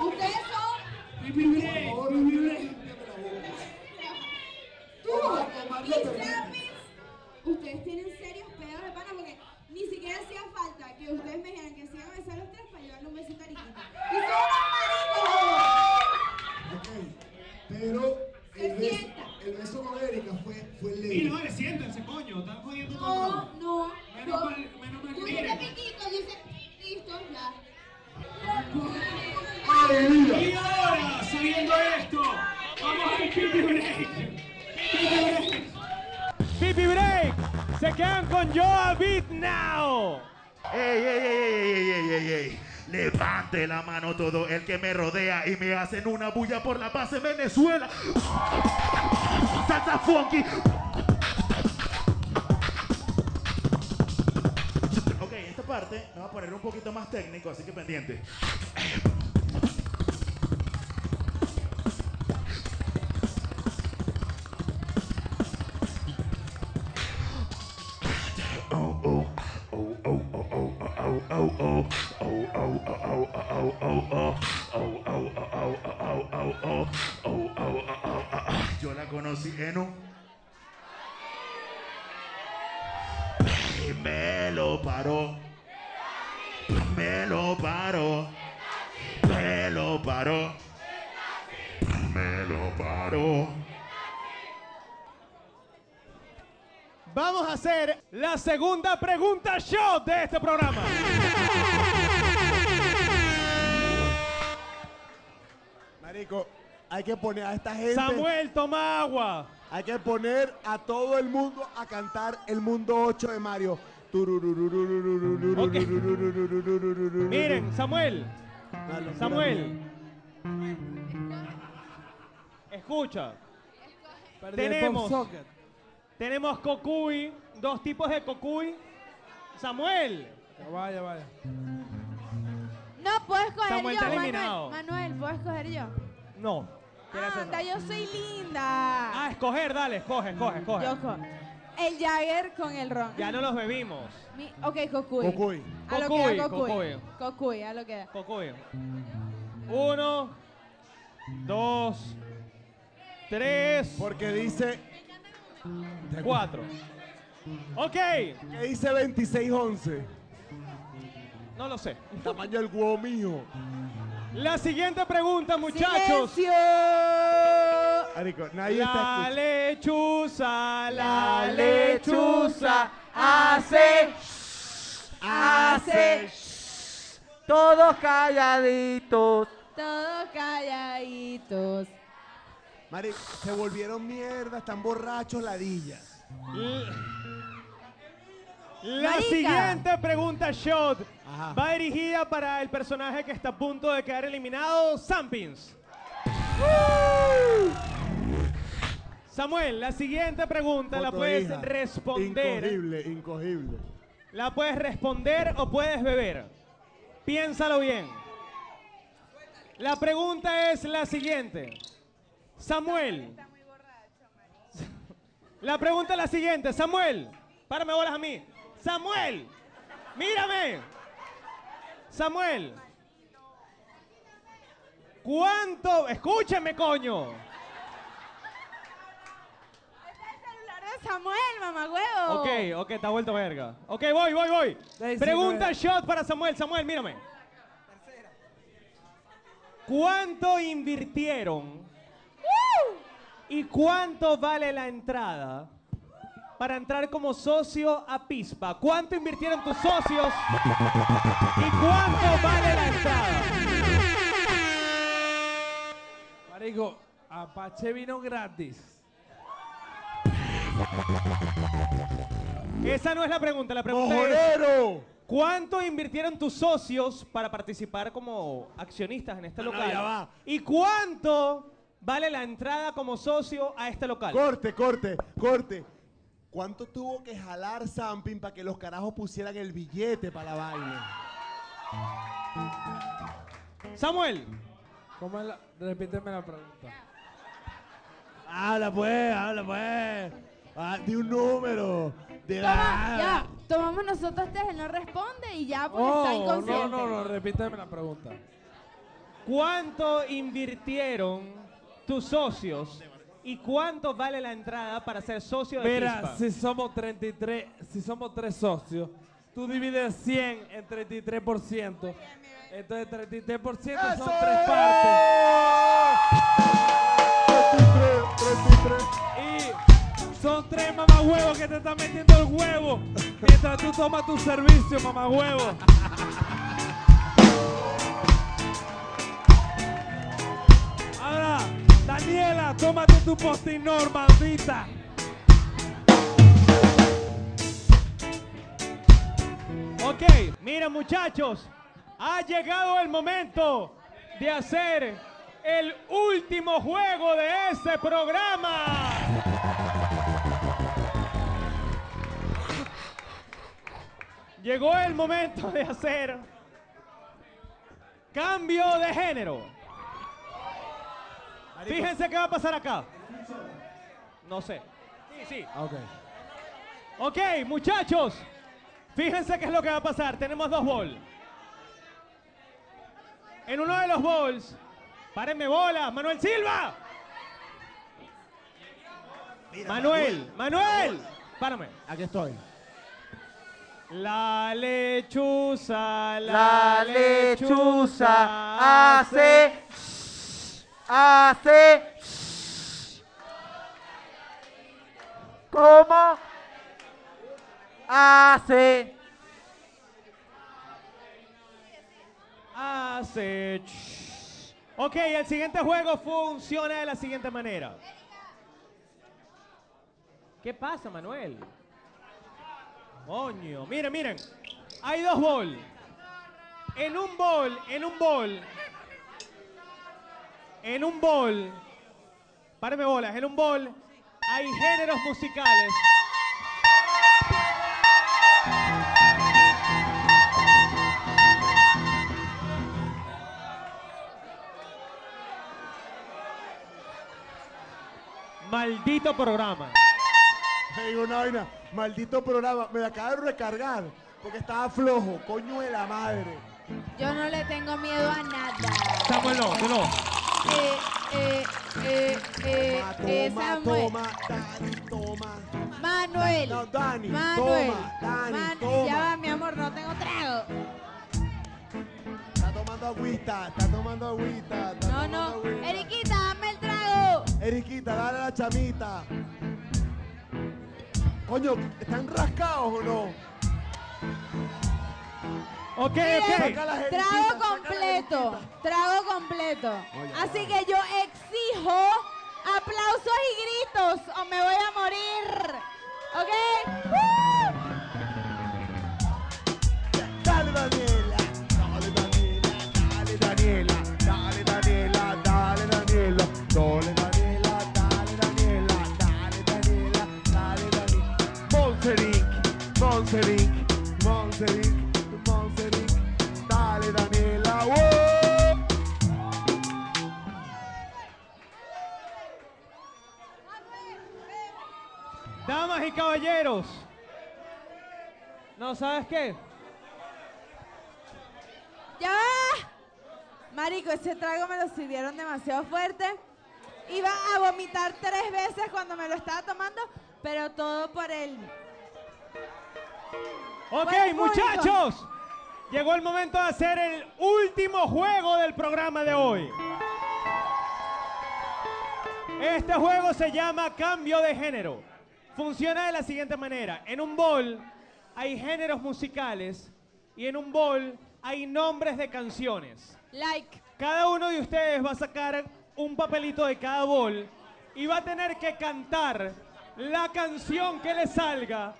Speaker 9: Un beso. Por favor, límpiame la boca.
Speaker 6: Tú y Travis, ustedes tienen serios pedos de pana porque ni siquiera hacía falta que ustedes me dijeran que se iban a besar los tres para yo darle un besito a Ariquita. ¡Y son unos
Speaker 9: Ok, pero
Speaker 6: Se
Speaker 9: el beso,
Speaker 6: sienta.
Speaker 9: el beso con Erika fue, fue
Speaker 1: Y
Speaker 9: leve.
Speaker 1: no, siéntense, coño. Están jodiendo todo.
Speaker 6: maricos! No, no.
Speaker 1: Menos mal, menos mal.
Speaker 6: Yo
Speaker 1: miren.
Speaker 6: te piquito, dice, listo, ya.
Speaker 1: Y ahora, sabiendo esto, vamos al Pipi Break. Pipi Break. Se quedan con Joa Beat Now.
Speaker 7: Ey, ey, ey, ey, ey, ey, ey, ey. Levante la mano todo el que me rodea y me hacen una bulla por la paz en Venezuela. Salsa funky. Ok, esta parte me va a poner un poquito más técnico, así que pendiente. oh, oh, oh, oh, oh, oh, oh, oh, oh, oh, oh, oh, oh, oh, oh, oh, oh, oh, oh, oh, oh, oh, oh, oh, oh, oh, oh, oh. Yo la conocí en un lo paró. Me lo paró. Me lo paró. Me lo paró.
Speaker 1: Vamos a hacer la segunda pregunta show de este programa.
Speaker 5: Marico, hay que poner a esta gente.
Speaker 1: Samuel, toma agua.
Speaker 5: Hay que poner a todo el mundo a cantar el mundo 8 de Mario.
Speaker 1: Miren, Samuel. Samuel. Escucha.
Speaker 4: Perdí el
Speaker 1: Tenemos.
Speaker 4: pop socket.
Speaker 1: Tenemos cocuy, dos tipos de cocuy. Samuel.
Speaker 4: Ya vaya, vaya.
Speaker 6: No, puedo escoger
Speaker 1: Samuel
Speaker 6: yo,
Speaker 1: está
Speaker 6: Manuel.
Speaker 1: eliminado.
Speaker 6: Manuel, puedo escoger yo.
Speaker 1: No. Gracias, no.
Speaker 6: Anda, yo soy
Speaker 1: Ah,
Speaker 6: linda.
Speaker 1: escoger, dale, escoge, escoge, escoge.
Speaker 6: Yo co- El Jagger con el ron.
Speaker 1: Ya no los bebimos.
Speaker 6: Mi- ok, Cocuy.
Speaker 5: Cocuy.
Speaker 6: A lo
Speaker 1: Cocuy,
Speaker 6: que da Cocuy.
Speaker 1: Cocuy.
Speaker 6: Cocuy, a lo que da.
Speaker 1: Cocuy. Uno, dos, tres,
Speaker 5: Porque dice.
Speaker 1: cuatro. Ok.
Speaker 5: Que dice 2611.
Speaker 1: No lo sé.
Speaker 5: Tamaño del huevo mío.
Speaker 1: La siguiente pregunta, muchachos.
Speaker 6: ¡Silencio!
Speaker 5: Marico, nadie
Speaker 1: La
Speaker 5: está
Speaker 1: lechuza, la
Speaker 4: La
Speaker 1: lechuza.
Speaker 4: hace,
Speaker 6: hace,
Speaker 4: todos calladitos.
Speaker 6: Todos calladitos.
Speaker 5: escuchando. Marico, se volvieron mierda, están borrachos ladillas.
Speaker 1: La
Speaker 6: Marica.
Speaker 1: siguiente pregunta, Shot,
Speaker 5: Ajá.
Speaker 1: va dirigida para el personaje que está a punto de quedar eliminado, Sampins.
Speaker 5: ¡Uh!
Speaker 1: Samuel, la siguiente pregunta la
Speaker 5: Otro
Speaker 1: puedes
Speaker 5: hija.
Speaker 1: responder.
Speaker 5: Incogible, incogible.
Speaker 1: La puedes responder o puedes beber. Piénsalo bien. La pregunta es la siguiente. Samuel. La pregunta es la siguiente. Samuel, párame bolas a mí. Samuel, mírame. Samuel. ¿Cuánto? Escúchame, coño.
Speaker 6: Hablar de Samuel, mamagüevo.
Speaker 1: Ok, ok, te has vuelto verga. Ok, voy, voy, voy.
Speaker 4: Dale, sí,
Speaker 1: Pregunta
Speaker 4: dale.
Speaker 1: shot para Samuel. Samuel, mírame. ¿Cuánto invirtieron y cuánto vale la entrada para entrar como socio a PISPA? ¿Cuánto invirtieron tus socios y cuánto vale la entrada?
Speaker 4: Marico, Apache vino gratis.
Speaker 1: Esa no es la pregunta, la pregunta es
Speaker 5: ¡Mojorero!
Speaker 1: ¿cuánto invirtieron tus socios para participar como accionistas en este
Speaker 5: No,
Speaker 1: local?
Speaker 5: ya va.
Speaker 1: ¿Y cuánto vale la entrada como socio a este local?
Speaker 5: Corte, corte, corte. ¿Cuánto tuvo que jalar Sampin para que los carajos pusieran el billete para la vaina?
Speaker 1: Samuel,
Speaker 4: ¿Cómo es la- Repíteme la pregunta.
Speaker 5: Habla pues, habla pues. Ah, di un número. De
Speaker 6: Toma, ya. Tomamos nosotros tres, él no responde y ya, porque está
Speaker 4: Oh,
Speaker 6: inconsciente.
Speaker 4: no, no, no, repíteme la pregunta.
Speaker 1: ¿cuánto invirtieron tus socios y cuánto vale la entrada para ser socio de
Speaker 4: Mira,
Speaker 1: Pispa?
Speaker 4: si somos 33, si somos tres socios, tú divides 100 en 33%. Entonces 33% son tres partes. Y son tres mamahuevos que te están metiendo el huevo mientras tú tomas tu servicio, mamahuevo. Ahora, Daniela, tómate tu postinor, maldita.
Speaker 1: Ok, mira muchachos, ha llegado el momento de hacer el último juego de este programa. Llegó el momento de hacer cambio de género. Fíjense qué va a pasar acá. No sé. Sí, sí. Ok, muchachos, fíjense qué es lo que va a pasar. Tenemos dos balls. En uno de los balls, párenme bola, Manuel Silva. Manuel, Manuel, párame.
Speaker 5: Aquí estoy.
Speaker 4: La lechuza,
Speaker 10: La lechuza hace. Hace. ¿Cómo? Hace.
Speaker 4: Hace. ch- Ok, el siguiente juego funciona de la siguiente manera. ¿Qué pasa, Manuel? Coño, miren, miren. Hay dos bol. En un bol, en un bol. En un bol. Páreme bolas, en un bol hay géneros musicales. Maldito programa.
Speaker 5: Te digo una vaina, maldito programa, me acaba de recargar porque estaba flojo, coño de la madre.
Speaker 6: Yo no le tengo miedo a nada.
Speaker 4: Samuel, no, tú no.
Speaker 6: Eh, eh, eh, eh,
Speaker 5: Toma, toma,
Speaker 6: eh, Samuel.
Speaker 5: toma, Dani, toma.
Speaker 6: Manuel.
Speaker 5: No, Dani,
Speaker 6: Manuel.
Speaker 5: toma, Dani,
Speaker 6: Man-
Speaker 5: toma.
Speaker 6: Ya va, mi amor, no tengo trago.
Speaker 5: Está tomando agüita, está tomando agüita, está
Speaker 6: No,
Speaker 5: tomando
Speaker 6: no.
Speaker 5: agüita.
Speaker 6: Eriquita, dame el trago.
Speaker 5: Eriquita, dale a la chamita. Coño, ¿están rascados o no?
Speaker 4: Ok,
Speaker 5: Saca las
Speaker 4: ok.
Speaker 5: Eriquitas, saca
Speaker 6: Trago
Speaker 5: las
Speaker 6: completo.
Speaker 5: Eriquitas.
Speaker 6: Trago completo.
Speaker 5: Oye,
Speaker 6: Así que yo exijo aplausos y gritos o me voy a morir. ¿Ok? ¡Uh! ¡Woo!
Speaker 5: Dale, Daniela. Dale, Daniela. Dale, Daniela. Dale, Daniela. Dale, Daniela. Dale, Daniela. Dale, Daniela. Dale, Daniela. Dale, Daniela. Monsterink. Monsterink. Monsterink. Monsterink. Dale, Daniela. ¡Wow!
Speaker 4: Damas y caballeros. No, ¿sabes qué?
Speaker 6: Ya va. Marico, ese trago me lo sirvieron demasiado fuerte. Iba a vomitar tres veces cuando me lo estaba tomando, pero todo por él.
Speaker 4: Ok,
Speaker 6: Buen público.
Speaker 4: muchachos. Llegó el momento de hacer el último juego del programa de hoy. Este juego se llama Cambio de Género. Funciona de la siguiente manera. En un bol hay géneros musicales y en un bol hay nombres de canciones.
Speaker 6: Like.
Speaker 4: Cada uno de ustedes va a sacar un papelito de cada bol y va a tener que cantar la canción que le salga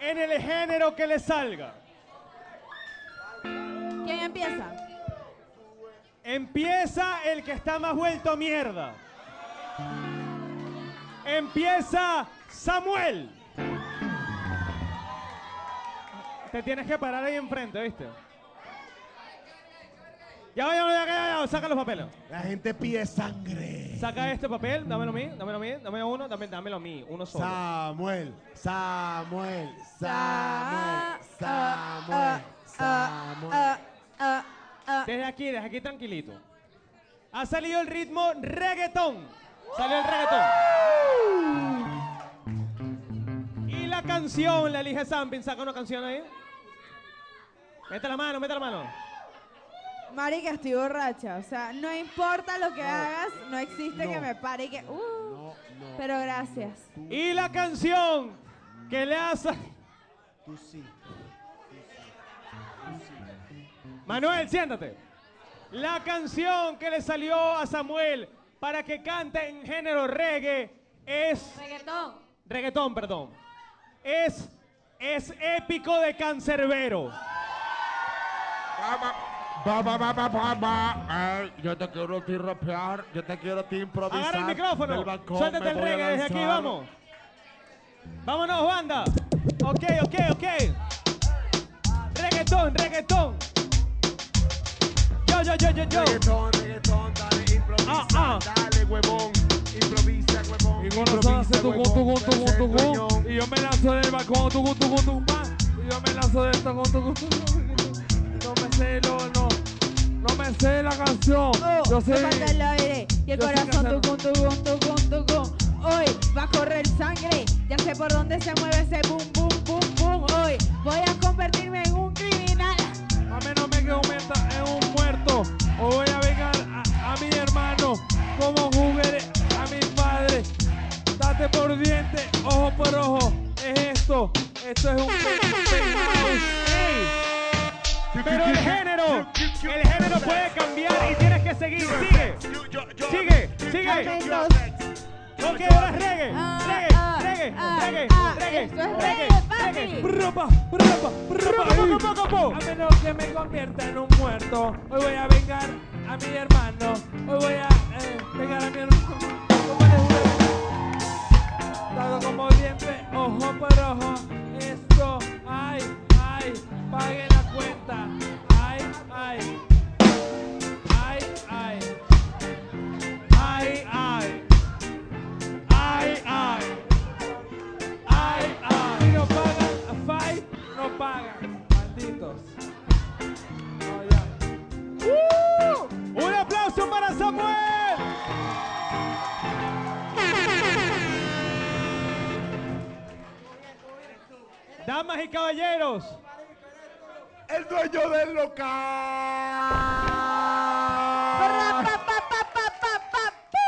Speaker 4: en el género que le salga.
Speaker 6: ¿Quién empieza?
Speaker 4: Empieza el que está más vuelto mierda. Empieza Samuel. Te tienes que parar ahí enfrente, ¿viste? Ya, ya, ya, ya, ya, saca los papeles.
Speaker 5: La gente pide sangre.
Speaker 4: Saca este papel, dámelo a mí, dámelo a mí, dámelo uno, dame- dámelo a mí, uno solo.
Speaker 5: Samuel, Samuel, Samuel,
Speaker 6: Ah,
Speaker 5: Samuel,
Speaker 6: ah,
Speaker 5: Samuel.
Speaker 6: ah, ah, ah, ah.
Speaker 4: Desde aquí, desde aquí tranquilito. Ha salido el ritmo reggaetón. Salió el reggaetón. Y la canción, la elige Sampin, saca una canción ahí. Mete la mano, mete la mano.
Speaker 6: Marica, estoy borracha. O sea, no importa lo que hagas, no existe que
Speaker 5: no.
Speaker 6: me pare y que. uh,
Speaker 5: No, no,
Speaker 6: pero gracias.
Speaker 4: Y la canción que le hace.
Speaker 5: tú sí.
Speaker 4: Manuel, siéntate. La canción que le salió a Samuel para que cante en género reggae es.
Speaker 2: Reggaetón.
Speaker 4: Reggaetón, perdón. Es. Es épico de cancerbero.
Speaker 10: Va, va, va, va, va, va. Ay, yo te quiero a ti rapear, yo te quiero a ti improvisar.
Speaker 4: Agarra el micrófono.
Speaker 10: Del balcón
Speaker 4: Suéltate
Speaker 10: me
Speaker 4: el
Speaker 10: voy a
Speaker 4: reggae desde aquí,
Speaker 10: lanzar.
Speaker 4: vamos. Vámonos, banda. Ok, ok, ok. Reggaetón, reggaetón. Yo, yo, yo, yo, yo.
Speaker 5: Reggaetón, reggaetón, dale, improvisa,
Speaker 4: Ah, ah.
Speaker 5: dale, huevón, improvisa, huevón,
Speaker 11: Y cuando son hace
Speaker 5: improvisa,
Speaker 11: tucum,
Speaker 5: huevón,
Speaker 11: tucum,
Speaker 5: tú eres
Speaker 11: tucum, tucum,
Speaker 5: el dueño.
Speaker 11: y yo me lanzo del balcón, tucum, tucum, tucum, pa, y yo me lanzo del tucum, tucum, tucum, no me sé, no, no, no me sé la canción,
Speaker 6: Oh,
Speaker 11: yo sé,
Speaker 6: tomando el aire y el
Speaker 11: yo sé
Speaker 6: corazón
Speaker 11: cantar.
Speaker 6: tucum, tucum, tucum, tucum. Hoy va a correr sangre. Ya sé por dónde se mueve ese boom, boom, boom, Según hoy, voy a convertirme en un criminal.
Speaker 4: Mami, no me convierta en un muerto. O voy a vengar a, a mi hermano como jugué a mi padre. Date por diente, ojo por ojo. Es esto. Esto es un.
Speaker 1: Pero el género, el género puede cambiar y tienes que seguir. Sigue, sigue, sigue.
Speaker 6: Momentos.
Speaker 1: Ok, ahora es reggae,
Speaker 6: Ah,
Speaker 1: reggae,
Speaker 6: ah,
Speaker 1: reggae,
Speaker 6: ah,
Speaker 1: reggae,
Speaker 6: ah,
Speaker 1: reggae,
Speaker 6: esto es
Speaker 1: reggae,
Speaker 6: reggae, papi.
Speaker 1: reggae.
Speaker 4: Ropa, ropa, ropa.
Speaker 1: Poco, poco, poco, poco.
Speaker 4: A menos que me convierta en un muerto. Hoy voy a vengar a mi hermano. Hoy voy a eh, vengar a mi hermano. ¿Cómo les juro? Dado como diente, ojo por ojo. Esto, ay, ay, pague la cuenta. Ay, ay. Ay, ay. Ay, ay. Ay, ay. Ay, ay. Si no pagan a Five, no pagan. Malditos. No, ya.
Speaker 1: Oh, Un aplauso para Samuel. Damas y caballeros,
Speaker 3: El dueño del local.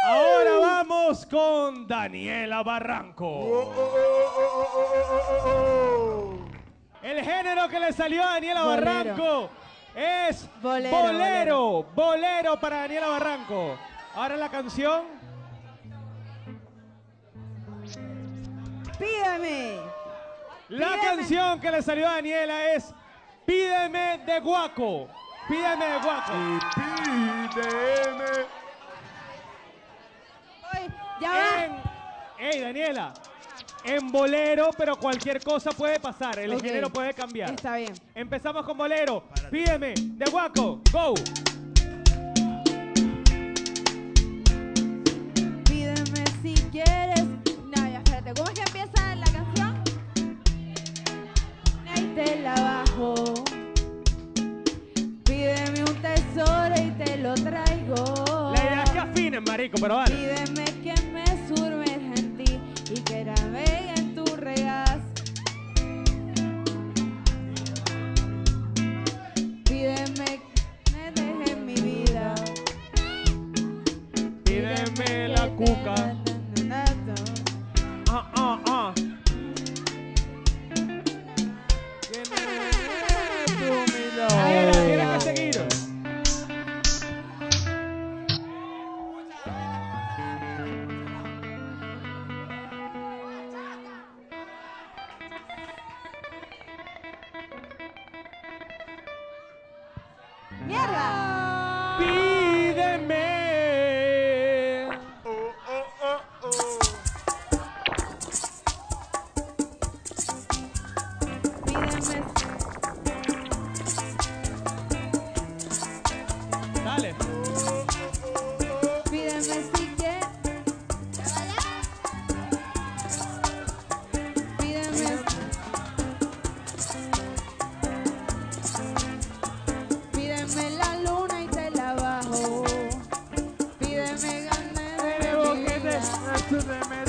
Speaker 1: ahora vamos con Daniela
Speaker 5: Oh,
Speaker 1: Barranco.
Speaker 5: oh.
Speaker 1: El género que le salió a Daniela
Speaker 6: Bolero.
Speaker 1: Barranco es
Speaker 6: Bolero,
Speaker 1: bolero, bolero para Daniela Barranco. Ahora la canción.
Speaker 6: Pídame.
Speaker 1: La
Speaker 6: Pídeme.
Speaker 1: canción que le salió a Daniela es Pídeme de Guaco. Pídeme de Guaco.
Speaker 3: Pídeme.
Speaker 6: Hoy, ya va.
Speaker 1: En, hey, Daniela. En bolero, pero cualquier cosa puede pasar. El
Speaker 6: Ok.
Speaker 1: género puede cambiar.
Speaker 6: Está bien.
Speaker 1: Empezamos con bolero. Pídeme de Guaco. Go.
Speaker 6: Pídeme si quieres. No, ya espérate. ¿Cómo es que empieza la canción? Y te la bajo. Pídeme un tesoro y te lo traigo.
Speaker 1: La idea es que afinen, marico, pero vale.
Speaker 6: Pídeme que me sumerja en ti y que navegue en tu regaz. Pídeme que me deje en mi vida.
Speaker 1: Pídeme la
Speaker 6: que te
Speaker 1: cuca.
Speaker 6: abandonato.
Speaker 1: Ah, ah, ah. Daniela, tienes que seguir.
Speaker 6: ¡Mierda!
Speaker 1: Pídeme.
Speaker 6: Pídeme,
Speaker 1: Dale.
Speaker 6: pídeme si quieres. Pídeme. Pídeme la luna y te la bajo. Pídeme ganas de mi vida.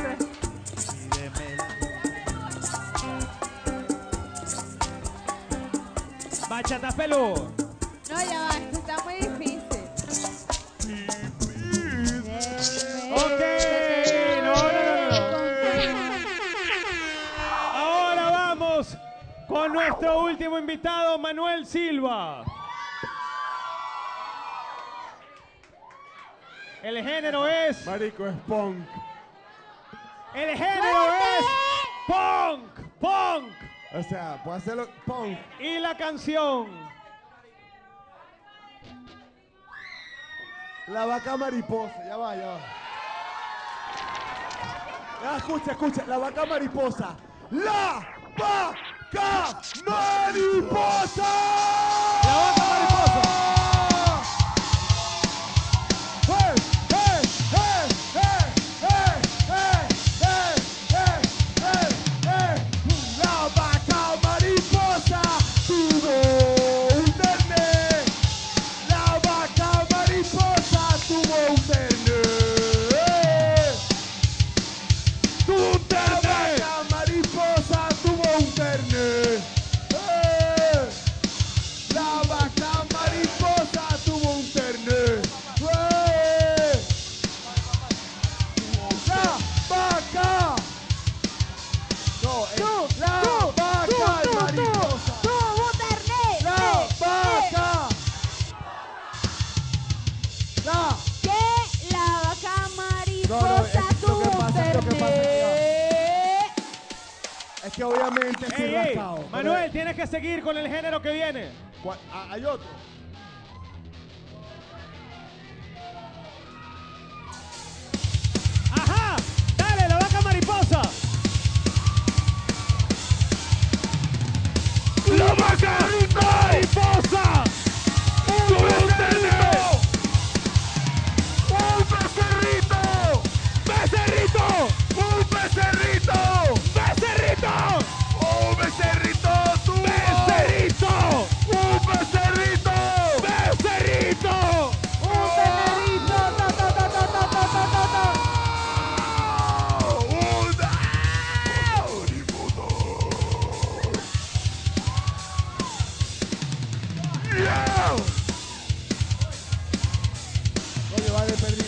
Speaker 1: Bachata peludo.
Speaker 6: No, ya va, esto está muy difícil.
Speaker 1: Ok, no, no, no, no. Ahora vamos con nuestro último invitado, Manuel Silva. El género es.
Speaker 5: Marico, es punk.
Speaker 1: El género es. Punk, punk.
Speaker 5: O sea, puedo hacerlo punk.
Speaker 1: Y la canción.
Speaker 5: La vaca mariposa, ya va, ya va. Ya, escucha, escucha, la vaca mariposa. ¡La vaca mariposa!
Speaker 1: La vaca mariposa.
Speaker 5: ¡Hey, hey, hey, hey, hey, hey, hey, hey, hey, hey! La vaca mariposa tuvo un ternero. La vaca mariposa tuvo un ternero. Tuvo un ternero. La vaca mariposa tuvo un ternero. La vaca
Speaker 6: tú, tú, tú,
Speaker 5: es
Speaker 6: tú, tú,
Speaker 5: mariposa.
Speaker 6: tú, Buternet,
Speaker 5: La
Speaker 6: eh, eh.
Speaker 5: vaca. La.
Speaker 6: Que la vaca mariposa,
Speaker 5: No, no, es-
Speaker 6: tú,
Speaker 5: lo que pasa- lo que pasa es
Speaker 6: Buternet.
Speaker 5: Es que obviamente estoy
Speaker 4: Ey, ey,
Speaker 5: rascado, pero-
Speaker 4: Manuel, tienes que seguir con el género que viene.
Speaker 5: ¿Cuál? Ah, Hay otro.
Speaker 4: ¡Ajá! ¡Dale, la vaca mariposa!
Speaker 12: ¡La vaca mariposa! ¡Con ustedes! ¡Un becerrito! ¡Becerrito! ¡Un becerrito! ¡Becerrito! ¡Un becerrito! tuvo! ¡Becerrito! ¡Un becerrito! ¡Becerrito! ¡Un becerrito! ¡Un ¡Mariposa! ¡Yeah!
Speaker 5: Oye, vale, perdí.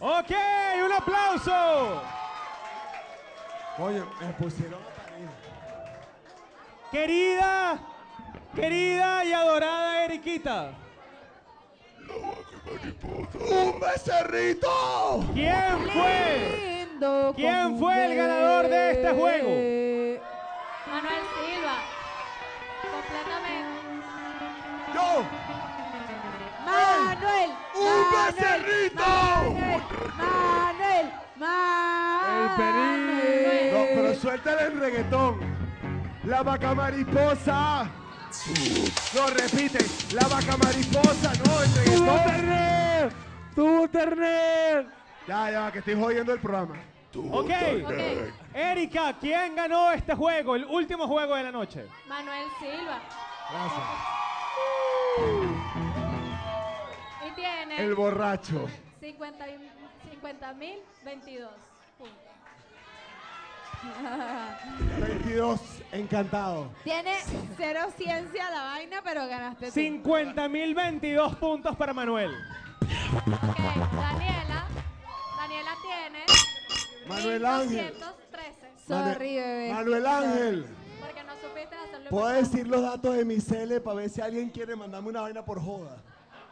Speaker 4: Ok, un aplauso.
Speaker 5: Oye, me pusieron a parir.
Speaker 4: Querida, querida y adorada Eriquita,
Speaker 5: ¡Un becerrito!
Speaker 4: ¿quién fue?
Speaker 6: Lindo
Speaker 4: ¿Quién
Speaker 6: como un
Speaker 4: fue el ganador de este juego?
Speaker 6: bebé.
Speaker 2: Manuel Silva. Completamente.
Speaker 5: ¡Yo!
Speaker 6: Manuel,
Speaker 5: ¡Un
Speaker 6: Manuel,
Speaker 5: becerrito!
Speaker 6: Manuel, Manuel, Manuel.
Speaker 5: No, pero suéltale el reggaetón. La vaca mariposa. No, repite. La vaca mariposa, no, el reggaetón.
Speaker 13: ¡Buternet! ¡Tú, Buternet!
Speaker 5: Ya, ya, que estoy jodiendo el programa.
Speaker 4: Ok,
Speaker 2: Ok.
Speaker 4: Erika, ¿quién ganó este juego, el último juego de la noche?
Speaker 2: Manuel Silva.
Speaker 5: Gracias.
Speaker 2: Y tiene
Speaker 5: El borracho.
Speaker 2: 50.022 puntos.
Speaker 5: 22, encantado.
Speaker 6: Tiene cero ciencia la vaina, pero ganaste tú.
Speaker 4: 50.022 puntos para Manuel.
Speaker 2: Ok, Daniela. Daniela tiene.
Speaker 5: Manuel Ángel.
Speaker 2: 1213,
Speaker 6: Sorry,
Speaker 5: Mane-
Speaker 6: bebé.
Speaker 5: Manuel Ángel.
Speaker 2: Porque no supiste hacerlo.
Speaker 5: ¿Puedo decir los datos de mi cele para ver si alguien quiere mandarme una vaina por joda?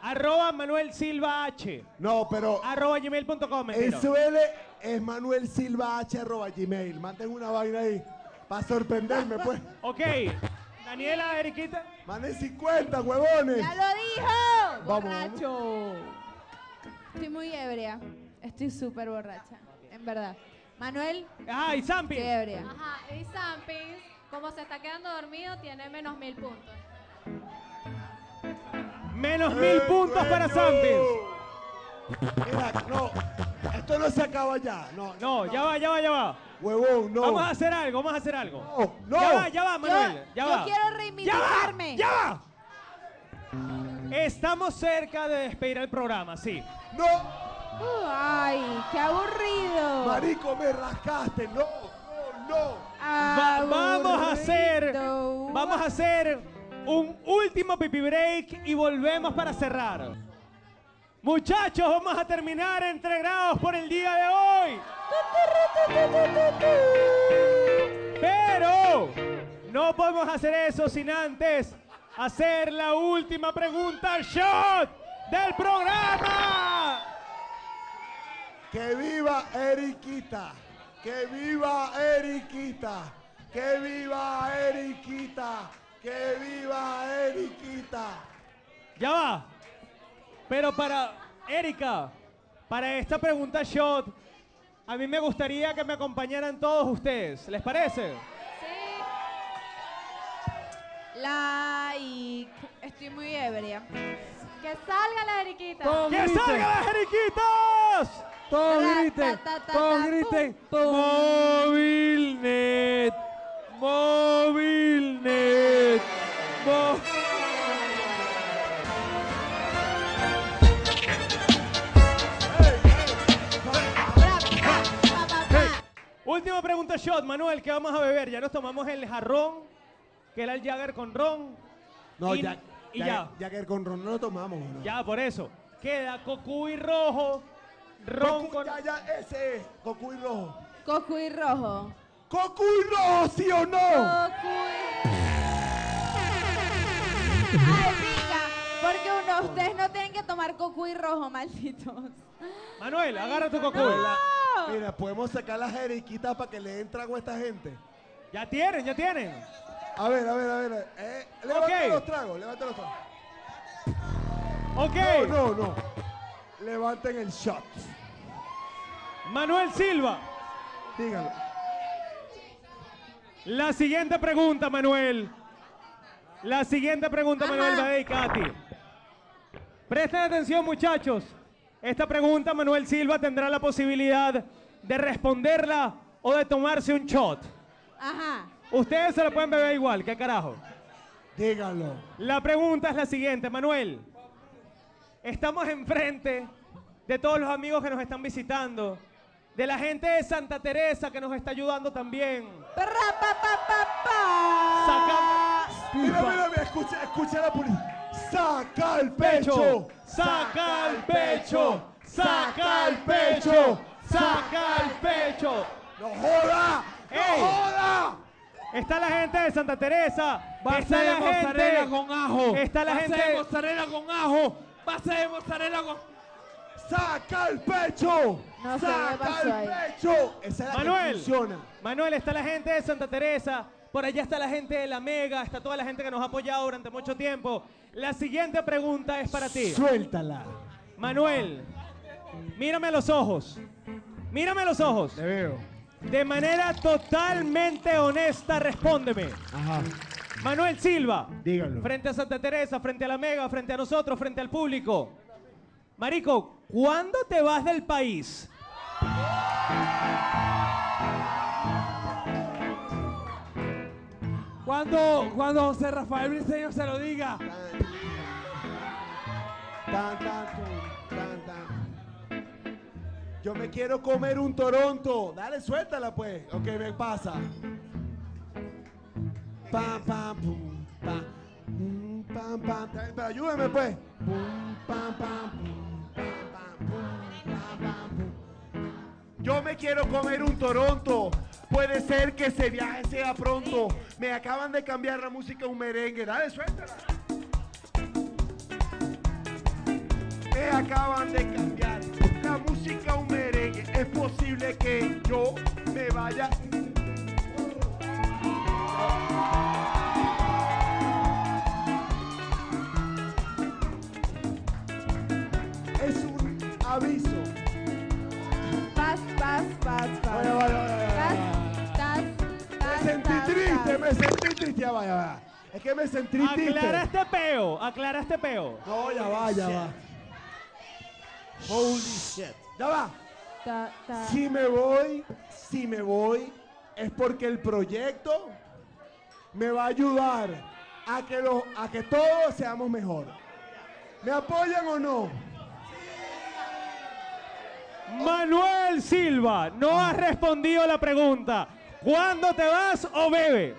Speaker 4: Arroba Manuel Silva H.
Speaker 5: No,
Speaker 6: Ah,
Speaker 5: pero
Speaker 4: Arroba gmail.com.
Speaker 5: el
Speaker 4: mentira.
Speaker 5: suele es Manuel Silva H arroba Gmail. Manden una vaina ahí para sorprenderme, pues.
Speaker 4: Ok, Daniela, Eriquita.
Speaker 5: Manden 50, huevones.
Speaker 6: ¡Ya lo dijo!
Speaker 5: Vamos,
Speaker 6: ¡Borracho! Estoy muy ebria. Estoy súper borracha, en verdad. Manuel,
Speaker 4: Ay, Zampi.
Speaker 6: estoy ebria.
Speaker 2: Ajá, y Sampins, como se está quedando dormido, tiene menos mil puntos.
Speaker 4: Menos mil puntos para Zampis.
Speaker 5: Mira, no, esto no se acaba ya. No,
Speaker 4: No, ya va, ya va, ya va.
Speaker 5: Huevón, no.
Speaker 4: Vamos a hacer algo, vamos a hacer algo.
Speaker 5: No, no.
Speaker 4: Ya va, ya va, Manuel.
Speaker 6: Yo-
Speaker 4: ya
Speaker 6: yo
Speaker 4: va.
Speaker 6: quiero reivindicarme.
Speaker 4: reivindicarme. ¡Ya va! Estamos cerca de despedir el programa, sí.
Speaker 5: No,
Speaker 6: Uh, ¡Ay, qué aburrido!
Speaker 5: marico, me rascaste. No, no, no.
Speaker 4: Va- vamos a hacer.
Speaker 6: Aburrido.
Speaker 4: Vamos a hacer un último pipi break y volvemos para cerrar. Muchachos, vamos a terminar entregados por el día de hoy. Pero no podemos hacer eso sin antes hacer la última pregunta shot del programa.
Speaker 5: Que viva Eriquita. Que viva Eriquita. Que viva Eriquita. Que viva Eriquita.
Speaker 4: Ya va. Pero para Erika, para esta pregunta shot, a mí me gustaría que me acompañaran todos ustedes. ¿Les parece?
Speaker 2: Sí.
Speaker 6: Like. Estoy muy ebria.
Speaker 2: Que salga la Eriquita.
Speaker 13: Todo
Speaker 4: ¡Que
Speaker 13: griten,
Speaker 4: salgan las Eriquitas!
Speaker 13: Todos
Speaker 6: Ra,
Speaker 13: griten,
Speaker 6: ta, ta, ta,
Speaker 13: todos
Speaker 6: ta,
Speaker 13: griten.
Speaker 6: pum, pum.
Speaker 13: Movilnet, Movilnet, Mo-
Speaker 4: Última pregunta shot, Manuel, ¿qué vamos a beber? Ya nos tomamos el jarrón, que era el Jagger con ron. y, y ya.
Speaker 5: Ya que con Ron no lo tomamos. ¿no?
Speaker 4: Ya, por eso. Queda cocuy rojo, Ron
Speaker 5: Goku-
Speaker 4: con...
Speaker 5: Ya, ya, ese es. Goku y rojo.
Speaker 6: Cocu y rojo.
Speaker 5: ¡Goku y rojo, sí o no!
Speaker 6: Cocu y... Ay, pica, porque uno, ustedes no tienen que tomar cocu y rojo, malditos.
Speaker 4: Manuel, agarra tu cocuy.
Speaker 5: Mira, podemos sacar las jeriquitas para que le den trago a esta gente.
Speaker 4: Ya tienen, ya tienen.
Speaker 5: A ver, a ver, a ver. Eh, levanta
Speaker 4: Ok.
Speaker 5: los tragos, levanta los tragos.
Speaker 4: Ok.
Speaker 5: No, no, no. Levanten el shot.
Speaker 4: Manuel Silva.
Speaker 5: Dígalo.
Speaker 4: La siguiente pregunta, Manuel. La siguiente pregunta,
Speaker 6: Ajá.
Speaker 4: Manuel, va dedicada a ti. Presten atención, muchachos. Esta pregunta, Manuel Silva tendrá la posibilidad de responderla o de tomarse un shot.
Speaker 6: Ajá.
Speaker 4: Ustedes se la pueden beber igual, qué carajo.
Speaker 5: Dígalo.
Speaker 4: La pregunta es la siguiente, Manuel. Estamos enfrente de todos los amigos que nos están visitando, de la gente de Santa Teresa que nos está ayudando también.
Speaker 6: Perra, pa, pa, pa, pa.
Speaker 4: Saca-
Speaker 5: Mira, mira, mira, escucha, escucha la policía. Saca el pecho.
Speaker 4: pecho, saca el pecho, saca el pecho, saca el pecho.
Speaker 5: ¡No joda! ¡No
Speaker 4: Ey.
Speaker 5: joda!
Speaker 4: Está la gente de Santa Teresa,
Speaker 14: Base
Speaker 4: está
Speaker 14: de
Speaker 4: la
Speaker 14: mozzarella
Speaker 4: gente,
Speaker 14: con ajo.
Speaker 4: está la
Speaker 14: Base
Speaker 4: gente-
Speaker 14: de mozzarella con ajo. Base de mozzarella con...
Speaker 5: ¡Saca el pecho!
Speaker 6: No sé qué
Speaker 5: ¡Saca
Speaker 6: pasó
Speaker 5: el
Speaker 6: ahí.
Speaker 5: pecho! Esa es la
Speaker 4: Manuel,
Speaker 5: que funciona.
Speaker 4: Manuel, está la gente de Santa Teresa, por allá está la gente de la Mega, está toda la gente que nos ha apoyado durante mucho tiempo. La siguiente pregunta es para ti.
Speaker 5: Suéltala.
Speaker 4: Manuel, mírame a los ojos. Mírame a los ojos.
Speaker 5: Te veo.
Speaker 4: De manera totalmente honesta, respóndeme.
Speaker 5: Ajá.
Speaker 4: Manuel Silva.
Speaker 5: Dígalo.
Speaker 4: Frente a Santa Teresa, frente a la Mega, frente a nosotros, frente al público. Marico, ¿cuándo te vas del país?
Speaker 14: Cuando, cuando José Rafael Briceño se lo diga.
Speaker 5: Tan, tan, tum, tan, tan. Yo me quiero comer un Toronto. Dale, suéltala pues. Ok, me pasa. Pam, pam, pum, pam. Mm, Pam, pam, tan. Pero ayúdeme pues. Pum, pam, pam, pum, pam, pam, pum, pam, pam, pum. Yo me quiero comer un Toronto. Puede ser que ese viaje sea pronto. Me acaban de cambiar la música a un merengue. Dale, suéltala. Me acaban de cambiar la música a un merengue. Es posible que yo me vaya. Es un aviso.
Speaker 6: Paz, paz, paz, paz.
Speaker 5: Vaya, vaya, vaya, vaya.
Speaker 6: Taz,
Speaker 5: Me
Speaker 6: taz, taz,
Speaker 5: sentí
Speaker 6: taz,
Speaker 5: triste,
Speaker 6: taz.
Speaker 5: me sentí triste. Ya va, ya va. Es que me sentí
Speaker 4: Aclara
Speaker 5: triste.
Speaker 4: este peo, aclara este peo.
Speaker 5: No, ya va, ya va. Holy shit. Ya va.
Speaker 6: Ta, ta.
Speaker 5: Si me voy, si me voy, es porque el proyecto me va a ayudar a que, lo- a que todos seamos mejor. ¿Me apoyan o no?
Speaker 4: Manuel Silva, no has respondido la pregunta. ¿Cuándo te vas o bebe?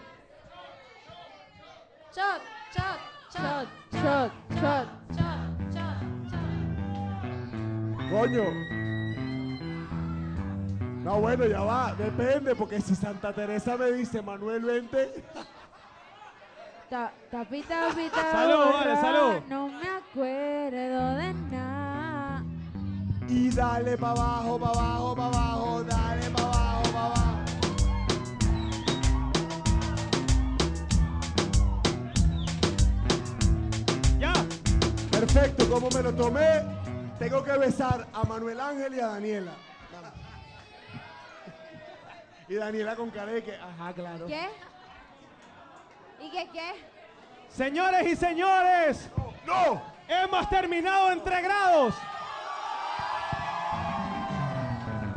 Speaker 2: Shot, shot, shot,
Speaker 6: Shot, shot, shot.
Speaker 2: shot, shot, shot.
Speaker 5: Coño. No, bueno, ya va, depende, porque si Santa Teresa me dice, Manuel, vente,
Speaker 6: Ta, tapita, tapita.
Speaker 4: Salud, vale,
Speaker 6: borra,
Speaker 4: salud.
Speaker 6: No me acuerdo de nada.
Speaker 5: y dale para abajo, para abajo, para abajo, dale para abajo, para abajo.
Speaker 4: Ya.
Speaker 5: Perfecto, como me lo tomé, tengo que besar a Manuel Ángel y a Daniela. Y Daniela con cara de que, ajá, claro.
Speaker 6: ¿Qué? ¿Y qué qué?
Speaker 4: Señores y señores,
Speaker 5: ¡No!
Speaker 4: hemos terminado entre grados.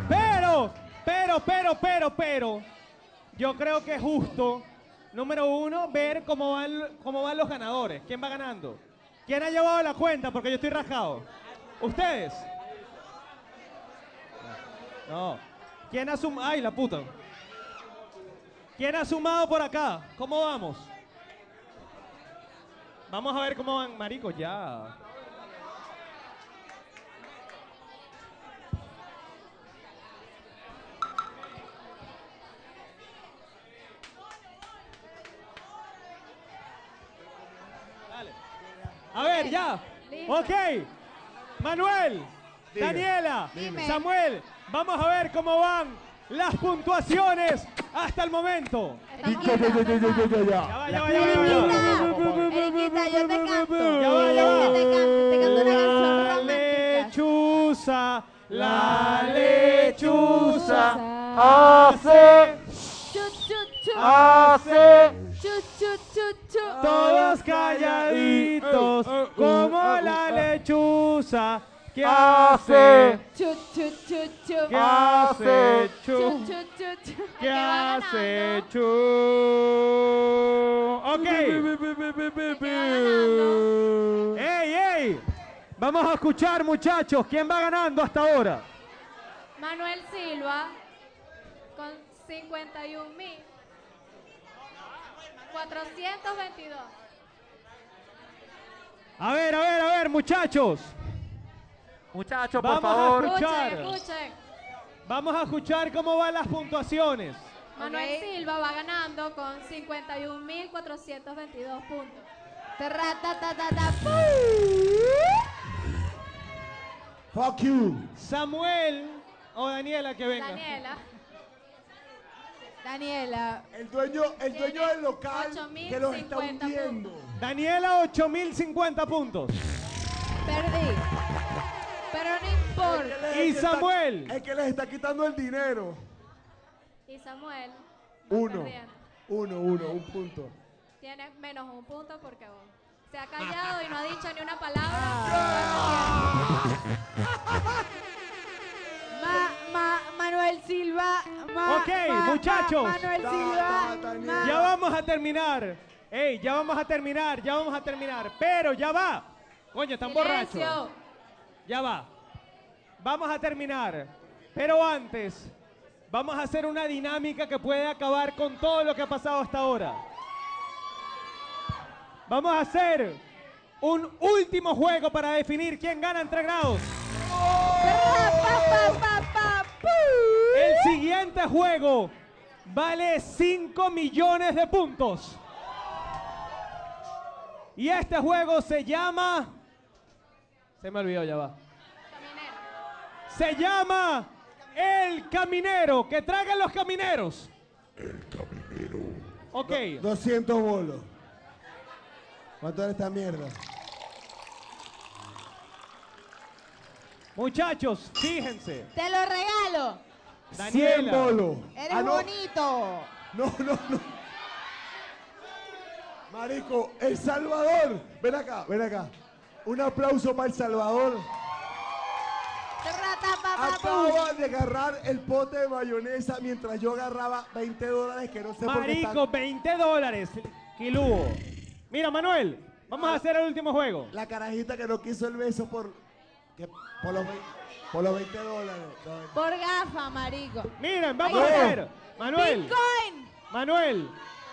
Speaker 4: Pero, pero, pero, pero, pero, yo creo que es justo, número uno, ver cómo van, cómo van los ganadores. ¿Quién va ganando? ¿Quién ha llevado la cuenta? Porque yo estoy rascado. ¿Ustedes? No. ¿Quién ha sumado? ¡Ay, la puta! ¿Quién ha sumado por acá? ¿Cómo vamos? Vamos a ver cómo van, marico, ya. hacer, ya.
Speaker 2: Listo.
Speaker 4: Ok. Manuel,
Speaker 5: Dime,
Speaker 4: Daniela,
Speaker 2: dime.
Speaker 4: Samuel, vamos a ver cómo van las puntuaciones hasta el momento.
Speaker 2: Estamos empezando, hermano.
Speaker 4: Ya va, ya va, ya va, ya va, ya va.
Speaker 6: Eriquita, yo te canto.
Speaker 4: Ya va, ya va.
Speaker 6: Yo te canto, te canto una canción
Speaker 4: La
Speaker 6: romántica.
Speaker 4: lechuza, la lechuza
Speaker 3: hace,
Speaker 6: Chut, chut, chut.
Speaker 4: Ah.
Speaker 3: hace.
Speaker 6: Chut, chut, chut, chut.
Speaker 4: todos calladitos
Speaker 1: Eh, eh, eh,
Speaker 4: como
Speaker 1: eh,
Speaker 4: la
Speaker 1: eh.
Speaker 4: lechuza que
Speaker 3: Hace.
Speaker 4: hace
Speaker 6: Chut, chut, chut, chut.
Speaker 4: que hace chu
Speaker 6: Chut, chut, chut, chut.
Speaker 4: que
Speaker 6: El que va ganando,
Speaker 4: hace
Speaker 6: el
Speaker 4: chu ok
Speaker 6: que va ganando.
Speaker 4: ey ey vamos a escuchar muchachos quién va ganando hasta ahora
Speaker 2: Manuel Silva con 51 mil. 422.
Speaker 4: a ver a ver a ver muchachos
Speaker 3: Muchachos, por
Speaker 4: Vamos a
Speaker 3: favor.
Speaker 4: Escuchar.
Speaker 2: Escuchen, escuchen.
Speaker 4: vamos a escuchar cómo van las puntuaciones
Speaker 2: Manuel
Speaker 6: Ok.
Speaker 2: Silva va ganando con 51.422 puntos.
Speaker 6: Terra, ta, ta, ta, ta, pu.
Speaker 5: Fuck you.
Speaker 4: Samuel o Daniela que venga
Speaker 2: Daniela,
Speaker 6: Daniela.
Speaker 5: El dueño, el dueño del local que los está
Speaker 2: 8.050
Speaker 5: hundiendo.
Speaker 4: Daniela 8050 puntos
Speaker 6: Perdí. Pero no
Speaker 5: El
Speaker 6: importa.
Speaker 5: que les
Speaker 4: Y
Speaker 5: está-
Speaker 4: Samuel.
Speaker 5: El que les está quitando el dinero.
Speaker 2: y Samuel. va
Speaker 5: Uno.
Speaker 2: perdiendo.
Speaker 5: Uno, uno, un punto.
Speaker 2: Tiene menos un punto porque vos. Se ha callado y no ha dicho ni una palabra.
Speaker 6: Ma, ma, Manuel Silva. Ma,
Speaker 4: Ok,
Speaker 6: ma- ma-
Speaker 4: muchachos.
Speaker 6: Manuel
Speaker 5: Ta,
Speaker 6: Silva.
Speaker 5: ta, ta,
Speaker 6: ma-
Speaker 4: Ya vamos a terminar. Ey, ya vamos a terminar, ya vamos a terminar. Pero ya va. Coño, están borrachos.
Speaker 2: Silencio.
Speaker 4: Ya va. Vamos a terminar. Pero antes, vamos a hacer una dinámica que puede acabar con todo lo que ha pasado hasta ahora. Vamos a hacer un último juego para definir quién gana entre grados.
Speaker 6: Terra, pa, pa, pa, pa, pu.
Speaker 4: El siguiente juego vale 5 millones de puntos. Y este juego se llama... Se me olvidó, ya va.
Speaker 2: Caminero.
Speaker 4: Se llama El Caminero. Que traigan los camineros. El Caminero. Ok.
Speaker 5: 200 bolos. ¿Cuánto era esta mierda?
Speaker 4: Muchachos, fíjense.
Speaker 6: Te lo regalo.
Speaker 5: 100
Speaker 4: Daniela.
Speaker 5: bolos.
Speaker 6: Eres
Speaker 5: Ah, no.
Speaker 6: bonito.
Speaker 5: No, no, no. Marico, El Salvador. Ven acá, ven acá. Un aplauso para El Salvador.
Speaker 6: Terra, ta, pa, pa, pu.
Speaker 5: Acaba de agarrar el pote de mayonesa mientras yo agarraba 20 dólares que no sé por qué.
Speaker 4: Marico,
Speaker 5: están-
Speaker 4: 20 dólares. Kilúo. Mira, Manuel. Vamos
Speaker 5: Ah.
Speaker 4: a hacer el último juego.
Speaker 5: La carajita que no quiso el beso por, que- por, los, vei- por los 20 dólares. No,
Speaker 6: Por gafa, marico.
Speaker 4: Miren, vamos a
Speaker 5: Ahí va.
Speaker 4: hacer. Manuel.
Speaker 6: Bitcoin.
Speaker 4: Manuel,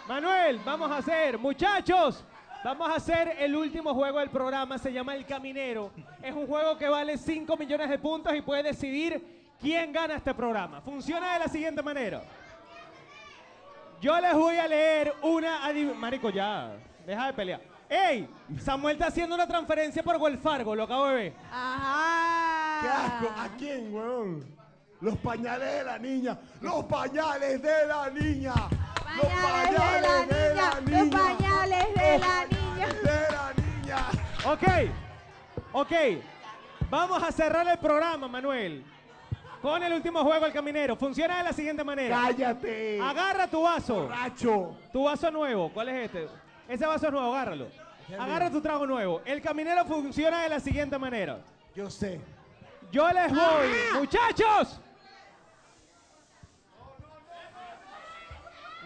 Speaker 4: Manuel, vamos a hacer, muchachos, vamos a hacer el último juego del programa, se llama El Caminero. Es un juego que vale 5 millones de puntos y puede decidir quién gana este programa. Funciona de la siguiente manera. Yo les voy a leer una adiv- Marico, ya, deja de pelear. ¡Ey! Samuel está haciendo una transferencia por Wells Fargo, lo acabo de ver.
Speaker 6: Ajá.
Speaker 5: ¡Qué asco!
Speaker 6: Ah.
Speaker 5: ¿A quién, weón? Los pañales de la niña. ¡Los pañales de la niña!
Speaker 6: Pañales de la niña, los pañales de
Speaker 5: Los
Speaker 6: la
Speaker 5: pañales
Speaker 6: niña.
Speaker 5: de la niña.
Speaker 4: Ok, ok. Vamos a cerrar el programa, Manuel. Con el último juego, El Caminero. Funciona de la siguiente manera.
Speaker 5: ¡Cállate!
Speaker 4: Agarra tu vaso.
Speaker 5: ¡Borracho!
Speaker 4: Tu vaso nuevo. ¿Cuál es este? Ese vaso es nuevo, agárralo. Agarra tu trago nuevo. El caminero funciona de la siguiente manera.
Speaker 5: Yo sé.
Speaker 4: Yo les voy, muchachos.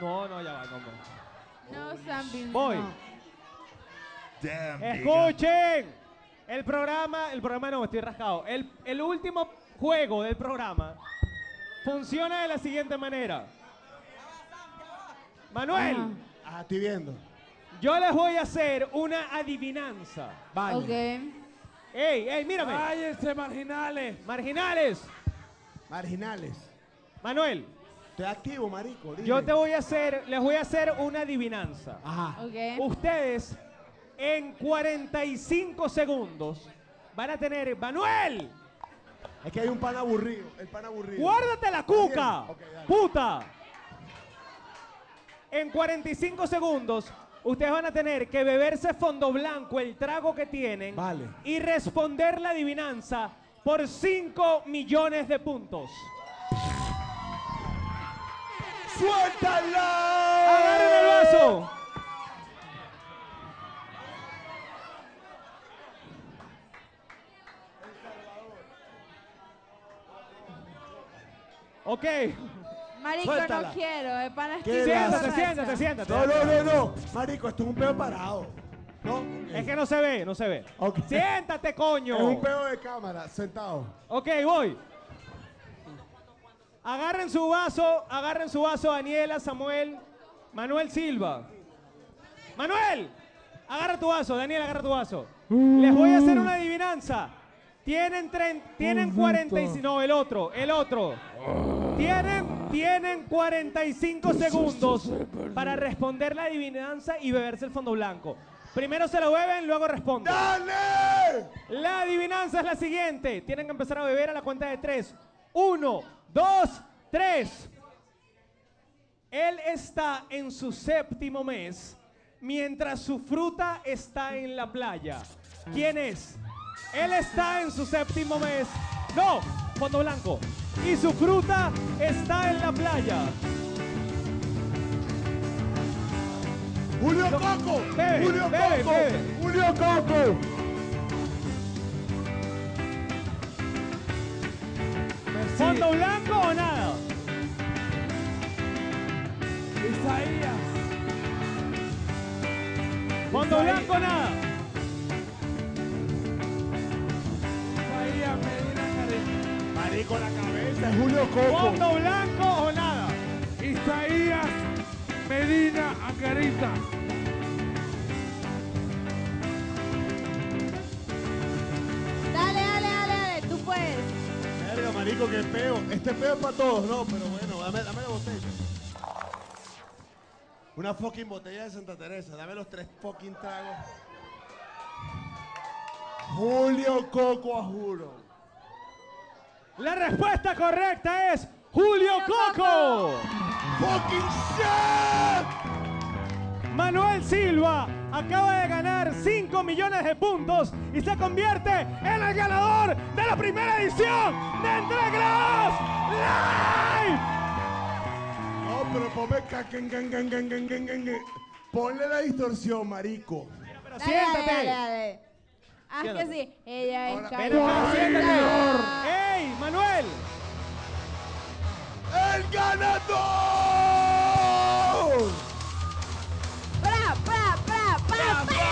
Speaker 4: No, no, ya va, no, no.
Speaker 6: No, Zambi.
Speaker 4: Voy.
Speaker 6: no.
Speaker 4: Escuchen. El programa, el programa no, estoy rascado. El, el último juego del programa funciona de la siguiente manera. Manuel,
Speaker 5: Ah, estoy viendo.
Speaker 4: yo les voy a hacer una adivinanza.
Speaker 5: Vale.
Speaker 6: Ok.
Speaker 4: ¡Ey, ey, mírame!
Speaker 1: Cállense, marginales.
Speaker 4: Marginales.
Speaker 5: Marginales.
Speaker 4: Manuel,
Speaker 5: Estoy activo, marico. dime.
Speaker 1: Ah.
Speaker 4: yo te voy a hacer, les voy a hacer una adivinanza.
Speaker 5: Ajá.
Speaker 6: Ok.
Speaker 4: Ustedes en 45 segundos van a tener, Manuel,
Speaker 5: Es que hay un pan aburrido. El pan aburrido.
Speaker 4: guárdate la
Speaker 5: ¿Está bien?
Speaker 4: cuca,
Speaker 5: Ok, dale.
Speaker 4: puta. En 45 segundos, ustedes van a tener que beberse fondo blanco el trago que tienen
Speaker 5: Vale.
Speaker 4: y responder la adivinanza por 5 millones de puntos.
Speaker 5: ¡Suéltala!
Speaker 4: ¡Agarren el vaso! Ok,
Speaker 6: Marico,
Speaker 5: Suéltala.
Speaker 6: no quiero. El pana es
Speaker 5: Qué
Speaker 6: que-
Speaker 4: Oh, siéntate,
Speaker 5: vergüenza.
Speaker 4: siéntate, siéntate.
Speaker 5: No, no, no, no. Marico, esto es un peo parado. ¿No?
Speaker 4: Es que no se ve, no se ve.
Speaker 5: Ok.
Speaker 4: Siéntate, coño.
Speaker 5: Es un peo de cámara, sentado.
Speaker 4: Ok, voy. Agarren su vaso, agarren su vaso, Daniela, Samuel, Manuel Silva. Manuel, agarra tu vaso, Daniel, agarra tu vaso. Les voy a hacer una adivinanza. Tienen, tren- tienen 45, no, el otro, el otro. Tienen, tienen 45 segundos para responder la adivinanza y beberse el fondo blanco. Primero se lo beben, luego responden.
Speaker 5: ¡Dale!
Speaker 4: La adivinanza es la siguiente. Tienen que empezar a beber a la cuenta de tres. Uno, dos, tres. Él está en su séptimo mes mientras su fruta está en la playa. ¿Quién es? Él está en su séptimo mes. No, fondo blanco. Y su fruta está en la playa.
Speaker 5: Julio Coco,
Speaker 4: Bebe,
Speaker 5: Julio
Speaker 4: bebe,
Speaker 5: Coco,
Speaker 4: bebe.
Speaker 5: Julio Coco.
Speaker 4: ¿Fondo blanco o nada?
Speaker 15: Isaías.
Speaker 4: ¿Fondo blanco o nada?
Speaker 15: Isaías Medina Carrillo.
Speaker 5: Marico la cabeza, es Julio Coco.
Speaker 4: ¿Fondo blanco o nada?
Speaker 15: Isaías Medina Angarita.
Speaker 6: Dale, dale, dale, dale. Tú puedes.
Speaker 5: Verga, marico, qué peo. Este peo es para todos, no, pero bueno, dame, dame la botella. Una fucking botella de Santa Teresa. Dame los tres fucking tragos. Julio Coco, a juro.
Speaker 4: La respuesta correcta es Julio Coco.
Speaker 5: ¡Fucking shit!
Speaker 4: Manuel Silva acaba de ganar 5 millones de puntos y se convierte en el ganador de la primera edición de Entre Grados Live.
Speaker 5: No, Oh, pero ponme ca- can- can- can- can- can- can- can- can. Ponle la distorsión, marico.
Speaker 4: Pero
Speaker 6: Dale,
Speaker 4: siéntate.
Speaker 6: Dale, dale, dale. Haz que
Speaker 4: Siéntate.
Speaker 6: sí. Ella es
Speaker 5: Ahora,
Speaker 4: Ven acá, siéntate. Eh.
Speaker 6: Carlita.
Speaker 4: ¡Ey, Manuel!
Speaker 5: ¡El ganador!
Speaker 6: ¡Pra, pra, pra, pra, pra!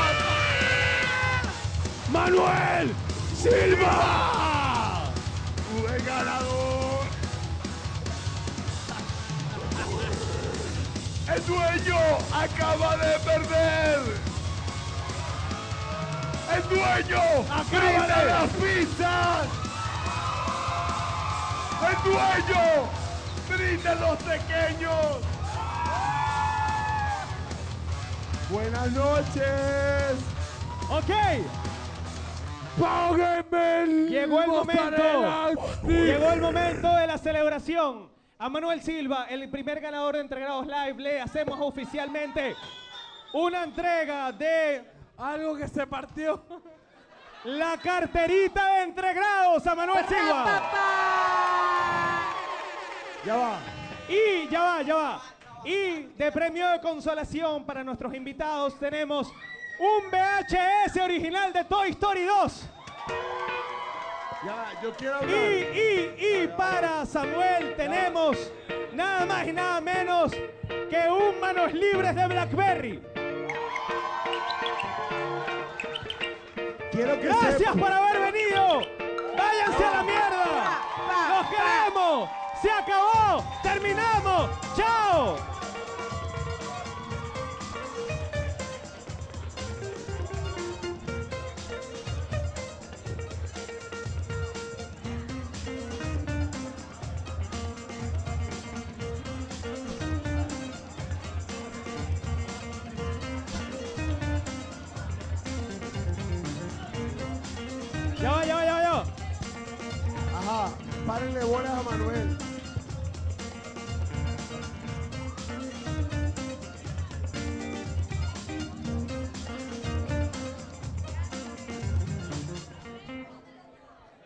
Speaker 5: ¡Manuel Silva! ¡El ganador! ¡El dueño acaba de perder! ¡El dueño grita las pizzas! ¡El dueño grita los pequeños! ¡Buenas noches!
Speaker 4: ¡Ok!
Speaker 15: ¡Páguenme el
Speaker 4: Llegó el
Speaker 15: mozzarella
Speaker 4: momento.
Speaker 15: stick!
Speaker 4: Llegó el momento de la celebración. A Manuel Silva, el primer ganador de Entregrados Live, le hacemos oficialmente una entrega de
Speaker 15: Algo que se partió.
Speaker 4: la carterita de Entregrados a Manuel Silva.
Speaker 5: Ya va.
Speaker 4: Y ya va, ya va. Y de premio de consolación para nuestros invitados tenemos un VHS original de Toy Story 2.
Speaker 5: Ya, yo quiero
Speaker 4: Y,
Speaker 5: hablar.
Speaker 4: y, y para Samuel tenemos nada más y nada menos que un manos libres de Blackberry.
Speaker 5: Quiero que
Speaker 4: Gracias
Speaker 5: sepa-
Speaker 4: por haber venido. Váyanse a la mierda. Los queremos. Se acabó. Terminamos. Chao.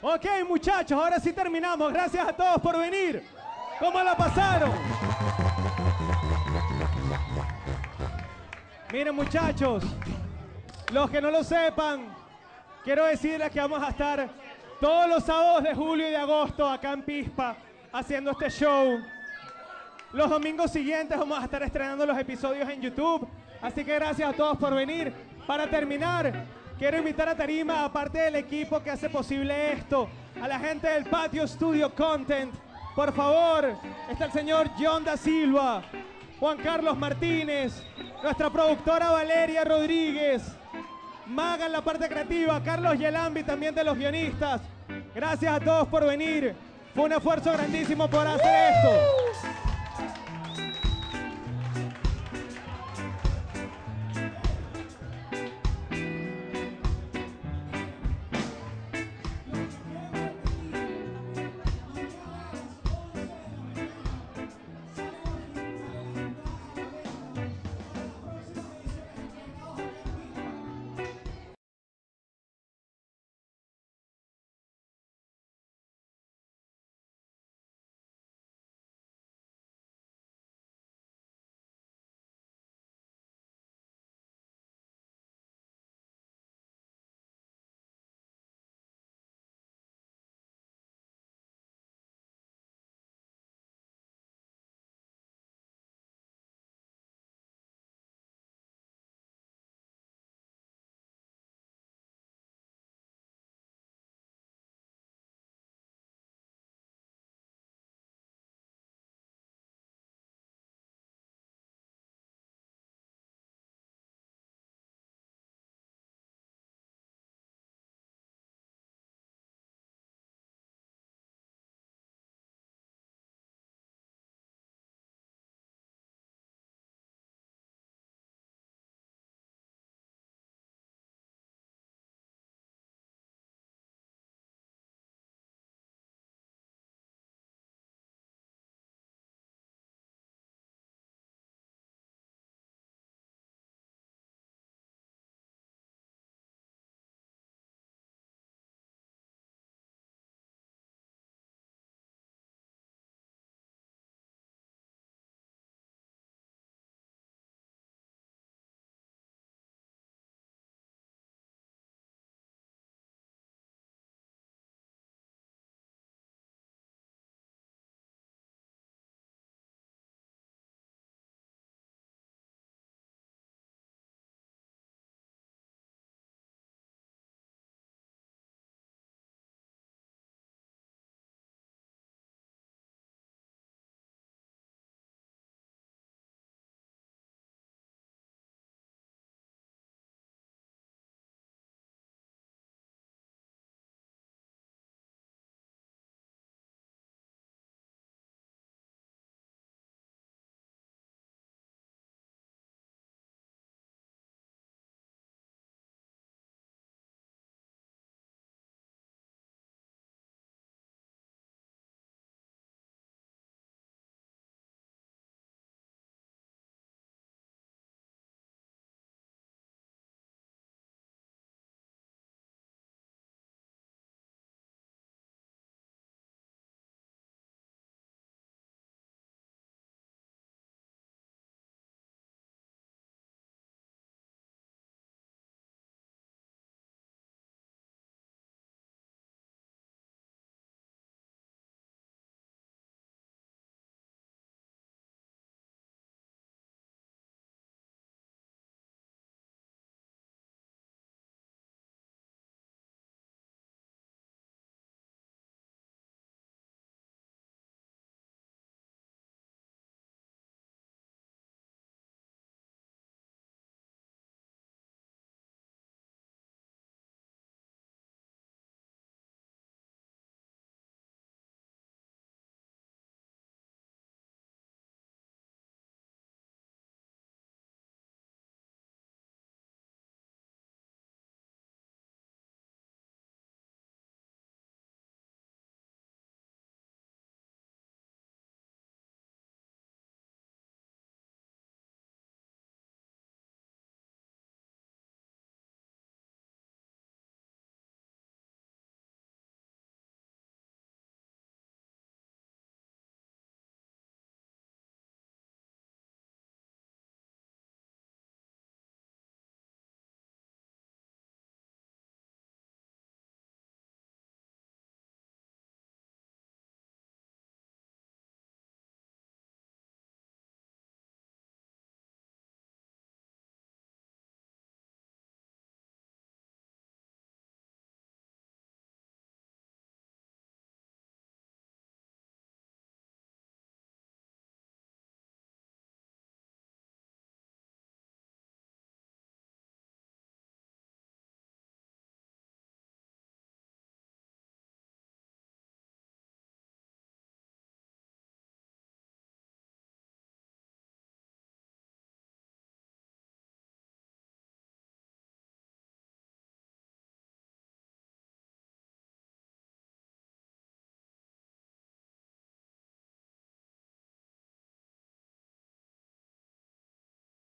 Speaker 4: Ok, muchachos, ahora sí terminamos. Gracias a todos por venir. ¿Cómo la pasaron? Miren, muchachos, los que no lo sepan, quiero decirles que vamos a estar todos los sábados de julio y de agosto acá en Pispa haciendo este show. Los domingos siguientes vamos a estar estrenando los episodios en YouTube. Así que gracias a todos por venir. Para terminar, quiero invitar a Tarima, aparte del equipo que hace posible esto, a la gente del Patio Studio Content. Por favor, está el señor John da Silva, Juan Carlos Martínez, nuestra productora Valeria Rodríguez, Maga en la parte creativa, Carlos Yelambi también de los guionistas. Gracias a todos por venir. Fue un esfuerzo grandísimo por hacer esto.